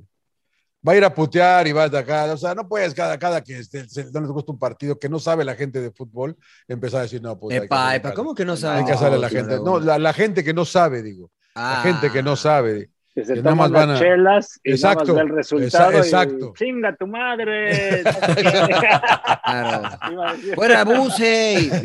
[SPEAKER 3] Va a ir a putear y va a atacar. O sea, no puedes cada, cada que este- se- no les gusta un partido que no sabe la gente de fútbol empezar a decir, no, pues. hay que
[SPEAKER 2] Epa,
[SPEAKER 3] hacerle
[SPEAKER 2] epa,
[SPEAKER 3] caso.
[SPEAKER 2] ¿cómo que no sabe?
[SPEAKER 3] Hay que hacerle a la
[SPEAKER 2] No, señor
[SPEAKER 3] gente. No,
[SPEAKER 2] Laguna.
[SPEAKER 3] la, la gente que no sabe, digo.
[SPEAKER 2] Ah.
[SPEAKER 3] La gente que no sabe.
[SPEAKER 4] Que se
[SPEAKER 3] que nada
[SPEAKER 4] toman
[SPEAKER 3] más van
[SPEAKER 4] las
[SPEAKER 3] a-
[SPEAKER 4] chelas y nada
[SPEAKER 3] Exacto,
[SPEAKER 4] más ve el resultado.
[SPEAKER 3] exa-
[SPEAKER 4] y
[SPEAKER 3] exacto.
[SPEAKER 4] Chinga tu madre.
[SPEAKER 2] Claro.
[SPEAKER 4] Iba a decir.
[SPEAKER 2] Fuera Buse. Y- Sí,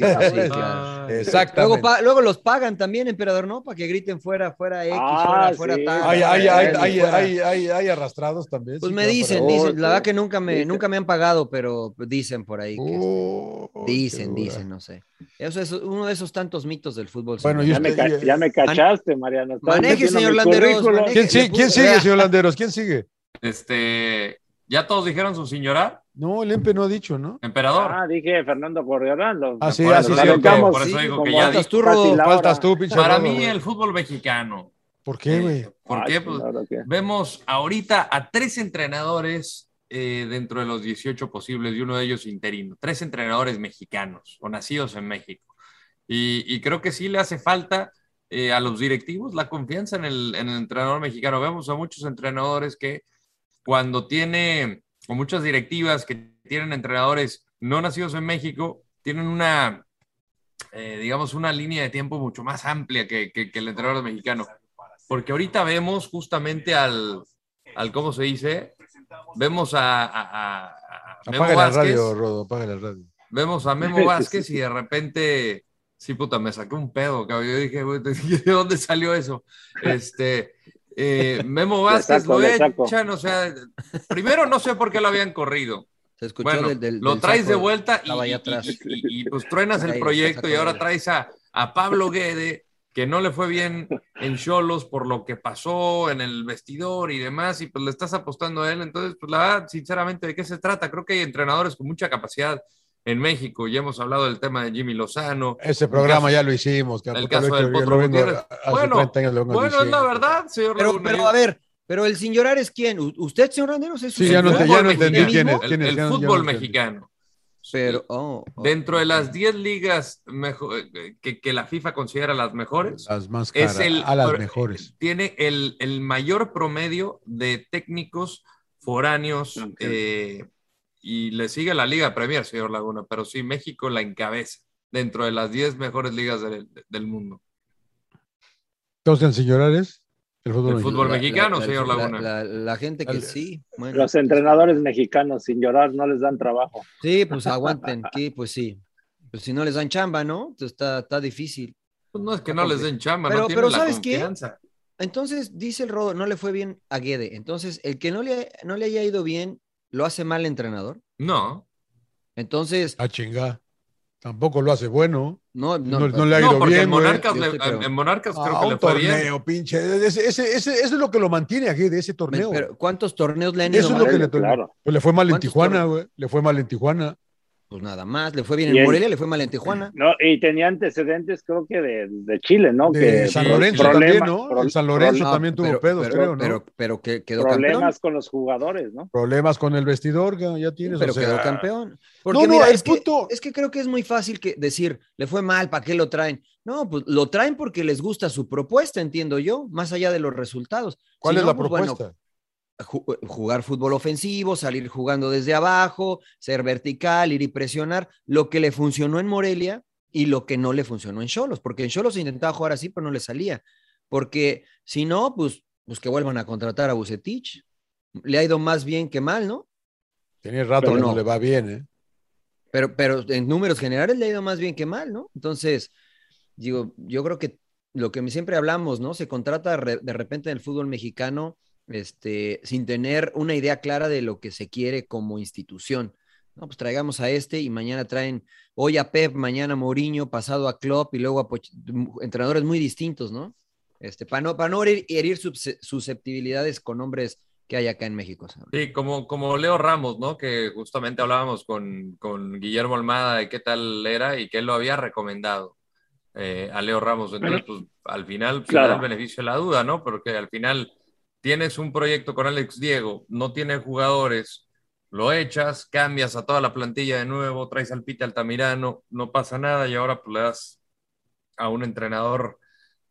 [SPEAKER 2] claro.
[SPEAKER 3] Exactamente.
[SPEAKER 2] Luego, pa- luego los pagan también, emperador, ¿no? Para que griten fuera, fuera X,
[SPEAKER 4] Ah,
[SPEAKER 2] fuera, fuera
[SPEAKER 4] sí.
[SPEAKER 2] tal.
[SPEAKER 4] Ay,
[SPEAKER 3] hay, hay,
[SPEAKER 2] fuera
[SPEAKER 3] hay,
[SPEAKER 2] N,
[SPEAKER 3] hay,
[SPEAKER 2] fuera-
[SPEAKER 3] hay- hay- hay arrastrados también.
[SPEAKER 2] Pues
[SPEAKER 3] sí,
[SPEAKER 2] me
[SPEAKER 3] claro,
[SPEAKER 2] dicen,
[SPEAKER 3] para-
[SPEAKER 2] dicen, la verdad que nunca me,
[SPEAKER 4] Dicen.
[SPEAKER 2] nunca me han pagado, pero dicen por ahí. Que
[SPEAKER 3] Oh, qué
[SPEAKER 2] dicen,
[SPEAKER 3] dura.
[SPEAKER 2] dicen, no sé. Eso es uno de esos tantos mitos del fútbol.
[SPEAKER 3] Bueno,
[SPEAKER 2] señor.
[SPEAKER 3] yo-
[SPEAKER 4] Ya me, ca- ya me cachaste, Mariano. Estás
[SPEAKER 2] Maneje,
[SPEAKER 4] metiendo
[SPEAKER 2] señor
[SPEAKER 4] mi
[SPEAKER 2] Landeros,
[SPEAKER 4] currículum.
[SPEAKER 2] maneje.
[SPEAKER 3] ¿Quién, sigue- quién sigue, señor Landeros? ¿Quién sigue?
[SPEAKER 1] Este, ¿Ya todos dijeron su señorar?
[SPEAKER 3] No, el Empe no ha dicho, ¿no?
[SPEAKER 1] Emperador.
[SPEAKER 4] Ah, dije Fernando Corriorán. Lo,
[SPEAKER 3] Ah, sí,
[SPEAKER 4] lo
[SPEAKER 3] ah, sí,
[SPEAKER 4] aventamos
[SPEAKER 3] cierto.
[SPEAKER 1] Por eso digo que
[SPEAKER 4] como
[SPEAKER 1] ya
[SPEAKER 4] casi
[SPEAKER 2] Faltas tú, Rodo,
[SPEAKER 4] la hora.
[SPEAKER 3] Faltas tú, pinche.
[SPEAKER 1] Para
[SPEAKER 3] Rodo,
[SPEAKER 1] mí,
[SPEAKER 3] güey.
[SPEAKER 1] el fútbol mexicano.
[SPEAKER 3] ¿Por qué, güey?
[SPEAKER 1] Eh, ¿Por
[SPEAKER 4] Ah,
[SPEAKER 1] qué?
[SPEAKER 4] sí,
[SPEAKER 1] Pues,
[SPEAKER 4] claro que-
[SPEAKER 1] Vemos ahorita a tres entrenadores eh, dentro de los 18 posibles y uno de ellos interino. Tres entrenadores mexicanos o nacidos en México. Y, y creo que sí le hace falta eh, a los directivos la confianza en el, en el entrenador mexicano. Vemos a muchos entrenadores que cuando tiene, o muchas directivas que tienen entrenadores no nacidos en México, tienen una, eh, digamos, una línea de tiempo mucho más amplia que, que- que el entrenador mexicano. Porque ahorita vemos justamente al, al ¿cómo se dice? Vemos a, a- a- a Memo
[SPEAKER 3] Apaga la
[SPEAKER 1] Vázquez,
[SPEAKER 3] radio, Rodo, apaga la radio.
[SPEAKER 1] vemos a Memo Vázquez y de repente, sí, puta, me saqué un pedo, cabrón. Yo dije, güey, ¿de dónde salió eso? Este, eh, Memo
[SPEAKER 4] Le
[SPEAKER 1] Vázquez
[SPEAKER 4] saco,
[SPEAKER 1] lo
[SPEAKER 4] le saco.
[SPEAKER 1] echan, o sea, primero no sé por qué lo habían corrido.
[SPEAKER 2] Se escuchó
[SPEAKER 1] Bueno,
[SPEAKER 2] del, del-
[SPEAKER 1] lo
[SPEAKER 2] del
[SPEAKER 1] traes
[SPEAKER 2] saco,
[SPEAKER 1] de vuelta y,
[SPEAKER 2] estaba ahí
[SPEAKER 1] y-
[SPEAKER 2] atrás.
[SPEAKER 1] y- y- y, pues truenas
[SPEAKER 2] Ahí,
[SPEAKER 1] el
[SPEAKER 2] el
[SPEAKER 1] proyecto
[SPEAKER 2] saco
[SPEAKER 1] y ahora
[SPEAKER 2] de-
[SPEAKER 1] traes a, a Pablo Guede, que no le fue bien en Cholos por lo que pasó en el vestidor y demás, y pues le estás apostando a él. Entonces, pues la verdad, sinceramente, ¿de qué se trata? Creo que hay entrenadores con mucha capacidad en México. Ya hemos hablado del tema de Jimmy Lozano.
[SPEAKER 3] Ese programa
[SPEAKER 1] caso-
[SPEAKER 3] ya lo hicimos. cabrón,
[SPEAKER 1] el
[SPEAKER 3] puta,
[SPEAKER 1] caso
[SPEAKER 3] lo
[SPEAKER 1] del
[SPEAKER 3] he hecho, yo
[SPEAKER 1] Potro
[SPEAKER 3] lo vengo-
[SPEAKER 1] Gutiérrez.
[SPEAKER 3] hace
[SPEAKER 1] Bueno,
[SPEAKER 3] 30 años lo vengo
[SPEAKER 1] Bueno, es la
[SPEAKER 3] diciendo.
[SPEAKER 1] verdad, señor
[SPEAKER 2] Pero,
[SPEAKER 1] Laguna.
[SPEAKER 2] pero a ver, pero el sin llorar es quién? U- ¿Usted, señor Landeros? ¿Es
[SPEAKER 3] Sí,
[SPEAKER 2] usted?
[SPEAKER 3] ya no,
[SPEAKER 1] el
[SPEAKER 3] te- ya no
[SPEAKER 1] fútbol
[SPEAKER 3] entendí
[SPEAKER 1] mexicano,
[SPEAKER 3] quién es.
[SPEAKER 1] el-
[SPEAKER 3] quién es,
[SPEAKER 1] el
[SPEAKER 3] ya no- ya no
[SPEAKER 1] fútbol
[SPEAKER 3] entendí.
[SPEAKER 1] mexicano.
[SPEAKER 2] Pero, oh, oh.
[SPEAKER 1] Dentro de las 10 ligas mejo- eh, que, que la FIFA considera las mejores,
[SPEAKER 3] Las más
[SPEAKER 1] Es
[SPEAKER 3] caras,
[SPEAKER 1] el-
[SPEAKER 3] a las
[SPEAKER 1] pero-
[SPEAKER 3] mejores.
[SPEAKER 1] tiene el, el mayor promedio de técnicos foráneos
[SPEAKER 4] Ok.
[SPEAKER 1] eh, y le sigue la Liga Premier, señor Laguna, pero sí, México la encabeza dentro de las 10 mejores ligas del, del mundo.
[SPEAKER 3] Entonces, el señor Ares, el fútbol
[SPEAKER 1] El
[SPEAKER 3] mexicano.
[SPEAKER 1] fútbol mexicano, señor Laguna.
[SPEAKER 2] La, la gente que
[SPEAKER 3] El-
[SPEAKER 2] sí. bueno.
[SPEAKER 4] Los entrenadores mexicanos sin llorar no les dan trabajo.
[SPEAKER 2] Sí, pues aguanten, sí, pues sí. Pues si no les dan chamba, ¿no? Entonces está, está difícil.
[SPEAKER 1] Pues no es que no les den chamba,
[SPEAKER 2] Pero-
[SPEAKER 1] no tienen
[SPEAKER 2] pero
[SPEAKER 1] la
[SPEAKER 2] ¿sabes qué?
[SPEAKER 1] confianza.
[SPEAKER 2] Entonces, dice el Rodo, no le fue bien a Guede. Entonces, el que no le, no le haya ido bien, ¿lo hace mal entrenador?
[SPEAKER 1] No,
[SPEAKER 2] Entonces,
[SPEAKER 3] Ah, chinga. Tampoco lo hace bueno.
[SPEAKER 2] no,
[SPEAKER 3] No,
[SPEAKER 2] no,
[SPEAKER 3] no le ha ido
[SPEAKER 1] no porque
[SPEAKER 3] bien,
[SPEAKER 1] en
[SPEAKER 3] güey.
[SPEAKER 1] Monarcas,
[SPEAKER 2] Yo
[SPEAKER 1] le-
[SPEAKER 2] estoy preguntando.
[SPEAKER 1] en Monarcas creo
[SPEAKER 3] Ah,
[SPEAKER 1] que
[SPEAKER 3] un
[SPEAKER 1] le fue bien.
[SPEAKER 3] torneo, pinche. Ese, ese- ese- eso es lo que lo mantiene aquí, de ese torneo.
[SPEAKER 2] pero ¿cuántos torneos le han ido
[SPEAKER 3] Eso es
[SPEAKER 2] mal?
[SPEAKER 3] lo que le
[SPEAKER 4] Claro.
[SPEAKER 3] Pues le fue mal en
[SPEAKER 2] ¿Cuántos
[SPEAKER 3] Tijuana,
[SPEAKER 2] torneos?
[SPEAKER 3] güey. Le fue mal en Tijuana.
[SPEAKER 2] Pues nada más, le fue bien
[SPEAKER 4] Y
[SPEAKER 2] en
[SPEAKER 4] el-
[SPEAKER 2] Morelia, le fue mal en Tijuana.
[SPEAKER 4] No, y tenía antecedentes, creo que de, de Chile, ¿no?
[SPEAKER 3] De
[SPEAKER 4] que
[SPEAKER 3] San
[SPEAKER 1] sí,
[SPEAKER 3] Lorenzo
[SPEAKER 4] problema-
[SPEAKER 3] también, ¿no?
[SPEAKER 4] pro-
[SPEAKER 3] En San Lorenzo
[SPEAKER 2] No,
[SPEAKER 3] también tuvo
[SPEAKER 2] Ah, pero-
[SPEAKER 3] pedos,
[SPEAKER 2] pero,
[SPEAKER 3] creo, ¿no?
[SPEAKER 2] Pero, pero que quedó campeón.
[SPEAKER 4] problemas con los jugadores, ¿no?
[SPEAKER 3] Problemas con el vestidor, ya ya tienes.
[SPEAKER 2] Pero
[SPEAKER 3] o sea,
[SPEAKER 2] quedó campeón.
[SPEAKER 3] no,
[SPEAKER 2] Porque
[SPEAKER 3] no,
[SPEAKER 2] mira,
[SPEAKER 3] el
[SPEAKER 2] es,
[SPEAKER 3] punto-
[SPEAKER 2] que, es que creo que es muy fácil que decir, le fue mal, ¿para qué lo traen? No, pues lo traen porque les gusta su propuesta, entiendo yo, más allá de los resultados.
[SPEAKER 3] ¿Cuál
[SPEAKER 2] Si
[SPEAKER 3] es
[SPEAKER 2] no,
[SPEAKER 3] la
[SPEAKER 2] pues, bueno,
[SPEAKER 3] propuesta?
[SPEAKER 2] ju- jugar fútbol ofensivo, salir jugando desde abajo, ser vertical, ir y presionar, lo que le funcionó en Morelia y lo que no le funcionó en Cholos, porque en Cholos intentaba jugar así, pero no le salía, porque si no, pues, pues que vuelvan a contratar a Bucetich. Le ha ido más bien que mal, ¿no?
[SPEAKER 3] Tiene rato
[SPEAKER 2] pero
[SPEAKER 3] que no.
[SPEAKER 2] no.
[SPEAKER 3] le va bien, ¿eh?
[SPEAKER 2] Pero, pero en números generales le ha ido más bien que mal, ¿no? Entonces, digo, yo creo que lo que siempre hablamos, ¿no? Se contrata re- de repente en el fútbol mexicano este, sin tener una idea clara de lo que se quiere como institución. No, pues traigamos a este y mañana traen hoy a Pep, mañana a Mourinho, pasado a Klopp y luego a Poch entrenadores muy distintos, ¿no? Este, para no, para no herir, herir susceptibilidades con hombres que hay acá en México. ¿sabes?
[SPEAKER 1] Sí, como, como Leo Ramos, ¿no? Que justamente hablábamos con, con Guillermo Almada de qué tal era y que él lo había recomendado eh, a Leo Ramos. Entonces, pues, al final, pues, claro. da el beneficio de la duda, ¿no? Porque al final tienes un proyecto con Alex Diego, no tiene jugadores, lo echas, cambias a toda la plantilla de nuevo, traes al Pita Altamirano, no pasa nada y ahora pues, le das a un entrenador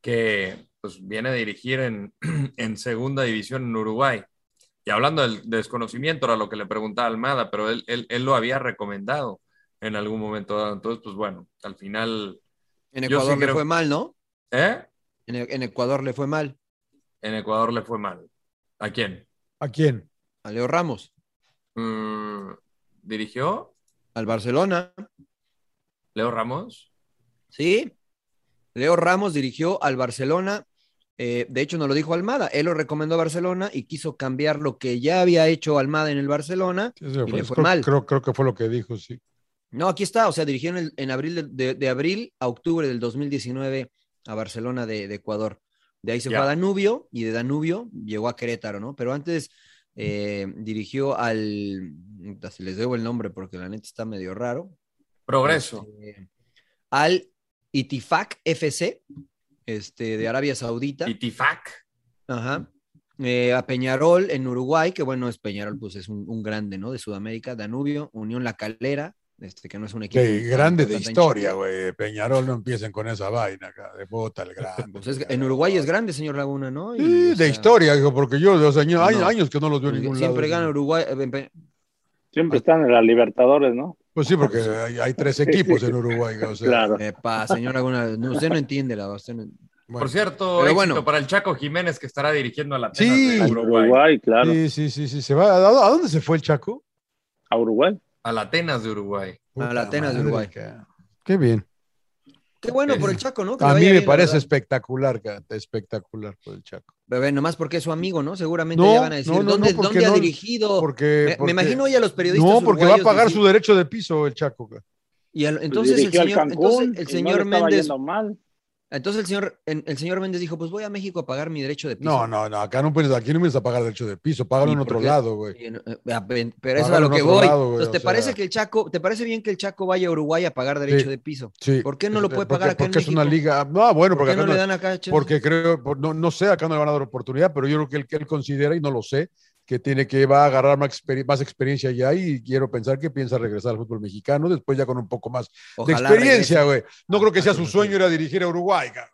[SPEAKER 1] que pues, viene a dirigir en, en segunda división en Uruguay y hablando del desconocimiento, era lo que le preguntaba Almada, pero él, él, él, lo había recomendado en algún momento dado. Entonces, pues bueno, al final.
[SPEAKER 2] En Ecuador sí creo... le fue mal, ¿no?
[SPEAKER 1] ¿Eh?
[SPEAKER 2] En, en, Ecuador le fue mal.
[SPEAKER 1] En Ecuador le fue mal. ¿A quién?
[SPEAKER 3] ¿A quién?
[SPEAKER 2] A Leo Ramos.
[SPEAKER 1] Mm, ¿Dirigió?
[SPEAKER 2] Al Barcelona.
[SPEAKER 1] ¿Leo Ramos?
[SPEAKER 2] Sí. Leo Ramos dirigió al Barcelona eh, de hecho, no lo dijo Almada, él lo recomendó a Barcelona y quiso cambiar lo que ya había hecho Almada en el Barcelona sí, sí, y fue, le fue
[SPEAKER 3] creo,
[SPEAKER 2] mal.
[SPEAKER 3] Creo, creo, que fue lo que dijo, sí.
[SPEAKER 2] No, aquí está, o sea, dirigió en, el, en abril de, de, de, abril a octubre del 2019 a Barcelona de, de Ecuador. De ahí se yeah. fue a Danubio y de Danubio llegó a Querétaro, ¿no? Pero antes eh, dirigió al, si les debo el nombre porque la neta está medio raro.
[SPEAKER 1] Progreso. Este,
[SPEAKER 2] al Itifac FC, este, de Arabia Saudita.
[SPEAKER 1] Itifac.
[SPEAKER 2] Ajá. Eh, a Peñarol en Uruguay, que bueno, es Peñarol, pues es un, un, grande, ¿no? De Sudamérica, Danubio, Unión La Calera, este, que no es un equipo.
[SPEAKER 3] Hey, grande de historia, güey. Peñarol no empiecen con esa vaina acá, de bota el grande.
[SPEAKER 2] Pues es, en Uruguay es grande, señor Laguna, ¿no?
[SPEAKER 3] Y, sí, o sea, de historia, hijo, porque yo, o sea, años, no, años que no los veo en ningún
[SPEAKER 2] siempre Siempre
[SPEAKER 3] lado.
[SPEAKER 2] gana Uruguay. Eh,
[SPEAKER 4] siempre están en las Libertadores, ¿no?
[SPEAKER 3] Pues sí, porque hay, hay, tres equipos en Uruguay. O sea.
[SPEAKER 2] Claro. Epa, señor Laguna, no, usted no entiende la usted no...
[SPEAKER 1] Bueno. Por cierto, éxito bueno. para el Chaco Jiménez que estará dirigiendo a la sí.
[SPEAKER 4] de Uruguay. Uruguay. claro.
[SPEAKER 3] Sí, sí, sí, sí. ¿Se va? ¿A, dónde se fue el Chaco?
[SPEAKER 4] A Uruguay. Pues
[SPEAKER 1] A la Atenas de Uruguay.
[SPEAKER 2] Puta a la Atenas madre, de Uruguay.
[SPEAKER 3] Cara. Qué bien.
[SPEAKER 2] Qué bueno por el Chaco, ¿no?
[SPEAKER 3] Que a mí me parece bien, espectacular, cara. espectacular por el Chaco.
[SPEAKER 2] Bebé, nomás porque es su amigo, ¿no? Seguramente no, ya van a decir, no, no, ¿dónde, ¿dónde ha dirigido?
[SPEAKER 3] Porque,
[SPEAKER 2] Oh, me,
[SPEAKER 3] Eh, porque,
[SPEAKER 2] me, imagino hoy a los periodistas.
[SPEAKER 3] No, porque va a pagar decir, su derecho de piso el Chaco. Cara.
[SPEAKER 2] Y Pues al, entonces, el señor, Cancún, entonces, el señor, Méndez. Mal. Entonces el señor, el señor Méndez dijo: Pues voy a México a pagar mi derecho de piso.
[SPEAKER 3] No, no, no, acá no puedes, aquí no vienes a pagar derecho de piso, págalo en otro lado, güey.
[SPEAKER 2] eh, Pero eso es a lo que voy. Lado, Entonces, ¿te o sea... parece que el Chaco, te parece bien que el Chaco vaya a Uruguay a pagar derecho sí, de piso?
[SPEAKER 3] Sí.
[SPEAKER 2] ¿Por qué no lo puede pagar acá
[SPEAKER 3] porque, porque
[SPEAKER 2] en México?
[SPEAKER 3] Porque es una liga. No, bueno,
[SPEAKER 2] ¿Por
[SPEAKER 3] porque
[SPEAKER 2] qué no le dan acá, Chelsea?
[SPEAKER 3] Porque creo, no, no sé, acá no le van a dar oportunidad, pero yo creo que él, que él considera, y no lo sé, que tiene que va a agarrar más, exper más, experiencia ya y quiero pensar que piensa regresar al fútbol mexicano después ya con un poco más Ojalá de experiencia, güey. No creo que sea su sueño ir a dirigir a Uruguay, cara.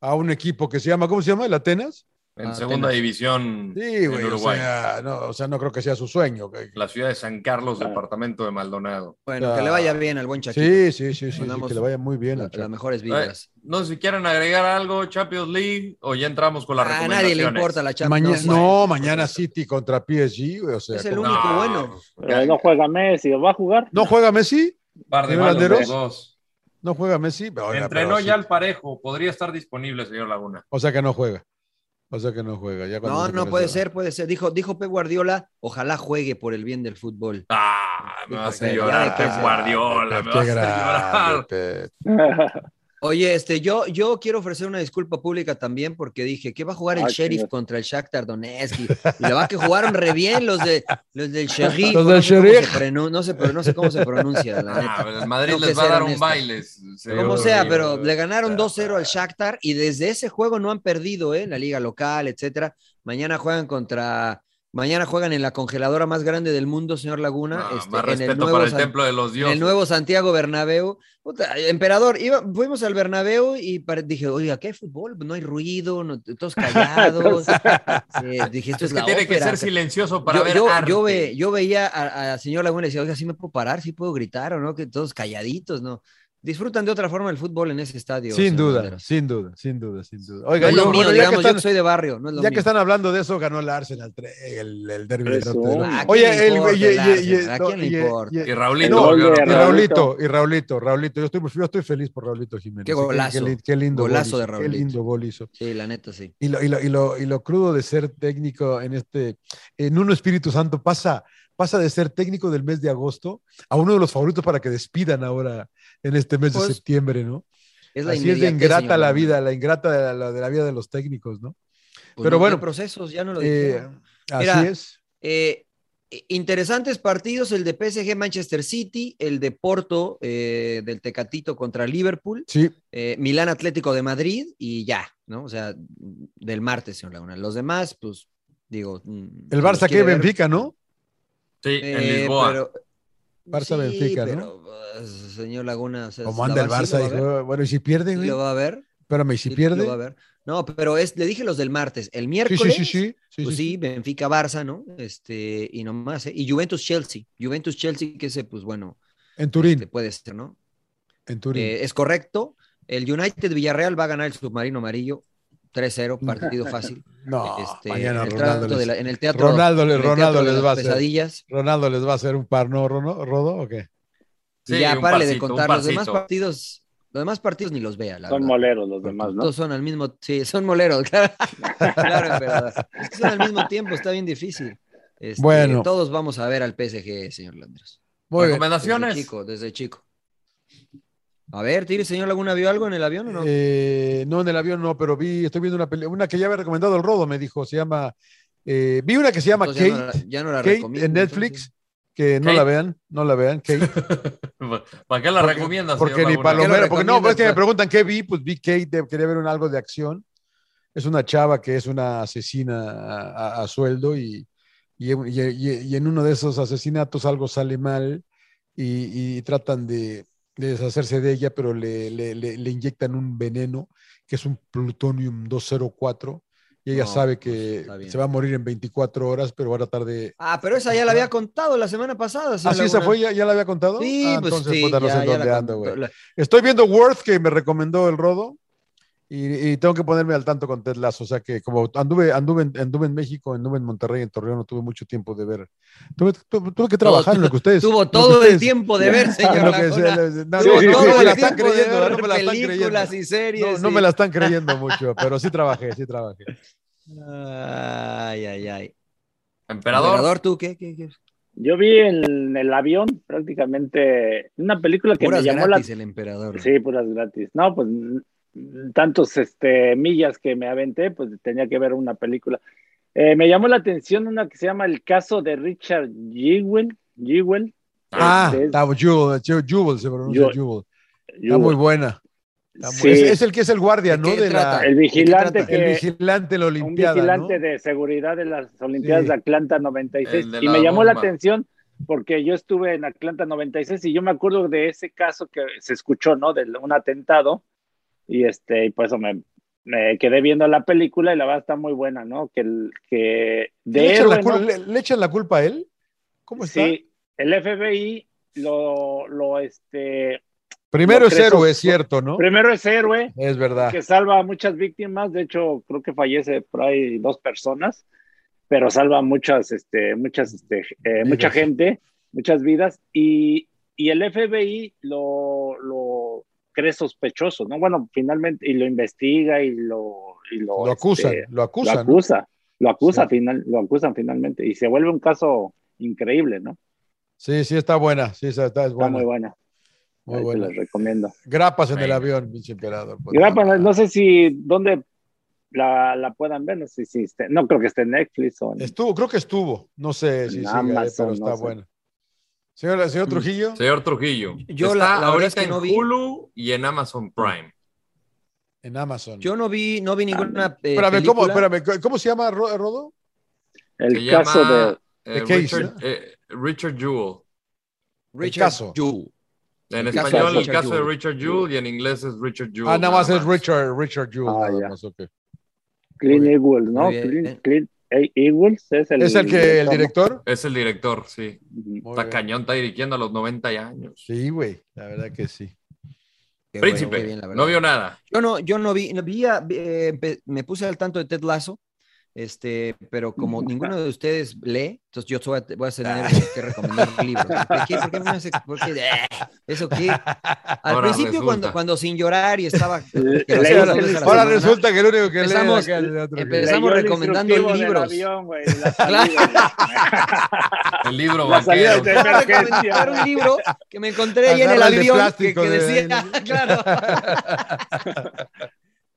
[SPEAKER 3] a un equipo que se llama, ¿cómo se llama? ¿El Atenas?
[SPEAKER 1] En ah, segunda Atenas. división
[SPEAKER 3] sí, güey, en Uruguay. O sea, no, o sea, no creo que sea su sueño. Güey.
[SPEAKER 1] La ciudad de San Carlos, ah. departamento de Maldonado.
[SPEAKER 2] Bueno, ah. que le vaya bien al buen Chaquito.
[SPEAKER 3] Sí, sí, sí, sí, sí, que le vaya muy bien.
[SPEAKER 2] La, las mejores vidas.
[SPEAKER 1] No sé si quieren agregar algo, Champions League, o ya entramos con la recomendaciones.
[SPEAKER 2] A nadie le importa la Champions
[SPEAKER 3] League. No, no, mañana City contra PSG. O sea,
[SPEAKER 2] es el único no, bueno.
[SPEAKER 4] Pero no juega Messi, ¿va a jugar?
[SPEAKER 3] ¿No juega Messi?
[SPEAKER 1] Par de banderos. Dos.
[SPEAKER 3] ¿No juega Messi? Oiga,
[SPEAKER 1] Entrenó ya al sí. parejo, podría estar disponible, señor Laguna.
[SPEAKER 3] O sea que no juega. O sea que no juega. Ya
[SPEAKER 2] no, no puede ser, puede ser. Dijo, dijo Pep Guardiola, ojalá juege por el bien del fútbol.
[SPEAKER 1] Ah, me vas a llorar, Pep Guardiola, me vas a
[SPEAKER 2] llorar. Oye, este, yo, yo quiero ofrecer una disculpa pública también porque dije que va a jugar el Ay, Sheriff señor. contra el Shakhtar Donetsk y, la verdad que jugaron re bien los, de, los del Sheriff.
[SPEAKER 3] Los del Sheriff.
[SPEAKER 2] No, no, sé, pero no sé cómo se pronuncia. La neta.
[SPEAKER 1] Ah, el Madrid Tengo les va a dar honesto. un baile.
[SPEAKER 2] Como sea, pero le ganaron 2-0 al Shakhtar y desde ese juego no han perdido, ¿eh? La liga local, etcétera. Mañana juegan contra... Mañana juegan en la congeladora más grande del mundo, señor Laguna.
[SPEAKER 1] No, este, más en respeto el nuevo para el San... templo de los dioses.
[SPEAKER 2] En el nuevo Santiago Bernabéu. Puta, emperador, iba, fuimos al Bernabéu y para... dije, oiga, ¿qué hay fútbol? No hay ruido, no, todos callados. eh, dije, esto es, es que la
[SPEAKER 1] Tiene
[SPEAKER 2] ópera.
[SPEAKER 1] que ser silencioso para
[SPEAKER 2] yo,
[SPEAKER 1] ver
[SPEAKER 2] yo,
[SPEAKER 1] arte.
[SPEAKER 2] Yo, ve, yo veía al señor Laguna y decía, oiga, ¿sí me puedo parar? ¿Sí puedo gritar o no? Que todos calladitos, ¿no? disfrutan de otra forma el fútbol en ese estadio.
[SPEAKER 3] Sin duda, sin duda, sin duda, sin duda.
[SPEAKER 2] Oiga, no es lo mío, bueno, digamos, están, yo soy de barrio. No es lo
[SPEAKER 3] ya
[SPEAKER 2] mío.
[SPEAKER 3] que están hablando de eso, ganó el Arsenal el, el derby. De
[SPEAKER 2] Ah,
[SPEAKER 3] Oye, el,
[SPEAKER 2] ¿a quién le importa?
[SPEAKER 1] Y Raulito.
[SPEAKER 3] y Raulito, y Raulito, Raulito. Yo estoy, yo estoy feliz por Raulito Jiménez.
[SPEAKER 2] Qué golazo.
[SPEAKER 3] Qué, qué lindo
[SPEAKER 2] golazo bolizo, de Raulito.
[SPEAKER 3] Qué lindo gol hizo.
[SPEAKER 2] Sí, la neta, sí.
[SPEAKER 3] Y lo, y lo, y lo, y lo crudo de ser técnico en este, en uno Espíritu Santo pasa pasa de ser técnico del mes de agosto a uno de los favoritos para que despidan ahora en este mes pues, de septiembre, ¿no? Es la Así es de ingrata la vida, la ingrata de la, la, de la, vida de los técnicos, ¿no?
[SPEAKER 2] Pues Pero no bueno. procesos, ya no lo dije. Eh,
[SPEAKER 3] así Era, es.
[SPEAKER 2] Eh, interesantes partidos, el de PSG Manchester City, el de Porto eh, del Tecatito contra Liverpool, eh,
[SPEAKER 3] sí.
[SPEAKER 2] Milán Atlético de Madrid y ya, ¿no? O sea, del martes, señor Laguna. Los demás, pues, digo...
[SPEAKER 3] El Barça que Benfica, ver. ¿no?
[SPEAKER 1] Sí, en eh, Lisboa. Pero,
[SPEAKER 3] Barça Benfica, sí,
[SPEAKER 2] pero, ¿no? señor Laguna. O sea,
[SPEAKER 3] ¿Cómo anda el Barça? Sí dijo, bueno, y si pierde, güey.
[SPEAKER 2] ¿Lo va a ver?
[SPEAKER 3] Espérame, ¿y si pierde?
[SPEAKER 2] Lo va a ver. No, pero es, le dije los del martes. El miércoles. Sí, sí, sí. Pues sí, Benfica, Barça, ¿no? Este, y nomás. ¿eh? Y Juventus, Chelsea. Juventus, Chelsea, que ese, pues bueno.
[SPEAKER 3] En Turín. Este,
[SPEAKER 2] puede ser, ¿no?
[SPEAKER 3] En Turín.
[SPEAKER 2] Eh, es correcto. El United Villarreal va a ganar el submarino amarillo. 3-0, partido fácil.
[SPEAKER 3] No,
[SPEAKER 2] este,
[SPEAKER 3] mañana
[SPEAKER 2] en, el
[SPEAKER 3] Ronaldo les...
[SPEAKER 2] de la, en el teatro.
[SPEAKER 3] Ronaldo, les,
[SPEAKER 2] el
[SPEAKER 3] Ronaldo teatro les va a hacer.
[SPEAKER 2] Pesadillas.
[SPEAKER 3] Ronaldo les va a hacer un par, ¿no, Rodo, Rodo o qué?
[SPEAKER 2] Sí, ya párale de contar. Los demás partidos, los demás partidos ni los vea. La
[SPEAKER 4] son
[SPEAKER 2] verdad.
[SPEAKER 4] moleros los demás, ¿no?
[SPEAKER 2] Todos son al mismo Sí, son moleros, claro. claro, verdad. Son al mismo tiempo, está bien difícil. Este, bueno. Todos vamos a ver al PSG, señor Landros.
[SPEAKER 1] Muy ¿Recomendaciones?
[SPEAKER 2] Desde chico, desde chico. A ver, Tiri, señor Laguna, ¿vio algo en el avión o no?
[SPEAKER 3] Eh, no, en el avión no, pero vi, estoy viendo una película, una que ya había recomendado el Rodo, me dijo, se llama, eh, vi una que se llama entonces Kate,
[SPEAKER 2] ya no la, ya no la
[SPEAKER 3] Kate
[SPEAKER 2] recomiendo,
[SPEAKER 3] en Netflix, entonces. que no Kate. la vean, no la vean, Kate.
[SPEAKER 1] ¿Para qué la porque, recomiendas?
[SPEAKER 3] Porque
[SPEAKER 1] señor
[SPEAKER 3] ni palomero, porque no, es que me preguntan qué vi, pues vi Kate, quería ver un, algo de acción. Es una chava que es una asesina a, a, a sueldo y, y, y, y, en uno de esos asesinatos algo sale mal y tratan de de deshacerse de ella, pero le, le, le, le, inyectan un veneno que es un plutonium 204 y ella no, sabe que pues se va a morir en 24 horas, pero va a tratar de...
[SPEAKER 2] Ah, pero esa ya la había contado la semana pasada.
[SPEAKER 3] ¿Así ¿Ah, esa fue? ¿Ya, ¿Ya, la había contado?
[SPEAKER 2] Sí,
[SPEAKER 3] ah,
[SPEAKER 2] pues
[SPEAKER 3] entonces,
[SPEAKER 2] sí,
[SPEAKER 3] puta, no ya, sé dónde ando, güey. La... Estoy viendo Worth, que me recomendó el Rodo, y, y, tengo que ponerme al tanto con Ted Lazo. O sea que como anduve, anduve, anduve en México, anduve en Monterrey, en Torreón, no tuve mucho tiempo de ver. Tuve, tuve, tuve que trabajar
[SPEAKER 2] tuvo,
[SPEAKER 3] en lo que ustedes. Ah,
[SPEAKER 2] Tuvo todo ustedes, el tiempo de ver, señor. Que, no,
[SPEAKER 3] sí, sí,
[SPEAKER 2] no,
[SPEAKER 3] sí,
[SPEAKER 2] no
[SPEAKER 3] me la están creyendo, no me la están
[SPEAKER 2] creyendo. Y series,
[SPEAKER 3] no, no me la están creyendo mucho, pero sí trabajé, sí trabajé.
[SPEAKER 2] Ay, ay, ay.
[SPEAKER 1] Emperador.
[SPEAKER 2] Emperador, ¿tú qué? qué, qué?
[SPEAKER 4] Yo vi en el avión prácticamente una película que
[SPEAKER 2] puras
[SPEAKER 4] me llamó
[SPEAKER 2] gratis,
[SPEAKER 4] la...
[SPEAKER 2] el emperador.
[SPEAKER 4] Sí, puras gratis. No, pues tantos este, millas que me aventé, pues tenía que ver una película. Eh, me llamó la atención una que se llama El caso de Richard Jewell. Jewell
[SPEAKER 3] ah, este, Jewell, Jewell se pronuncia Jewell. Está muy buena. Está muy, sí. es, es, el que es el guardia, ¿no?
[SPEAKER 4] De la, el vigilante.
[SPEAKER 2] Eh,
[SPEAKER 3] Que, el vigilante de la Olimpiada.
[SPEAKER 4] Un vigilante
[SPEAKER 3] ¿no?
[SPEAKER 4] de seguridad de las Olimpiadas sí. de Atlanta 96. De y me llamó bomba. la atención porque yo estuve en Atlanta 96 y yo me acuerdo de ese caso que se escuchó, ¿no? De un atentado y este y por eso me, me, quedé viendo la película y la verdad está muy buena, ¿no? Que, que de
[SPEAKER 3] ¿Le, echan
[SPEAKER 4] héroe,
[SPEAKER 3] la,
[SPEAKER 4] ¿no?
[SPEAKER 3] le, ¿Le, echan la culpa a él? ¿Cómo está?
[SPEAKER 4] Sí, el FBI lo, lo este
[SPEAKER 3] Primero lo es héroe, es cierto, ¿no?
[SPEAKER 4] Primero es héroe.
[SPEAKER 3] Es verdad.
[SPEAKER 4] Que salva a muchas víctimas, de hecho creo que fallece por ahí dos personas, pero salva muchas este muchas este eh, mucha gente, muchas vidas y, y el FBI lo, lo cree sospechoso, ¿no? Bueno, finalmente, y lo investiga y lo... Y lo,
[SPEAKER 3] lo, acusan,
[SPEAKER 4] este,
[SPEAKER 3] lo acusan,
[SPEAKER 4] lo acusa. ¿no? Lo acusa, sí. final, lo acusan finalmente. Y se vuelve un caso increíble, ¿no?
[SPEAKER 3] Sí, sí, está buena. Sí, está,
[SPEAKER 4] está,
[SPEAKER 3] es buena.
[SPEAKER 4] está muy buena.
[SPEAKER 3] Muy Ahí buena.
[SPEAKER 4] Te les recomiendo.
[SPEAKER 3] Grapas en sí. el avión, pinche emperador. pues,
[SPEAKER 4] Grapas, no, no sé si... ¿Dónde la, la, puedan ver? No sé si... Esté, no creo que esté en Netflix o... En,
[SPEAKER 3] estuvo, creo que estuvo. No sé si sigue, pero está no buena. Sé. Señor, señor, Trujillo.
[SPEAKER 1] Señor Trujillo. Yo Está la, la ahorita es que no en Hulu vi... y en Amazon Prime.
[SPEAKER 3] En Amazon.
[SPEAKER 2] Yo no vi, no vi ninguna.
[SPEAKER 3] Eh, espérame, ¿cómo, espérame, ¿cómo, se llama Rodo?
[SPEAKER 4] El se caso llama,
[SPEAKER 1] de. Eh, Richard, eh, Richard Jewell.
[SPEAKER 2] Richard Jewell.
[SPEAKER 1] En el español, el caso de Richard Jewell y en inglés es Richard Jewell.
[SPEAKER 3] Ah, nada más, nada más. es Richard, Richard Jewell. Ah, nada más, okay.
[SPEAKER 4] Clint Eastwood, ¿no? Clint, Clint, Eagles es el,
[SPEAKER 3] ¿Es el, que, el director.
[SPEAKER 1] Es el director, sí. Muy está bien. cañón, está dirigiendo a los 90 años.
[SPEAKER 3] Sí, güey, la verdad que sí.
[SPEAKER 2] Qué
[SPEAKER 1] Príncipe,
[SPEAKER 2] bueno, qué bien, la verdad.
[SPEAKER 1] no vio nada.
[SPEAKER 2] Yo no, yo no vi, no vi a- vi, eh, empe- me puse al tanto de Ted Lasso, este, pero como ninguno de ustedes lee, entonces yo voy a, voy a tener
[SPEAKER 1] Ah.
[SPEAKER 2] que recomendar libros. ¿Por qué, por qué me hace- por qué? Eh, ¿Eso qué? Al
[SPEAKER 1] Ahora
[SPEAKER 2] principio,
[SPEAKER 1] resulta.
[SPEAKER 2] cuando, cuando sin llorar y estaba... que lo
[SPEAKER 3] Sí,
[SPEAKER 2] hacía
[SPEAKER 3] ahora
[SPEAKER 2] dos veces a la
[SPEAKER 3] ahora
[SPEAKER 2] semana,
[SPEAKER 3] resulta que el único que lee
[SPEAKER 2] empezamos,
[SPEAKER 3] acá el otro que-
[SPEAKER 2] empezamos
[SPEAKER 4] Leyó el
[SPEAKER 2] recomendando
[SPEAKER 4] instructivo del
[SPEAKER 2] libros.
[SPEAKER 4] avión, güey, de la salida, güey.
[SPEAKER 1] El libro
[SPEAKER 4] La salida de
[SPEAKER 1] vaquero.
[SPEAKER 2] Voy a
[SPEAKER 4] emergencia.
[SPEAKER 2] recomendar un libro que me encontré ahí en el
[SPEAKER 3] Agarra el de
[SPEAKER 2] avión que,
[SPEAKER 3] plástico
[SPEAKER 2] que
[SPEAKER 3] de-
[SPEAKER 2] decía, claro.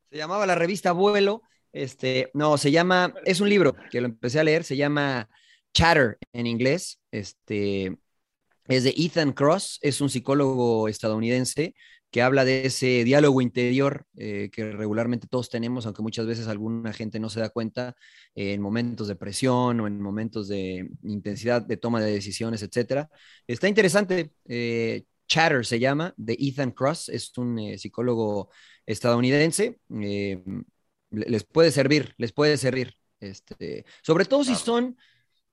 [SPEAKER 2] se llamaba la revista Vuelo. Este, no, se llama, es un libro que lo empecé a leer, se llama Chatter en inglés. Este, es de Ethan Cross, es un psicólogo estadounidense que habla de ese diálogo interior eh, que regularmente todos tenemos, aunque muchas veces alguna gente no se da cuenta eh, en momentos de presión o en momentos de intensidad de toma de decisiones, etcétera. Está interesante. eh, Chatter se llama, de Ethan Cross, es un eh, psicólogo estadounidense. eh, le- les puede servir, les puede servir. Este, sobre todo si son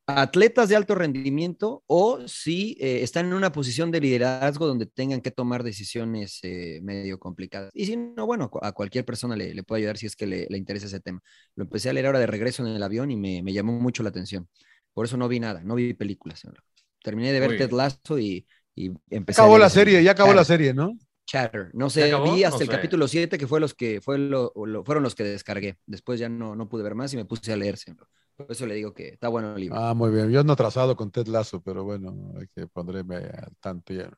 [SPEAKER 2] atletas de alto rendimiento o si eh, están en una posición de liderazgo donde tengan que tomar decisiones eh, medio complicadas. Y si no, bueno, cu- a cualquier persona le, le puede ayudar si es que le, le interesa ese tema. Lo empecé a leer ahora de regreso en el avión y me, me llamó mucho la atención. Por eso no vi nada, no vi películas. señor. Terminé de ver
[SPEAKER 1] Muy
[SPEAKER 2] Ted
[SPEAKER 1] bien.
[SPEAKER 2] Lasso y, y empecé. a
[SPEAKER 3] Acabó
[SPEAKER 2] leer
[SPEAKER 3] la
[SPEAKER 2] ese
[SPEAKER 3] serie,
[SPEAKER 2] libro.
[SPEAKER 3] ya acabó
[SPEAKER 2] Chatter.
[SPEAKER 3] la serie, ¿no?
[SPEAKER 2] Chatter. No
[SPEAKER 1] ¿Ya
[SPEAKER 2] sé,
[SPEAKER 1] acabó?
[SPEAKER 2] vi hasta
[SPEAKER 1] No
[SPEAKER 2] el
[SPEAKER 1] sé.
[SPEAKER 2] capítulo 7, que fue los que fue lo, lo- fueron los que descargué. Después ya no, no pude ver más y me puse a leer. señor. Por eso le digo que está bueno el libro.
[SPEAKER 3] Ah, muy bien. Yo ando atrasado con Ted Lasso, pero bueno, hay que pondréme al tanto ya.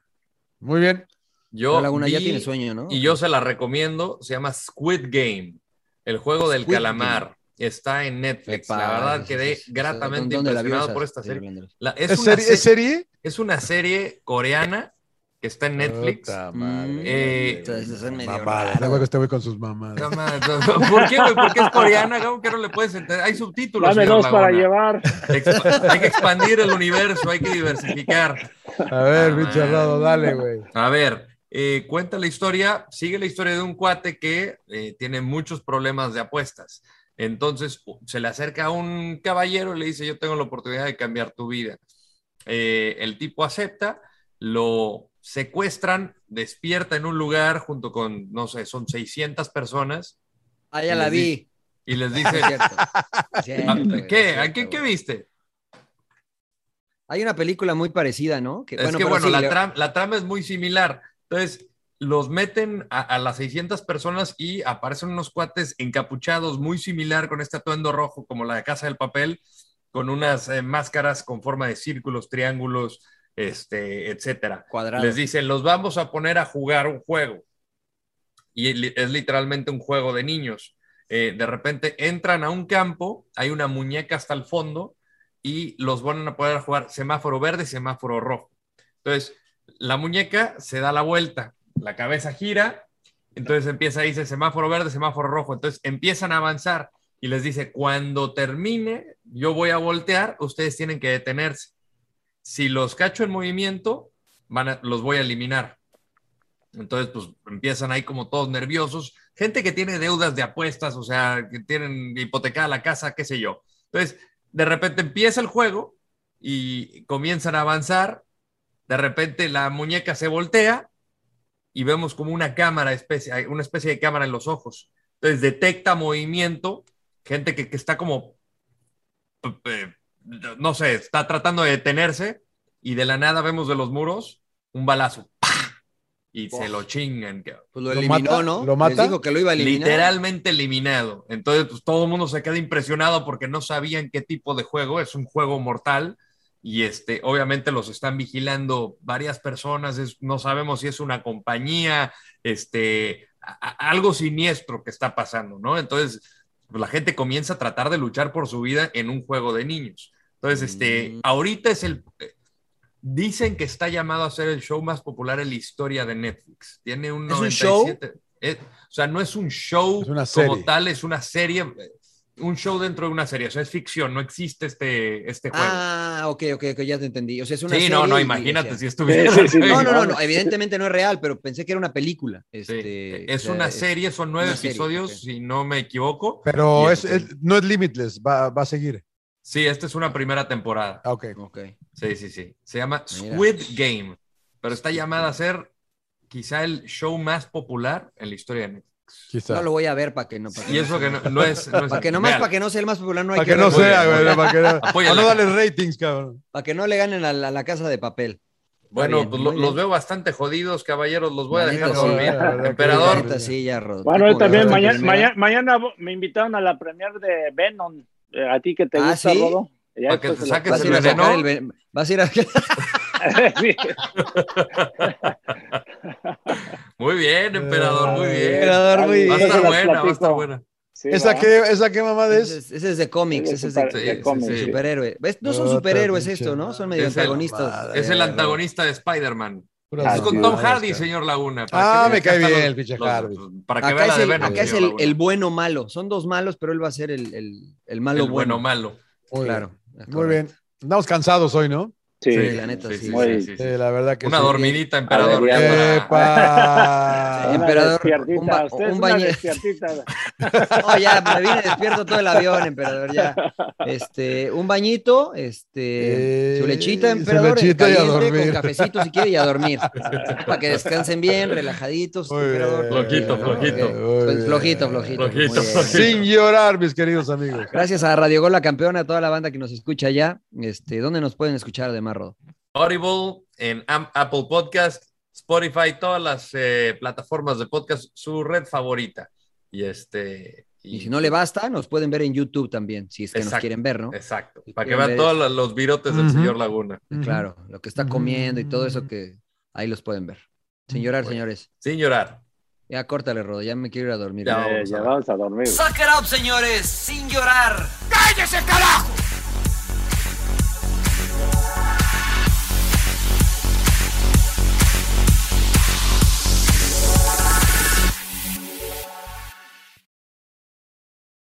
[SPEAKER 3] Muy bien.
[SPEAKER 1] Yo
[SPEAKER 2] Laguna ya
[SPEAKER 1] vi-
[SPEAKER 2] tiene sueño, ¿no?
[SPEAKER 1] Y yo se la recomiendo. Se llama Squid Game, el juego del
[SPEAKER 2] Squid
[SPEAKER 1] calamar. Está en Netflix.
[SPEAKER 2] Epa,
[SPEAKER 1] la verdad
[SPEAKER 2] sí,
[SPEAKER 1] quedé
[SPEAKER 2] sí, sí.
[SPEAKER 1] gratamente
[SPEAKER 2] ¿Dónde la vio
[SPEAKER 1] impresionado
[SPEAKER 2] esa,
[SPEAKER 1] por esta
[SPEAKER 2] señor
[SPEAKER 1] serie.
[SPEAKER 2] Landero?
[SPEAKER 1] La- es,
[SPEAKER 3] ¿Es,
[SPEAKER 1] una
[SPEAKER 3] serie, ¿Es
[SPEAKER 1] se-
[SPEAKER 3] serie?
[SPEAKER 1] es una serie coreana que está en Netflix.
[SPEAKER 3] Puta madre,
[SPEAKER 1] Eh,
[SPEAKER 3] güey.
[SPEAKER 2] entonces es medio
[SPEAKER 3] Mamada,
[SPEAKER 2] raro.
[SPEAKER 3] luego este güey con sus mamás.
[SPEAKER 1] Cama- ¿Por qué, güey? ¿Por qué es coreana? Gabo? ¿Qué no le puedes entender? Hay subtítulos.
[SPEAKER 4] Dame
[SPEAKER 1] señor
[SPEAKER 4] dos para
[SPEAKER 1] Laguna.
[SPEAKER 4] llevar.
[SPEAKER 1] Expa- hay que expandir el universo, hay que diversificar.
[SPEAKER 3] A ver,
[SPEAKER 1] Ah,
[SPEAKER 3] pinche
[SPEAKER 1] man.
[SPEAKER 3] Rado, dale, güey.
[SPEAKER 1] A ver, eh, cuenta la historia, sigue la historia de un cuate que eh, tiene muchos problemas de apuestas. Entonces u- se le acerca a un caballero y le dice, yo tengo la oportunidad de cambiar tu vida. Eh, el tipo acepta, lo secuestran, despierta en un lugar junto con, no sé, son 600 personas
[SPEAKER 2] Ah, ya la vi.
[SPEAKER 1] y les
[SPEAKER 2] Sí,
[SPEAKER 1] dice,
[SPEAKER 2] es cierto. Sí, es
[SPEAKER 1] "¿A-
[SPEAKER 2] cierto, güey, es
[SPEAKER 1] ¿qué?
[SPEAKER 2] cierto,
[SPEAKER 1] ¿A qué, qué
[SPEAKER 2] güey.
[SPEAKER 1] viste?
[SPEAKER 2] Hay una película muy parecida, ¿no?
[SPEAKER 1] Es que
[SPEAKER 2] pero
[SPEAKER 1] bueno,
[SPEAKER 2] sí,
[SPEAKER 1] la,
[SPEAKER 2] le-
[SPEAKER 1] tram- la trama es muy similar. Entonces, los meten a, a las 600 personas y aparecen unos cuates encapuchados muy similar con este atuendo rojo como la de Casa del Papel, con unas eh, máscaras con forma de círculos, triángulos, este, etcétera.
[SPEAKER 2] cuadrado.
[SPEAKER 1] Les dicen, los vamos a poner a jugar un juego. Y li- es literalmente un juego de niños. Eh, de repente entran a un campo, hay una muñeca hasta el fondo y los van a poder jugar semáforo verde y semáforo rojo. Entonces, la muñeca se da la vuelta, la cabeza gira, entonces empieza, dice semáforo verde, semáforo rojo. Entonces empiezan a avanzar y les dice, cuando termine, yo voy a voltear, ustedes tienen que detenerse. Si los cacho en movimiento, van a- los voy a eliminar. Entonces, pues empiezan ahí como todos nerviosos. Gente que tiene deudas de apuestas, o sea, que tienen hipotecada la casa, qué sé yo. Entonces, de repente empieza el juego y comienzan a avanzar. De repente la muñeca se voltea y vemos como una cámara, especie, una especie de cámara en los ojos. Entonces, detecta movimiento, gente que, que está como, p- p- no sé, está tratando de detenerse y de la nada vemos de los muros un balazo. ¡Pah! Y se lo chingan. cabrón.
[SPEAKER 2] Pues lo
[SPEAKER 3] ¿Lo
[SPEAKER 2] eliminó,
[SPEAKER 3] mata?
[SPEAKER 2] ¿no?
[SPEAKER 3] ¿Lo mata?
[SPEAKER 2] Les dijo que lo iba a eliminar.
[SPEAKER 1] Literalmente eliminado. Entonces, pues todo el mundo se queda impresionado porque no sabían qué tipo de juego. Es un juego mortal. Y este, obviamente los están vigilando varias personas. es- no sabemos si es una compañía, este, a- a- algo siniestro que está pasando, ¿no? Entonces, pues, la gente comienza a tratar de luchar por su vida en un juego de niños. Entonces, este,
[SPEAKER 2] Mm.
[SPEAKER 1] ahorita es el. eh, Dicen que está llamado a ser el show más popular en la historia de Netflix. Tiene un
[SPEAKER 2] ¿Es un show?
[SPEAKER 1] 97 es- o sea, no es un show
[SPEAKER 3] Es una
[SPEAKER 1] como
[SPEAKER 3] serie.
[SPEAKER 1] tal, es una serie, eh, un show dentro de una serie. O sea, es ficción, no existe este, este juego.
[SPEAKER 2] Ah, ok, ok, ok, ya te entendí. O sea, es una
[SPEAKER 1] sí, no,
[SPEAKER 2] serie
[SPEAKER 1] no,
[SPEAKER 2] y- o
[SPEAKER 1] imagínate
[SPEAKER 2] sea,
[SPEAKER 1] si estuviera.
[SPEAKER 4] Sí, sí, sí,
[SPEAKER 2] No, no, no, no,
[SPEAKER 4] Vamos.
[SPEAKER 2] evidentemente no es real, pero pensé que era una película.
[SPEAKER 1] Sí.
[SPEAKER 2] Este,
[SPEAKER 1] es
[SPEAKER 2] o sea,
[SPEAKER 1] una serie, son nueve
[SPEAKER 2] una serie,
[SPEAKER 1] episodios,
[SPEAKER 2] ok.
[SPEAKER 1] si no me equivoco.
[SPEAKER 3] Pero
[SPEAKER 1] Y
[SPEAKER 3] es,
[SPEAKER 1] este-
[SPEAKER 3] es- no es Limitless, va, va a seguir.
[SPEAKER 1] Sí, esta es una primera temporada.
[SPEAKER 3] Ah, ok.
[SPEAKER 2] Ok.
[SPEAKER 1] Sí, sí, sí. Se llama
[SPEAKER 2] Mira.
[SPEAKER 1] Squid Game, pero está llamada a ser quizá el show más popular en la historia de Netflix.
[SPEAKER 2] Quizá. No lo voy a ver para que no. Pa que
[SPEAKER 1] y eso que no, no es. No es
[SPEAKER 2] para que nomás, para que no sea el más popular, no hay
[SPEAKER 3] Para que, que, no sea, güey. Para que no, para no darle ratings, cabrón.
[SPEAKER 2] Para que no le ganen a la, a la casa de papel.
[SPEAKER 1] Bueno, bien, pues lo, los veo bastante jodidos, caballeros. Los voy a dejar dormir. Emperador.
[SPEAKER 2] Ahorita sí, ya, Rod.
[SPEAKER 4] Bueno, yo también. Mañana, mañana, mañana, me invitaron a la premier de Venom. Eh, a ti que te
[SPEAKER 2] ¿Ah,
[SPEAKER 4] gusta,
[SPEAKER 2] ¿sí?
[SPEAKER 4] Rodo.
[SPEAKER 1] Ya para que te saques vas el veneno. El ven
[SPEAKER 2] vas a ir a.
[SPEAKER 1] muy bien, emperador, muy bien.
[SPEAKER 2] Emperador, muy bien.
[SPEAKER 1] Va a estar buena, va a estar buena.
[SPEAKER 3] Sí, ¿Esa, qué, ¿Esa qué mamada es?
[SPEAKER 2] Ese, ese es de cómics, ese es de, sí, de cómics, sí. superhéroe. No son superhéroes esto, ¿no? Son medio
[SPEAKER 1] es
[SPEAKER 2] antagonistas.
[SPEAKER 1] El, es el antagonista de Spider-Man. Es con Tom Hardy, señor Laguna.
[SPEAKER 3] Ah, me cae bien el pinche Hardy.
[SPEAKER 1] Para que acá
[SPEAKER 2] es el,
[SPEAKER 1] de Venom,
[SPEAKER 2] acá es el, el, bueno malo. Son dos malos, pero él va a ser el, el malo
[SPEAKER 1] el
[SPEAKER 2] bueno.
[SPEAKER 1] malo.
[SPEAKER 3] Muy claro. Bien. Muy bien. Andamos cansados hoy, ¿no?
[SPEAKER 4] Sí, sí,
[SPEAKER 2] la neta, sí. sí,
[SPEAKER 3] sí la verdad Eh, que
[SPEAKER 1] una dormidita, emperador. Ver,
[SPEAKER 2] eh,
[SPEAKER 3] ¡Epa!
[SPEAKER 2] emperador, un, ba un bañero. no, ya, me vine despierto todo el avión, emperador, ya. Este, un bañito, este, eh, su lechita, emperador, su lechita caliente, y a dormir. con cafecito si quiere y a dormir. para que descansen bien, relajaditos,
[SPEAKER 1] Muy emperador. Flojito, flojito.
[SPEAKER 2] Muy flojito, flojito.
[SPEAKER 1] flojito.
[SPEAKER 3] Sin llorar, mis queridos amigos.
[SPEAKER 2] Gracias a Radio Gol, la campeona, a toda la banda que nos escucha ya. Este, ¿dónde nos pueden escuchar además? Rodo.
[SPEAKER 1] Audible, en Apple Podcast, Spotify, todas las eh, plataformas de podcast, su red favorita. Y este.
[SPEAKER 2] Y... y, si no le basta, nos pueden ver en YouTube también, si es que exacto, nos quieren ver, ¿no?
[SPEAKER 1] Exacto. Si Para que vean ver... todos los virotes del uh -huh. señor Laguna.
[SPEAKER 2] Uh -huh. Claro, lo que está comiendo y todo eso que ahí los pueden ver. Sin llorar, bueno, señores.
[SPEAKER 1] Sin llorar.
[SPEAKER 2] Ya córtale, Rodo, ya me
[SPEAKER 1] Eh,
[SPEAKER 2] quiero ir a dormir.
[SPEAKER 4] Ya, ya vamos, a, ya vamos a dormir.
[SPEAKER 5] Suck it up, señores, sin llorar.
[SPEAKER 6] ¡Cállese, carajo!